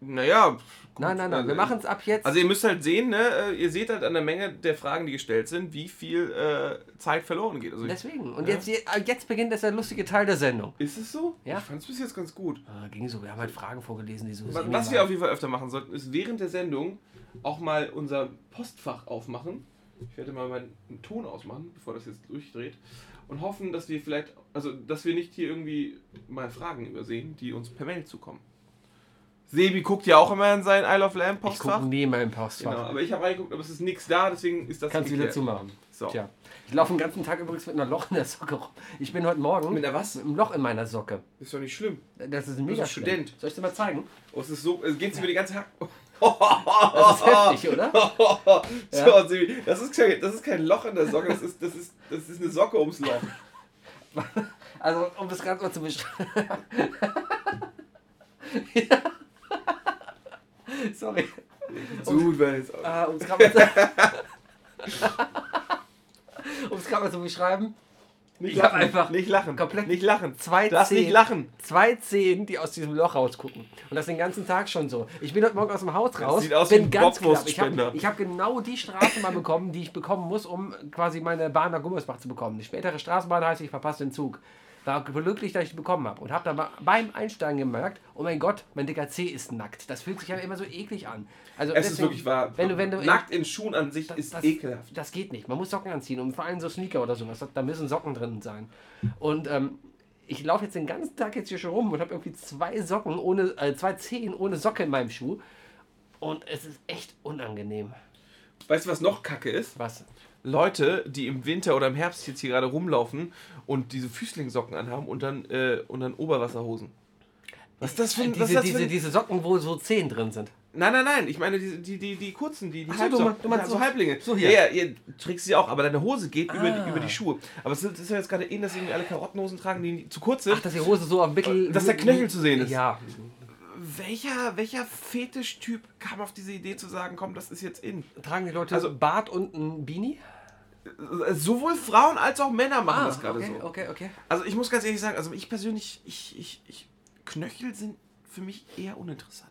S1: Naja. pff, gut.
S2: Nein, nein, nein, wir
S1: Also,
S2: machen es ab jetzt.
S1: Also ihr müsst halt sehen, ne? äh, ihr seht halt an der Menge der Fragen, die gestellt sind, wie viel äh, Zeit verloren geht. Also ich,
S2: Deswegen. Und
S1: Ja.
S2: jetzt, äh, jetzt beginnt das der lustige Teil der Sendung.
S1: ist es so?
S2: Ja.
S1: Ich fand es bis jetzt ganz gut.
S2: Ah, ging so, wir haben halt Fragen vorgelesen, die so
S1: Was,
S2: semi
S1: was wir
S2: waren.
S1: auf jeden Fall öfter machen sollten, ist während der Sendung auch mal unser Postfach aufmachen. Ich werde mal meinen Ton ausmachen, bevor das jetzt durchdreht. Und hoffen, dass wir vielleicht, also dass wir nicht hier irgendwie mal Fragen übersehen, die uns per Mail zukommen. Sebi guckt ja auch immer in sein Isle of Lamb
S2: Ich gucke
S1: Postfach.
S2: nie in meinem
S1: Genau,
S2: Postfach.
S1: aber ich habe reingeguckt, aber es ist nichts da, deswegen ist das
S2: Kannst du wieder
S1: geklärt.
S2: zumachen.
S1: So.
S2: Tja. Ich laufe den ganzen Tag übrigens mit einer Loch in der Socke rum. Ich bin heute Morgen
S1: Mit
S2: mit
S1: der was?
S2: einem Loch in meiner Socke.
S1: Ist doch nicht schlimm.
S2: Das ist ein mega
S1: bist Student.
S2: Soll ich dir mal zeigen?
S1: Oh, es ist so, es geht über die ganze Hack. Oh,
S2: Das ist heftig, oder?
S1: So, Sebi, das ist, kein, das ist kein Loch in der Socke, das ist, das ist, das ist eine Socke ums Loch.
S2: Also, um das Ganze mal zu beschreiben. Sorry.
S1: So gut wäre jetzt auch.
S2: Ah, um es gerade mal, um's grad Um mal zu beschreiben.
S1: Nicht
S2: ich hab einfach
S1: nicht lachen.
S2: komplett
S1: nicht lachen.
S2: zwei
S1: Lass nicht
S2: Zehen.
S1: lachen.
S2: Zwei Zehen, die aus diesem Loch rausgucken. Und das den ganzen Tag schon so. Ich bin heute Morgen aus dem Haus raus.
S1: sieht aus wie
S2: bin
S1: ein
S2: ganz knapp. Ich
S1: Bockwurstspender.
S2: habe ich hab genau die Straßenbahn bekommen, die ich bekommen muss, um quasi meine Bahn nach Gummersbach zu bekommen. Die spätere Straßenbahn heißt, ich verpasse den Zug. War glücklich, dass ich die bekommen habe. Und habe dann mal beim Einsteigen gemerkt, oh mein Gott, mein dicker Zeh ist nackt. Das fühlt sich ja immer so eklig an. Also
S1: Es ist
S2: deswegen,
S1: wirklich wahr.
S2: Wenn du, wenn du
S1: Nackt in Schuhen an sich ist
S2: das,
S1: ekelhaft.
S2: Das geht nicht. Man muss Socken anziehen und vor allem so Sneaker oder sowas. Da müssen Socken drin sein. Und ähm, ich laufe jetzt den ganzen Tag jetzt hier schon rum und habe irgendwie zwei Socken ohne, äh, zwei Zehen ohne Socke in meinem Schuh. Und es ist echt unangenehm.
S1: Weißt du, was noch kacke ist?
S2: Was?
S1: Leute, die im Winter oder im Herbst jetzt hier gerade rumlaufen und diese Füßlingssocken anhaben und dann, äh, und dann Oberwasserhosen. Was ist das für ein... was ist
S2: Diese,
S1: das für
S2: diese,
S1: ein
S2: diese Socken, wo so Zehen drin sind.
S1: Nein, nein, nein. Ich meine die, die, die, die kurzen, die, die
S2: so, du
S1: Halbsocken.
S2: meinst- du meinst
S1: Ja, so
S2: so-
S1: Halblinge.
S2: so
S1: ja,
S2: hier.
S1: ja, ihr trägst sie auch, aber deine Hose geht über,
S2: Ah.
S1: über die Schuhe. Aber es ist ist ja jetzt gerade eh, dass sie alle Karottenhosen tragen, die zu kurz sind.
S2: Ach, dass die Hose so am Mittel.
S1: Dass der Knöchel zu sehen ist.
S2: Ja.
S1: welcher, welcher Fetischtyp kam auf diese Idee zu sagen, komm, das ist jetzt in?
S2: Tragen die Leute
S1: Also-
S2: also, Bart und ein Beanie?
S1: Äh, Sowohl Frauen als auch Männer machen das gerade
S2: Ah, okay, oh.
S1: so.
S2: okay, okay.
S1: Also ich muss ganz ehrlich sagen, also ich persönlich, ich, ich, ich, Knöchel sind für mich eher uninteressant.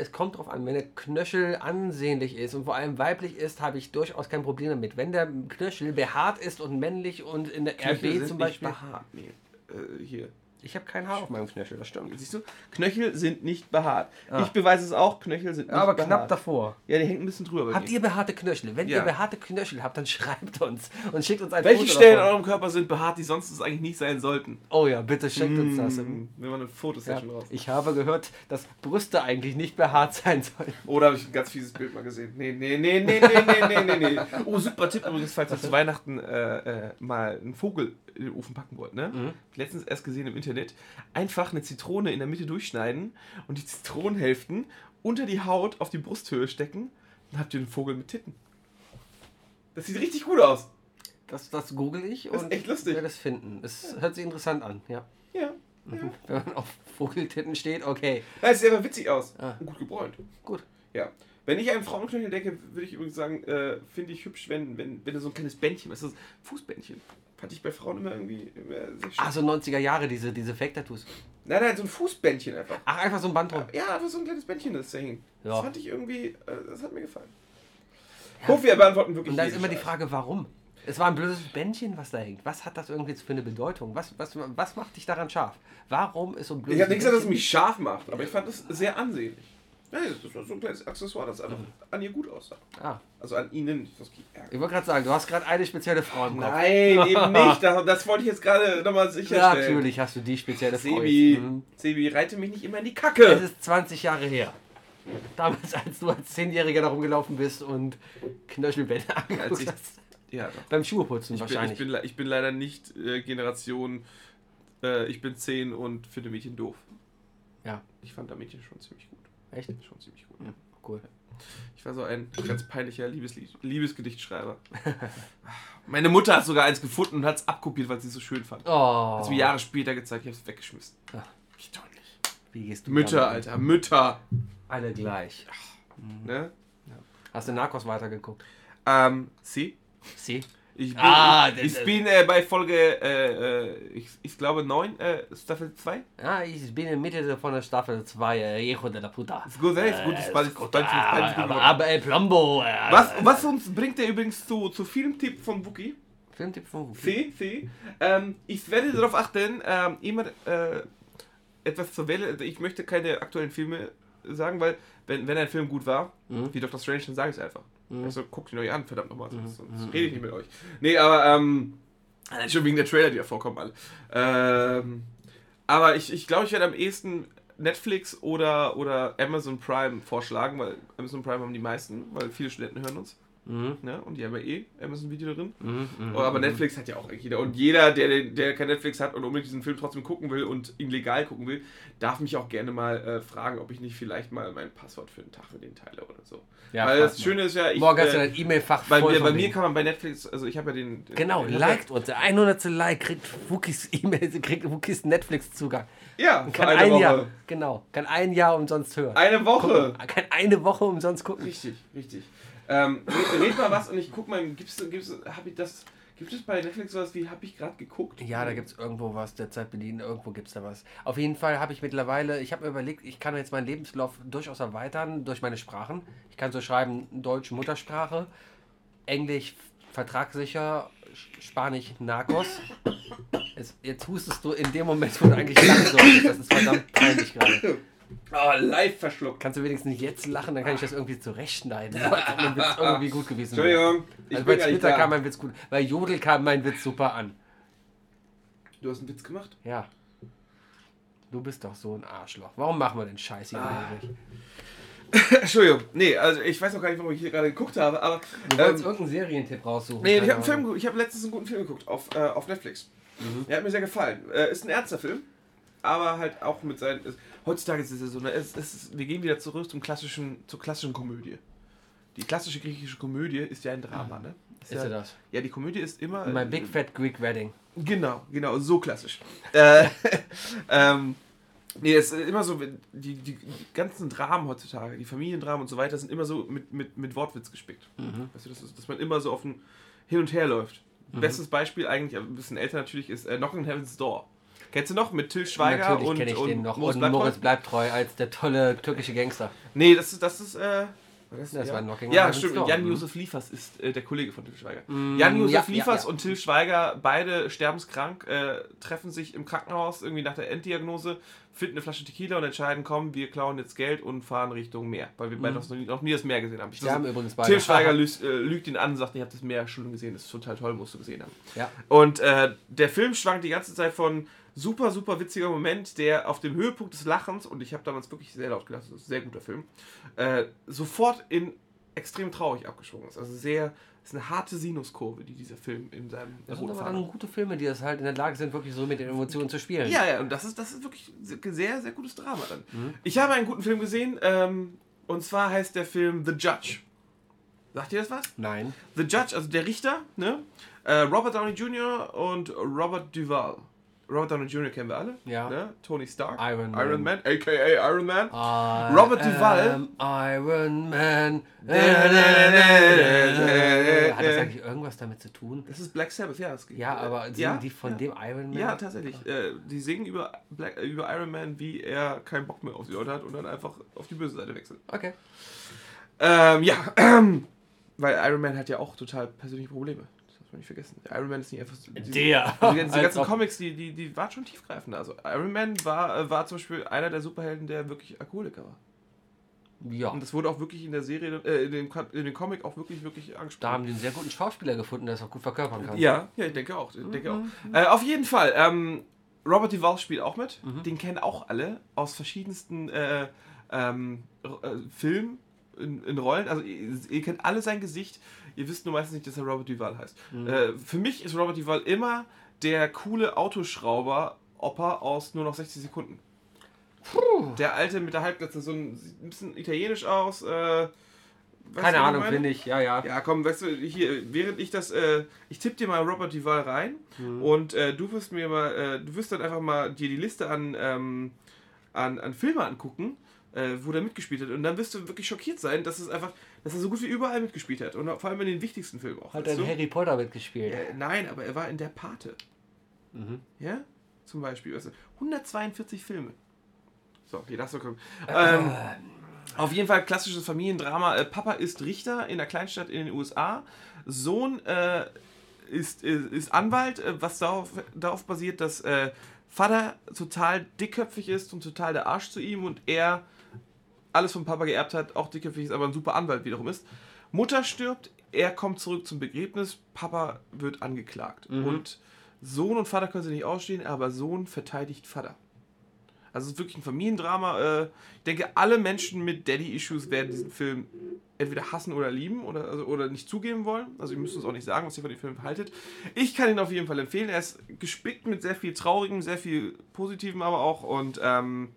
S2: Es kommt drauf an, wenn der Knöchel ansehnlich ist und vor allem weiblich ist, habe ich durchaus kein Problem damit. Wenn der Knöchel behaart ist und männlich und in der
S1: Knöchel
S2: RB
S1: sind
S2: zum Beispiel.
S1: nicht behaart. Nee, äh, hier.
S2: Ich habe kein Haar auf meinem Knöchel, das stimmt.
S1: Siehst du? Knöchel sind nicht behaart.
S2: Ah.
S1: Ich beweise es auch, Knöchel sind nicht
S2: Aber
S1: behaart.
S2: knapp davor.
S1: Ja, die hängt ein bisschen drüber. bei
S2: Habt
S1: mir.
S2: ihr behaarte Knöchel? Wenn
S1: Ja.
S2: ihr behaarte Knöchel habt, dann schreibt uns und schickt uns ein
S1: Welche
S2: Foto
S1: Stellen in
S2: davon.
S1: eurem Körper sind behaart, die sonst es eigentlich nicht sein sollten?
S2: Oh ja, bitte schickt uns das.
S1: Hm, Wenn man eine
S2: Ja,
S1: Fotosession draus.
S2: ich habe gehört, dass Brüste eigentlich nicht behaart sein sollen.
S1: Oder habe ich ein ganz fieses Bild mal gesehen? Nee, nee, nee, nee, nee, nee, nee, nee, nee. Oh, super Tipp übrigens, falls ihr zu Weihnachten äh, äh, mal einen Vogel in den Ofen packen wollt, ne? Hab ich Letztens erst gesehen im Internet. Einfach eine Zitrone in der Mitte durchschneiden und die Zitronenhälften unter die Haut auf die Brusthöhe stecken. Dann habt ihr einen Vogel mit Titten. Das sieht richtig gut aus.
S2: Das, das google ich
S1: ist
S2: und
S1: echt lustig.
S2: werde es finden. Es hört sich interessant an, ja.
S1: Ja.
S2: Wenn man auf Vogeltitten steht, okay.
S1: Das sieht aber witzig aus.
S2: Ah.
S1: Und gut gebräunt.
S2: Gut.
S1: Ja. Wenn ich einen Frauenknöchel denke, würde ich übrigens sagen, äh, finde ich hübsch, wenn, wenn, wenn du so ein kleines Bändchen, was ist das? Fußbändchen. Fand ich bei Frauen immer irgendwie immer sehr schön.
S2: Ach, so 90er Jahre, diese, diese Fake-Tattoos.
S1: Nein, nein, so ein Fußbändchen einfach.
S2: Ach, einfach so ein Band drum.
S1: Ja, einfach so ein kleines Bändchen, das da hing. Das
S2: Ja.
S1: fand ich irgendwie, äh, das hat mir gefallen. Hoff, wir beantworten wirklich
S2: Und da ist
S1: jeden
S2: immer die
S1: Scheiß.
S2: Frage, warum? Es war ein blödes Bändchen, was da hängt. Was hat das irgendwie für eine Bedeutung? Was, was, was macht dich daran scharf? Warum ist so ein blödes
S1: Ich habe nicht gesagt, dass es
S2: Bändchen-
S1: mich scharf macht, aber ich fand es sehr ansehnlich. Ja, das ist so ein kleines Accessoire, das einfach an ihr gut aussah.
S2: Ah,
S1: Also an ihnen. Das ja.
S2: ich wollte gerade sagen, du hast gerade eine spezielle Frau im Kopf.
S1: Nein, eben nicht. Das, das wollte ich jetzt gerade nochmal sicherstellen.
S2: Natürlich hast du die spezielle Frau.
S1: Sebi,
S2: jetzt. Mhm.
S1: Sebi, reite mich nicht immer in die
S2: Es
S1: Kacke.
S2: ist 20 Jahre her. Damals, als du als Zehnjähriger da rumgelaufen bist und Knöchelbänder
S1: Als ich-
S2: angeguckt hast.
S1: Ja, doch.
S2: Beim Schuheputzen
S1: Ich bin, ich,
S2: wahrscheinlich.
S1: bin, le- ich bin leider nicht äh, Generation, äh, ich bin 10 und finde Mädchen doof.
S2: Ja.
S1: Ich fand da Mädchen schon ziemlich gut.
S2: Echt?
S1: Schon ziemlich gut.
S2: Cool.
S1: Ich war so ein ganz peinlicher Liebeslied, Liebesgedichtschreiber. Meine Mutter hat sogar eins gefunden und hat es abkopiert, weil sie es so schön fand.
S2: Oh.
S1: Hat es mir Jahre später gezeigt, ich habe es weggeschmissen.
S2: Ach.
S1: Ich doch nicht.
S2: Wie gehst du
S1: Mütter,
S2: damit um?
S1: Alter, Mütter.
S2: Alle gleich. Mhm.
S1: Ne?
S2: Hast du Narcos weitergeguckt?
S1: Ähm, sie?
S2: Sie?
S1: Ich bin,
S2: Ah,
S1: ich,
S2: das-
S1: ich bin äh, bei Folge, äh, äh, ich, ich glaube 9, äh, Staffel 2.
S2: Ja, ich bin in der Mitte von der Staffel 2, äh, Hijo de la Puta. Äh,
S1: Ist gut, ne? Ist gut, ist Spanisch,
S2: gut, Ah,
S1: Spanisch, Spanisch,
S2: aber,
S1: Spanisch.
S2: aber, aber El Plombo. Äh,
S1: Was,
S2: äh,
S1: was uns bringt er übrigens zu, zu Filmtipp von Wookie?
S2: Filmtipp von Wookie.
S1: Sie, sie. Ähm, ich werde darauf achten, ähm, immer äh, etwas zu wählen. Also Ich möchte keine aktuellen Filme sagen, weil wenn, wenn ein Film gut war, wie Dr. Strange, dann sage ich es einfach. Also guckt ihn euch an, verdammt nochmal, sonst, sonst rede ich nicht mit euch. Nee, aber ähm, allein schon wegen der Trailer, die da vorkommen alle. Ähm, aber ich, ich glaube, ich werde am ehesten Netflix oder, oder Amazon Prime vorschlagen, weil Amazon Prime haben die meisten, weil viele Studenten hören uns.
S2: Mhm.
S1: Ne? Und die haben ja eh Amazon Video drin.
S2: Mhm, mhm.
S1: Oh, aber Netflix hat ja auch jeder. Und jeder, der, den- der kein Netflix hat und unbedingt diesen Film trotzdem gucken will und ihn legal gucken will, darf mich auch gerne mal äh, fragen, ob ich nicht vielleicht mal mein Passwort für den Tag mit denen teile oder so.
S2: Ja,
S1: Weil
S2: frag
S1: das
S2: mal.
S1: Schöne ist ja, ich.
S2: Morgen hast du
S1: äh,
S2: dein E-Mail-Fach
S1: bei,
S2: voll
S1: mir,
S2: von
S1: bei mir
S2: wegen.
S1: kann man bei Netflix, also ich habe ja den. den-
S2: Genau,
S1: den-
S2: liked uns. Der 100. Like kriegt Wookies E-Mail, kriegt Wookies Netflix-Zugang.
S1: Ja, für
S2: Kann
S1: eine
S2: ein
S1: Woche.
S2: Jahr, genau, kann ein Jahr umsonst hören.
S1: Eine Woche!
S2: Kann eine Woche umsonst gucken.
S1: Richtig, richtig. Ähm, red, red mal was und ich guck mal, gibt's, gibt's, hab ich das, gibt es bei Netflix sowas wie, hab ich gerade geguckt?
S2: Ja, da gibt es irgendwo was, derzeit bedienen, irgendwo gibt es da was. Auf jeden Fall habe ich mittlerweile, ich habe mir überlegt, ich kann jetzt meinen Lebenslauf durchaus erweitern durch meine Sprachen. Ich kann so schreiben, Deutsch Muttersprache, Englisch Vertragssicher, Sch- Spanisch Narcos. Es, jetzt hustest du in dem Moment, wo du eigentlich lachen solltest. Das ist verdammt peinlich gerade.
S1: Oh, live verschluckt.
S2: Kannst du wenigstens nicht jetzt lachen, dann kann ich das irgendwie zurechtschneiden. So, als ob mein Witz irgendwie gut gewesen wäre.
S1: Entschuldigung, ich
S2: Also bei
S1: bin gar nicht
S2: Twitter kam
S1: da.
S2: mein Witz gut. Bei Jodel kam mein Witz super an.
S1: Du hast einen Witz gemacht?
S2: Ja. Du bist doch so ein Arschloch. Warum machen wir den Scheiß hier
S1: Ah.
S2: eigentlich?
S1: Entschuldigung, nee, also ich weiß noch gar nicht, warum ich hier gerade geguckt habe, aber.
S2: Du wolltest
S1: Ähm,
S2: irgendeinen Serientipp raussuchen.
S1: nee, ich
S2: keine
S1: habe Film,
S2: Ahnung.
S1: geguckt. ich hab letztens einen guten Film geguckt auf, äh, auf Netflix. Der hat mir sehr gefallen. Äh, ist ein ernster Film, aber halt auch mit seinen. Ist, heutzutage ist es ja so, ne, es, es, ist- wir gehen wieder zurück zum klassischen, zur klassischen Komödie. Die klassische griechische Komödie ist ja ein Drama, ne?
S2: Ist
S1: ja,
S2: er das?
S1: Ja, die Komödie ist immer.
S2: Mein Big Fat Greek Wedding.
S1: Genau, genau, so klassisch. äh, ähm, nee, es ist immer so, wenn die, die ganzen Dramen heutzutage, die Familiendramen und so weiter, sind immer so mit, mit, mit Wortwitz gespickt.
S2: Mhm.
S1: Weißt du, das ist, dass man immer so auf ein Hin und Her läuft. Bestes Beispiel eigentlich, aber ein bisschen älter natürlich, ist äh, Knock on Heaven's Door. Kennst du noch? Mit Till Schweiger
S2: Natürlich
S1: und,
S2: kenne ich
S1: und
S2: den noch.
S1: Moritz
S2: und
S1: Bleibtreu?
S2: Moritz bleibt treu als der tolle türkische Gangster.
S1: Nee, das ist, das ist, äh, war das,
S2: Das
S1: ja.
S2: war Knocking on
S1: Ja,
S2: Heaven's
S1: stimmt.
S2: Door. Mhm.
S1: Jan-Josef Liefers ist äh, der Kollege von Till Schweiger. Jan-Josef
S2: Mm, ja, ja,
S1: Liefers
S2: ja.
S1: und Till Schweiger, beide sterbenskrank, äh, treffen sich im Krankenhaus irgendwie nach der Enddiagnose, finden eine Flasche Tequila und entscheiden, komm, wir klauen jetzt Geld und fahren Richtung Meer, weil wir beide noch, nie, noch nie das Meer gesehen haben.
S2: Mm. Wir haben übrigens beide.
S1: Till Schweiger lügt, äh, lügt ihn an und sagt, ich habe das Meer schon gesehen, das ist total toll, musst du gesehen haben.
S2: Ja.
S1: Und äh, der Film schwankt die ganze Zeit von super, super witziger Moment, der auf dem Höhepunkt des Lachens, und ich habe damals wirklich sehr laut gelacht, das ist ein sehr guter Film, äh, sofort in extrem traurig abgeschwungen ist. Also sehr, ist eine harte Sinuskurve, die dieser Film in seinem
S2: Das sind
S1: roten
S2: aber
S1: Faden
S2: dann gute Filme, die das halt in der Lage sind, wirklich so mit den Emotionen zu spielen.
S1: ja, ja, und das ist, das ist wirklich ein sehr, sehr gutes Drama dann.
S2: Mhm.
S1: Ich habe einen guten Film gesehen, ähm, und zwar heißt der Film The Judge. Sagt ihr das was?
S2: Nein.
S1: The Judge, also der Richter, ne? Äh, Robert Downey Jr. und Robert Duvall. Robert Downey Jr. kennen wir alle.
S2: Ja.
S1: Ne? Tony Stark.
S2: Iron Man. Ah.
S1: Iron Man, a.k.a. Iron Man.
S2: I
S1: Robert Duvall.
S2: am Iron Man. Hat das eigentlich irgendwas damit zu tun?
S1: Das ist Black Sabbath, ja. Es gibt,
S2: Ja,
S1: äh,
S2: aber sind
S1: ja,
S2: die von
S1: ja.
S2: dem Iron Man?
S1: Ja, tatsächlich. Äh, die singen über, Black, äh, über Iron Man, wie er keinen Bock mehr auf die Leute hat und dann einfach auf die böse Seite wechselt.
S2: Okay.
S1: Ähm, ja, weil Iron Man hat ja auch total persönliche Probleme. Das darf man nicht vergessen. Iron Man ist nicht einfach. so- Diese,
S2: Der.
S1: Also Die ganzen, die
S2: Als
S1: ganzen
S2: ob-
S1: Comics, die, die, die waren schon tiefgreifender. Also Iron Man war, äh, war zum Beispiel einer der Superhelden, der wirklich Alkoholiker war.
S2: Ja.
S1: Und das wurde auch wirklich in der Serie, äh, in, dem, Ka- in dem Comic auch wirklich, wirklich
S2: Da
S1: angesprochen.
S2: haben die einen sehr guten Schauspieler gefunden, der es auch gut verkörpern kann.
S1: Ja, ja, ich denke auch. Ich denke auch. Äh, auf jeden Fall, ähm, Robert Duvall spielt auch mit.
S2: Mhm.
S1: Den kennen auch alle aus verschiedensten äh, ähm, R- äh, Filmen in, in Rollen. Also ihr, ihr kennt alle sein Gesicht. Ihr wisst nur meistens nicht, dass er Robert Duvall heißt.
S2: Mhm.
S1: Äh, für mich ist Robert Duvall immer der coole Autoschrauber. Opa aus nur noch 60 Sekunden.
S2: Puh.
S1: Der alte mit der Halbglatze, so ein, sieht ein bisschen italienisch aus. Äh, weißt du, was ich
S2: Keine Ahnung,
S1: meine?
S2: finde ich. Ja, ja.
S1: Ja, komm, weißt du, hier, während ich das, äh, ich tippe dir mal Robert Duval rein und äh, du wirst mir mal, äh, du wirst dann einfach mal dir die Liste an, ähm, an, an Filme angucken, äh, wo der mitgespielt hat. Und dann wirst du wirklich schockiert sein, dass es einfach, dass er so gut wie überall mitgespielt hat. Und vor allem in den wichtigsten Filmen auch.
S2: Hat
S1: weißt
S2: dann
S1: du?
S2: Harry Potter mitgespielt.
S1: Äh, nein, aber er war in der Pate. Ja? Zum Beispiel. Also 142 Filme. So, die darfst du kommen. Ähm, auf jeden Fall klassisches Familiendrama. Äh, Papa ist Richter in der Kleinstadt in den USA. Sohn äh, ist, ist, ist Anwalt, äh, was darauf, darauf basiert, dass äh, Vater total dickköpfig ist und total der Arsch zu ihm und er alles von Papa geerbt hat, auch dickköpfig ist, aber ein super Anwalt wiederum ist. Mutter stirbt, er kommt zurück zum Begräbnis, Papa wird angeklagt. Und Sohn und Vater können sich nicht ausstehen, aber Sohn verteidigt Vater. Also es ist wirklich ein Familiendrama. äh, Ich denke, alle Menschen mit Daddy-Issues werden diesen Film entweder hassen oder lieben oder, also, oder nicht zugeben wollen. Also ihr müsst uns auch nicht sagen, was ihr von dem Film haltet. Ich kann ihn auf jeden Fall empfehlen. Er ist gespickt mit sehr viel Traurigem, sehr viel Positivem aber auch. Und ähm,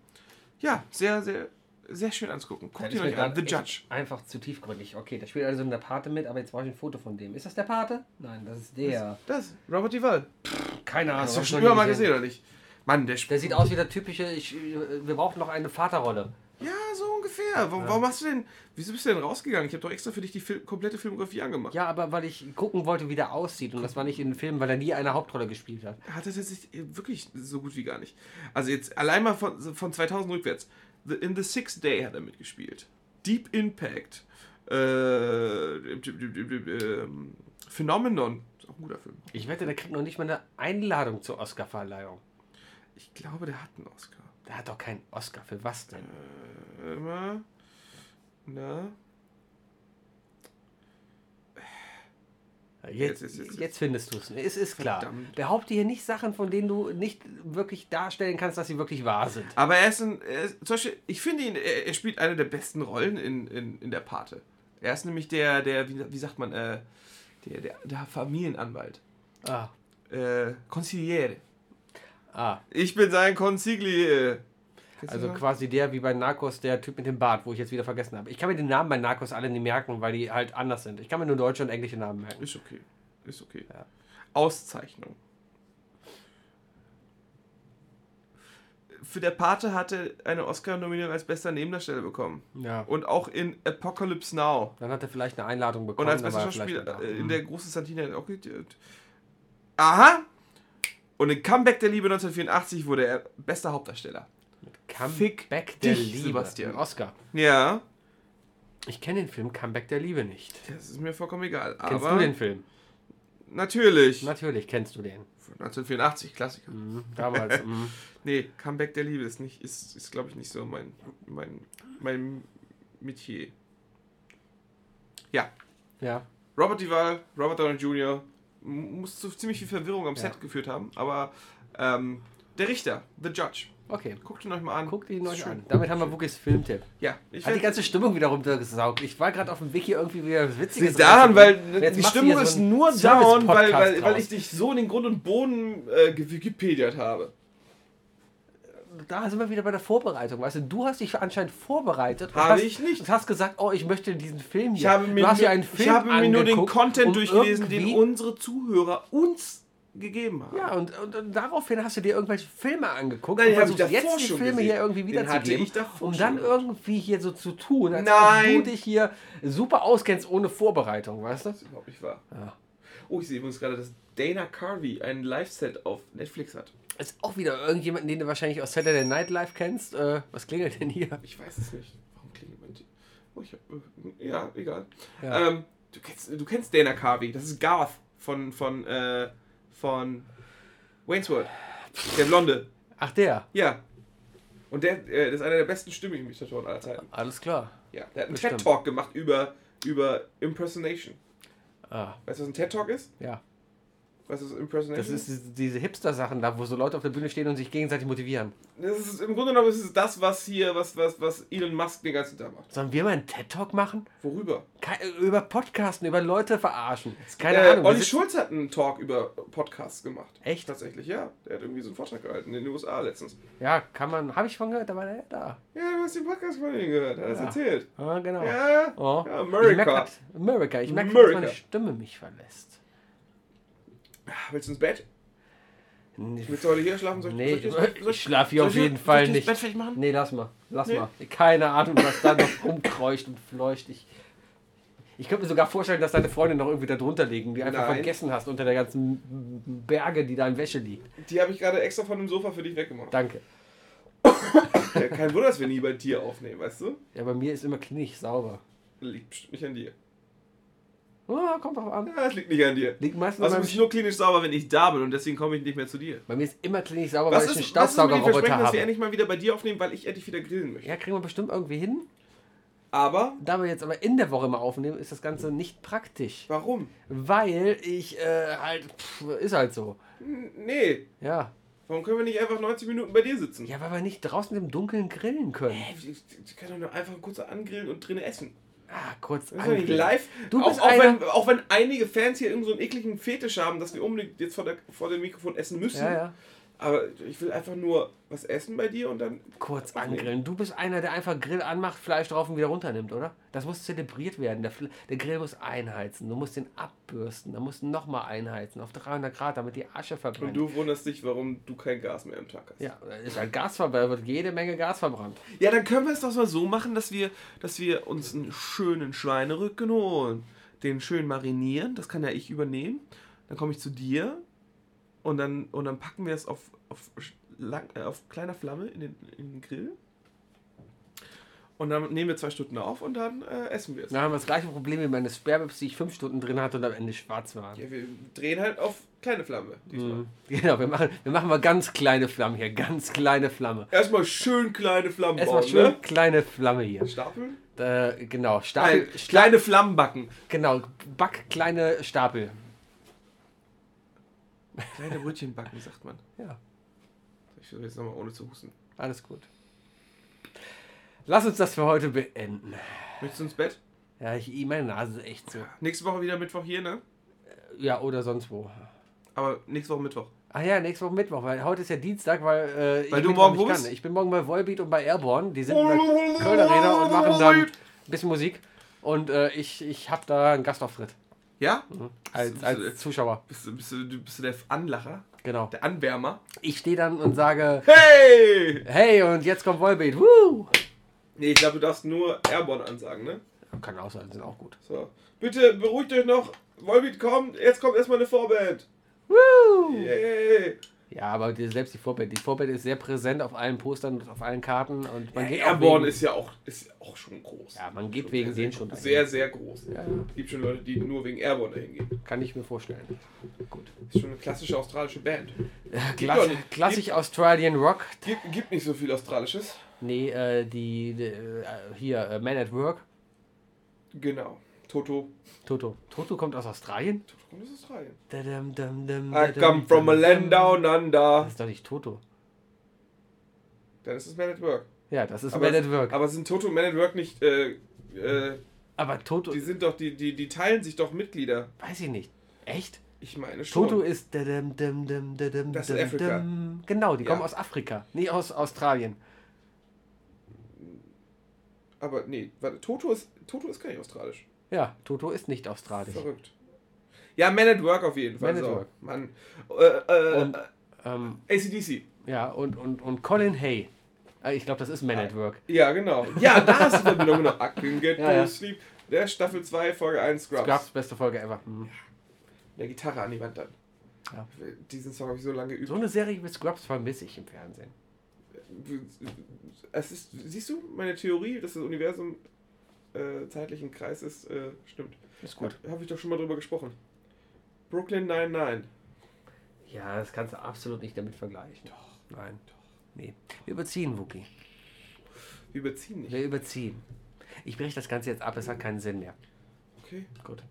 S1: ja, sehr, sehr, sehr schön anzugucken. Guckt
S2: Das
S1: ihn
S2: ist mir
S1: euch an.
S2: grad
S1: The
S2: echt
S1: Judge.
S2: Einfach zu tiefgründig. Okay, da spielt also in der Pate mit, aber jetzt brauche ich ein Foto von dem. Ist das der Pate? Nein, das ist der.
S1: Das, Robert Duval.
S2: Keine Ahnung.
S1: Hast du
S2: hab ich
S1: schon
S2: noch nie
S1: immer mal gesehen, oder nicht? Mann, der
S2: Der
S1: spielt.
S2: sieht aus wie der typische, ich, wir brauchen noch eine Vaterrolle.
S1: Ja, so ungefähr. Warum, warum hast du denn. Wieso bist du denn rausgegangen? Ich habe doch extra für dich die Fil komplette Filmografie angemacht.
S2: Ja, aber weil ich gucken wollte, wie der aussieht. Und das war nicht in den Filmen, weil er nie eine Hauptrolle gespielt hat.
S1: Hat er tatsächlich äh, wirklich so gut wie gar nicht. Also jetzt allein mal von, von 2000 rückwärts. The, in The Sixth Day hat er mitgespielt. Deep Impact. Äh, ähm, Phenomenon. Ist auch ein guter Film.
S2: Ich wette, der kriegt noch nicht mal eine Einladung zur Oscarverleihung.
S1: Ich glaube, der hat einen Oscar.
S2: Der hat doch keinen Oscar. Für was denn?
S1: Warte mal. Na? Jetzt, jetzt,
S2: Jetzt,
S1: jetzt, jetzt.
S2: jetzt findest du es. Es ist klar.
S1: Verdammt.
S2: Behaupte hier nicht Sachen, von denen du nicht wirklich darstellen kannst, dass sie wirklich wahr sind.
S1: Aber er ist ein. Er ist, zum Beispiel, ich finde ihn, er, er spielt eine der besten Rollen in, in, in der Pate. Er ist nämlich der, der, wie, wie sagt man, äh, der, der, der Familienanwalt.
S2: Ah.
S1: Äh, Consigliere.
S2: Ah,
S1: Ich bin sein Consigliere. Kennst du
S2: also
S1: das?
S2: quasi der wie bei Narcos, der Typ mit dem Bart, wo ich jetzt wieder vergessen habe. Ich kann mir den Namen bei Narcos alle nicht merken, weil die halt anders sind. Ich kann mir nur deutsche und englische Namen merken.
S1: Ist okay. Ist okay.
S2: Ja.
S1: Auszeichnung. Für der Pate hatte eine Oscar-Nominierung als bester Nebendarsteller bekommen.
S2: Ja.
S1: Und auch in Apocalypse Now.
S2: Dann hat er vielleicht eine Einladung bekommen.
S1: Und als
S2: dann
S1: bester
S2: war er vielleicht Mhm.
S1: Schauspieler
S2: nicht
S1: äh,
S2: da.
S1: in der großen Santini auch geteilt. Aha! Und im Comeback der Liebe 1984 wurde er bester Hauptdarsteller. Fick
S2: Comeback der
S1: dich,
S2: Liebe.
S1: Sebastian.
S2: Ein Oscar.
S1: Ja,
S2: Ich kenne den Film Comeback der Liebe nicht.
S1: das ist mir vollkommen egal.
S2: Kennst
S1: Aber
S2: du den Film?
S1: natürlich.
S2: Natürlich kennst du den.
S1: 1984, Klassiker.
S2: Damals. mhm.
S1: Nee, Comeback der Liebe ist nicht, ist, ist glaube ich nicht so mein, mein, mein Metier. Ja,
S2: Ja.
S1: Robert Duvall, Robert Downey Jr. m- muss zu ziemlich viel Verwirrung am Set geführt haben, aber ähm, der Richter, The Judge,
S2: Okay.
S1: guckt ihn euch mal an.
S2: Guckt ihn
S1: Ist
S2: euch
S1: schön.
S2: an. Damit haben wir Wookies Filmtipp.
S1: Ja, ich
S2: Hat die
S1: werd,
S2: ganze Stimmung wieder runtergesaugt. Ich war gerade auf dem Weg hier irgendwie wieder was Witziges.
S1: Liegt daran, weil
S2: rauszufinden. Und also, jetzt
S1: die
S2: machst du
S1: Stimmung
S2: hier so
S1: ist
S2: einen
S1: nur down, weil,
S2: Service-Podcast
S1: weil, weil
S2: draus.
S1: ich dich so in den Grund und Boden äh, gewikipediert habe.
S2: Da sind wir wieder bei der Vorbereitung. Weißt du, du hast dich anscheinend vorbereitet. und
S1: Habe
S2: hast-
S1: ich nicht.
S2: Und hast gesagt, oh, ich möchte diesen Film
S1: Ich
S2: hier.
S1: habe mir,
S2: du hast
S1: nur,
S2: ja einen
S1: ich
S2: Film
S1: habe mir nur den
S2: angeguckt,
S1: Content
S2: um
S1: durchgelesen, den
S2: irgendwie-
S1: unsere Zuhörer uns gegeben haben.
S2: Ja, und, und, und daraufhin hast du dir irgendwelche Filme angeguckt
S1: Nein,
S2: und
S1: den hab ich
S2: versuchst
S1: davor
S2: jetzt die
S1: schon
S2: Filme
S1: gesehen.
S2: hier irgendwie
S1: Den hatte
S2: wiederzugeben,
S1: ich davor
S2: um
S1: schon
S2: dann
S1: gehabt.
S2: irgendwie hier so zu tun, als
S1: Nein.
S2: ob du dich hier super auskennst ohne Vorbereitung, weißt du?
S1: Das ist überhaupt nicht wahr. Oh, ich sehe übrigens gerade, dass Dana Carvey ein Live-Set auf Netflix hat.
S2: Ist auch wieder irgendjemanden, den du wahrscheinlich aus Saturday Night Live kennst. Äh, was klingelt denn hier?
S1: Ich weiß es nicht. Warum klingelt mein T- Oh, ich hab, äh, Ja, egal.
S2: Ja.
S1: Ähm, du, kennst, du kennst Dana Carvey. Das ist Garth von, von, äh, von Wayne's World. Der Blonde.
S2: Ach, der.
S1: Ja. Und der, äh, das ist einer der besten Stimmimitatoren aller Zeiten.
S2: Alles klar.
S1: Ja. Der hat einen
S2: Bestimmt.
S1: TED-Talk gemacht über, über Impersonation.
S2: Ah,
S1: Weißt du, was ein TED-Talk ist?
S2: ja.
S1: Weißt du, was Impersonation
S2: Das ist diese- diese Hipster-Sachen da, wo so Leute auf der Bühne stehen und sich gegenseitig motivieren.
S1: Das ist im Grunde genommen ist es das, was hier, was, was, was Elon Musk den ganzen Tag macht.
S2: Sollen wir mal einen TED-Talk machen?
S1: Worüber?
S2: Ke über Podcasten, über Leute verarschen. Keine
S1: äh,
S2: Ahnung. wir
S1: Olli
S2: sitzen-
S1: Schulz hat einen Talk über Podcasts gemacht.
S2: Echt?
S1: Tatsächlich, ja. Der hat irgendwie so einen Vortrag gehalten in den USA letztens.
S2: Ja, kann man. Habe ich von gehört, da war der da.
S1: Ja, du hast den Podcast von ihm gehört, hat er das erzählt.
S2: Ah, genau.
S1: Ja,
S2: Oh.
S1: ja
S2: Ich merk
S1: America.
S2: grad- America. Ich merke, dass
S1: America.
S2: meine Stimme mich verlässt.
S1: Ah, Willst du ins Bett?
S2: Nee,
S1: Willst du heute hier schlafen? Soll ich-
S2: nee
S1: soll
S2: ich,
S1: soll soll
S2: ich schlafe hier
S1: soll
S2: auf
S1: ich-
S2: jeden
S1: soll
S2: Fall
S1: ich das
S2: nicht.
S1: Bett fertig machen?
S2: Nee, lass mal. Lass
S1: Nee.
S2: mal. Keine Ahnung, was da noch rumkreucht und fleucht. Ich, ich könnte mir sogar vorstellen, dass deine Freundin noch irgendwie da drunter liegen, die einfach
S1: Nein.
S2: vergessen hast unter der ganzen Berge, die da in Wäsche liegt.
S1: Die habe ich gerade extra von dem Sofa für dich weggemacht.
S2: Danke.
S1: Ja, kein Wunder, dass wir nie bei dir aufnehmen, weißt du?
S2: Ja, bei mir ist immer klinisch sauber.
S1: Liegt bestimmt nicht an dir.
S2: Ah, kommt drauf an.
S1: Ja, es liegt nicht an dir.
S2: Liegt meistens
S1: Also
S2: an
S1: bin
S2: meinem
S1: ich nur klinisch sauber, wenn ich da bin und deswegen komme ich nicht mehr zu dir.
S2: Bei mir ist immer klinisch sauber,
S1: Was
S2: weil ich einen
S1: ist, was ist mit dem Versprechen,
S2: Staubsaugerroboter
S1: dass wir
S2: habe.
S1: endlich mal wieder bei dir aufnehmen, weil ich endlich wieder grillen möchte?
S2: Ja, kriegen wir bestimmt irgendwie hin.
S1: Aber
S2: Da wir jetzt aber in der Woche mal aufnehmen, ist das Ganze nicht praktisch.
S1: warum?
S2: Weil ich äh, halt, pff, ist halt so.
S1: N- Nee,
S2: Ja.
S1: warum können wir nicht einfach 90 Minuten bei dir sitzen?
S2: Ja, weil wir nicht draußen im Dunkeln grillen können.
S1: Hey, ich, ich kann doch nur einfach kurz angrillen und drinnen essen.
S2: Ah, kurz.
S1: Das ist doch nicht
S2: angrillen.
S1: live.
S2: Du bist
S1: auch, auch,
S2: einer-
S1: wenn, auch wenn einige Fans hier irgendeinen so einen ekligen Fetisch haben, dass wir unbedingt jetzt vor, der, vor dem Mikrofon essen müssen.
S2: Ja, ja.
S1: Aber ich will einfach nur was essen bei dir und dann.
S2: Kurz angrillen. Du bist einer, der einfach Grill anmacht, Fleisch drauf und wieder runternimmt, oder? Das muss zelebriert werden. Der, Fl- der Grill muss einheizen. Du musst den abbürsten. Da musst du nochmal einheizen. Auf 300 Grad, damit die Asche verbrennt.
S1: Und du wunderst dich, warum du kein Gas mehr am Tag hast.
S2: ja, ist halt Gasverbrannt. Wird jede Menge Gas verbrannt.
S1: Ja, dann können wir es doch mal so machen, dass wir, dass wir uns einen schönen Schweinerücken holen. Den schön marinieren, das kann ja ich übernehmen. Dann komme ich zu dir und dann, und dann packen wir es auf, auf, sch- lang, äh, auf kleiner Flamme in den, in den Grill. Und dann nehmen wir zwei Stunden auf und dann äh, essen wir es.
S2: Dann haben wir das gleiche Problem wie meine Sperrbibs, die ich fünf Stunden drin hatte und am Ende schwarz waren.
S1: Ja, wir drehen halt auf kleine Flamme diesmal.
S2: Mhm. Genau, wir machen, wir machen mal ganz kleine Flamme hier, ganz kleine Flamme.
S1: Erstmal schön kleine Flammen
S2: Erstmal
S1: bauen,
S2: schön
S1: ne?
S2: kleine Flamme hier.
S1: Stapeln?
S2: Äh, genau, Stapel,
S1: Nein, kleine Flammen backen.
S2: genau, back kleine Stapel.
S1: Kleine Brötchen backen, sagt man.
S2: Ja,
S1: Ich versuche jetzt nochmal ohne zu husten.
S2: alles gut. Lass uns das für heute beenden.
S1: Möchtest du ins Bett?
S2: Ja, ich, meine Nase ist echt so.
S1: Nächste Woche wieder Mittwoch hier, ne?
S2: Ja, oder sonst wo.
S1: Aber nächste Woche Mittwoch.
S2: Ach ja, nächste Woche Mittwoch, weil heute ist ja Dienstag, weil, äh, ich
S1: Weil du
S2: Mittwoch
S1: morgen
S2: nicht
S1: wo
S2: kann.
S1: bist?
S2: Ich bin morgen bei Volbeat und bei Airborne. Die sind in der Kölner Arena und machen dann ein bisschen Musik. Und äh, ich, ich habe da einen Gastauftritt
S1: Ja?
S2: Mhm. als, als Zuschauer.
S1: Bist du, bist, du, du- bist du der Anlacher?
S2: Genau.
S1: Der Anwärmer?
S2: Ich stehe dann und sage,
S1: Hey!
S2: hey, und jetzt kommt Volbeat. Woo!
S1: Nee, ich glaube, du darfst nur Airborne ansagen, ne?
S2: Kann auch sein, sind auch gut.
S1: So. Bitte beruhigt euch noch. Volbeat kommt. Jetzt kommt erstmal eine Vorband.
S2: Woo!
S1: Yay!
S2: Ja, aber die, selbst die Vorband. Die Vorband ist sehr präsent auf allen Postern und auf allen Karten. Und man geht auch
S1: Airborne
S2: wegen,
S1: ist ja auch, ist ja auch schon groß.
S2: Ja, man geht wegen
S1: sehr,
S2: denen schon dahin.
S1: Sehr, sehr groß.
S2: Ja,
S1: Es gibt schon Leute, die nur wegen Airborne dahin gehen.
S2: Kann ich mir vorstellen. Gut.
S1: Ist schon eine klassische australische Band.
S2: Klass,
S1: doch nicht-
S2: klassisch Australian Rock.
S1: Gibt, gibt nicht so viel Australisches.
S2: Nee, äh, die, die äh, hier, äh, Man at Work.
S1: Genau. Toto.
S2: Toto. Toto kommt aus Australien?
S1: Toto kommt aus Australien.
S2: Dadam, dam, dam,
S1: I
S2: dadam,
S1: come from a
S2: dam,
S1: land
S2: dam.
S1: down under.
S2: Das ist doch nicht Toto.
S1: Dann ist es Man at Work.
S2: Ja, das ist
S1: Aber-
S2: Man at Work.
S1: Aber sind Toto und Man at Work nicht, äh, äh,
S2: Aber Toto,
S1: die sind doch, die, die, die teilen sich doch Mitglieder.
S2: weiß ich nicht. Echt?
S1: Ich meine schon.
S2: Toto ist. Dadam, dam, dam, dadam,
S1: Das ist
S2: dam,
S1: Afrika.
S2: dam. Genau, die
S1: Ja.
S2: kommen aus Afrika, nicht aus Australien.
S1: Aber nee, warte, Toto ist, Toto ist gar nicht australisch.
S2: Ja, Toto ist nicht australisch.
S1: Verrückt. Ja, Man at Work auf jeden Fall.
S2: Man at
S1: so.
S2: Work.
S1: Mann. Äh, äh,
S2: Und, ähm,
S1: ACDC.
S2: ja, und, und, und Colin Hay. Äh, Ich glaube, das ist Man at Work.
S1: Ja, genau. Ja, da ist die Verbindung, genau. I can get
S2: Ja,
S1: to
S2: ja.
S1: sleep. Der Staffel 2, Folge 1, Scrubs.
S2: Scrubs, beste Folge ever. Mhm.
S1: Der Gitarre an die Wand dann.
S2: Ja.
S1: Diesen Song habe ich so lange geübt.
S2: So eine Serie wie Scrubs vermisse ich im Fernsehen.
S1: Es ist, siehst du, meine Theorie, dass das Universum äh, zeitlich ein Kreis ist, äh, stimmt.
S2: Ist gut.
S1: Habe hab ich doch schon mal drüber gesprochen. Brooklyn 99.
S2: Ja, das kannst du absolut nicht damit vergleichen. Doch. Nein. Doch. Nee. Wir überziehen, Wookie.
S1: Wir überziehen nicht.
S2: Wir überziehen. Ich breche das Ganze jetzt ab, es hat keinen Sinn mehr.
S1: Okay.
S2: Gut.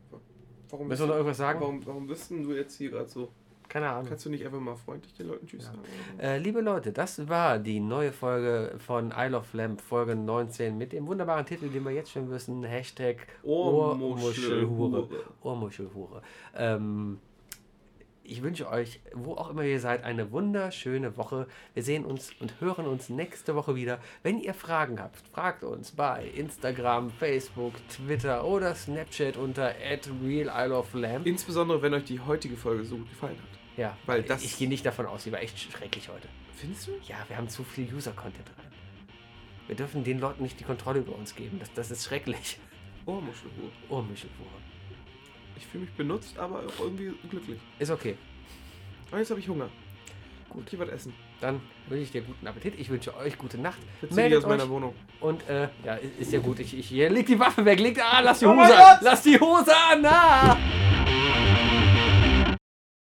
S1: Warum
S2: Müssen wir noch irgendwas sagen? Hm.
S1: Warum, warum bist denn du jetzt hier gerade so?
S2: Keine Ahnung.
S1: Kannst du nicht einfach mal freundlich den Leuten Tschüss sagen? oder so?
S2: Äh, liebe Leute, das war die neue Folge von Isle of Lamp, Folge 19, mit dem wunderbaren Titel, den wir jetzt schon wissen: Hashtag
S1: Ohrmuschelhure.
S2: Ohrmuschelhure. Ohrmuschelhure. Ähm, ich wünsche euch, wo auch immer ihr seid, eine wunderschöne Woche. Wir sehen uns und hören uns nächste Woche wieder. Wenn ihr Fragen habt, fragt uns bei Instagram, Facebook, Twitter oder Snapchat unter @realisleoflamp.
S1: Insbesondere, wenn euch die heutige Folge so gut gefallen hat.
S2: Ja,
S1: Weil das-
S2: ich gehe nicht davon aus, die war echt schrecklich heute.
S1: Findest du?
S2: Ja, wir haben zu viel User-Content rein. Wir dürfen den Leuten nicht die Kontrolle über uns geben. Das, das ist schrecklich.
S1: Ohrmuschelhure.
S2: Oh, Michelfuhre.
S1: Ich fühle mich benutzt, aber auch irgendwie glücklich.
S2: Ist okay.
S1: Und jetzt habe ich Hunger. Gut, ich werde essen.
S2: Dann wünsche ich dir guten Appetit. Ich wünsche euch gute Nacht.
S1: Jetzt ziehe ich
S2: Meldet
S1: aus meiner
S2: euch.
S1: Wohnung.
S2: Und äh, ja, ist ja gut. Ich, ich, leg die Waffe weg. Leg, ah, lass die Hose
S1: Oh mein
S2: an.
S1: Gott!
S2: Lass die Hose an. Ah!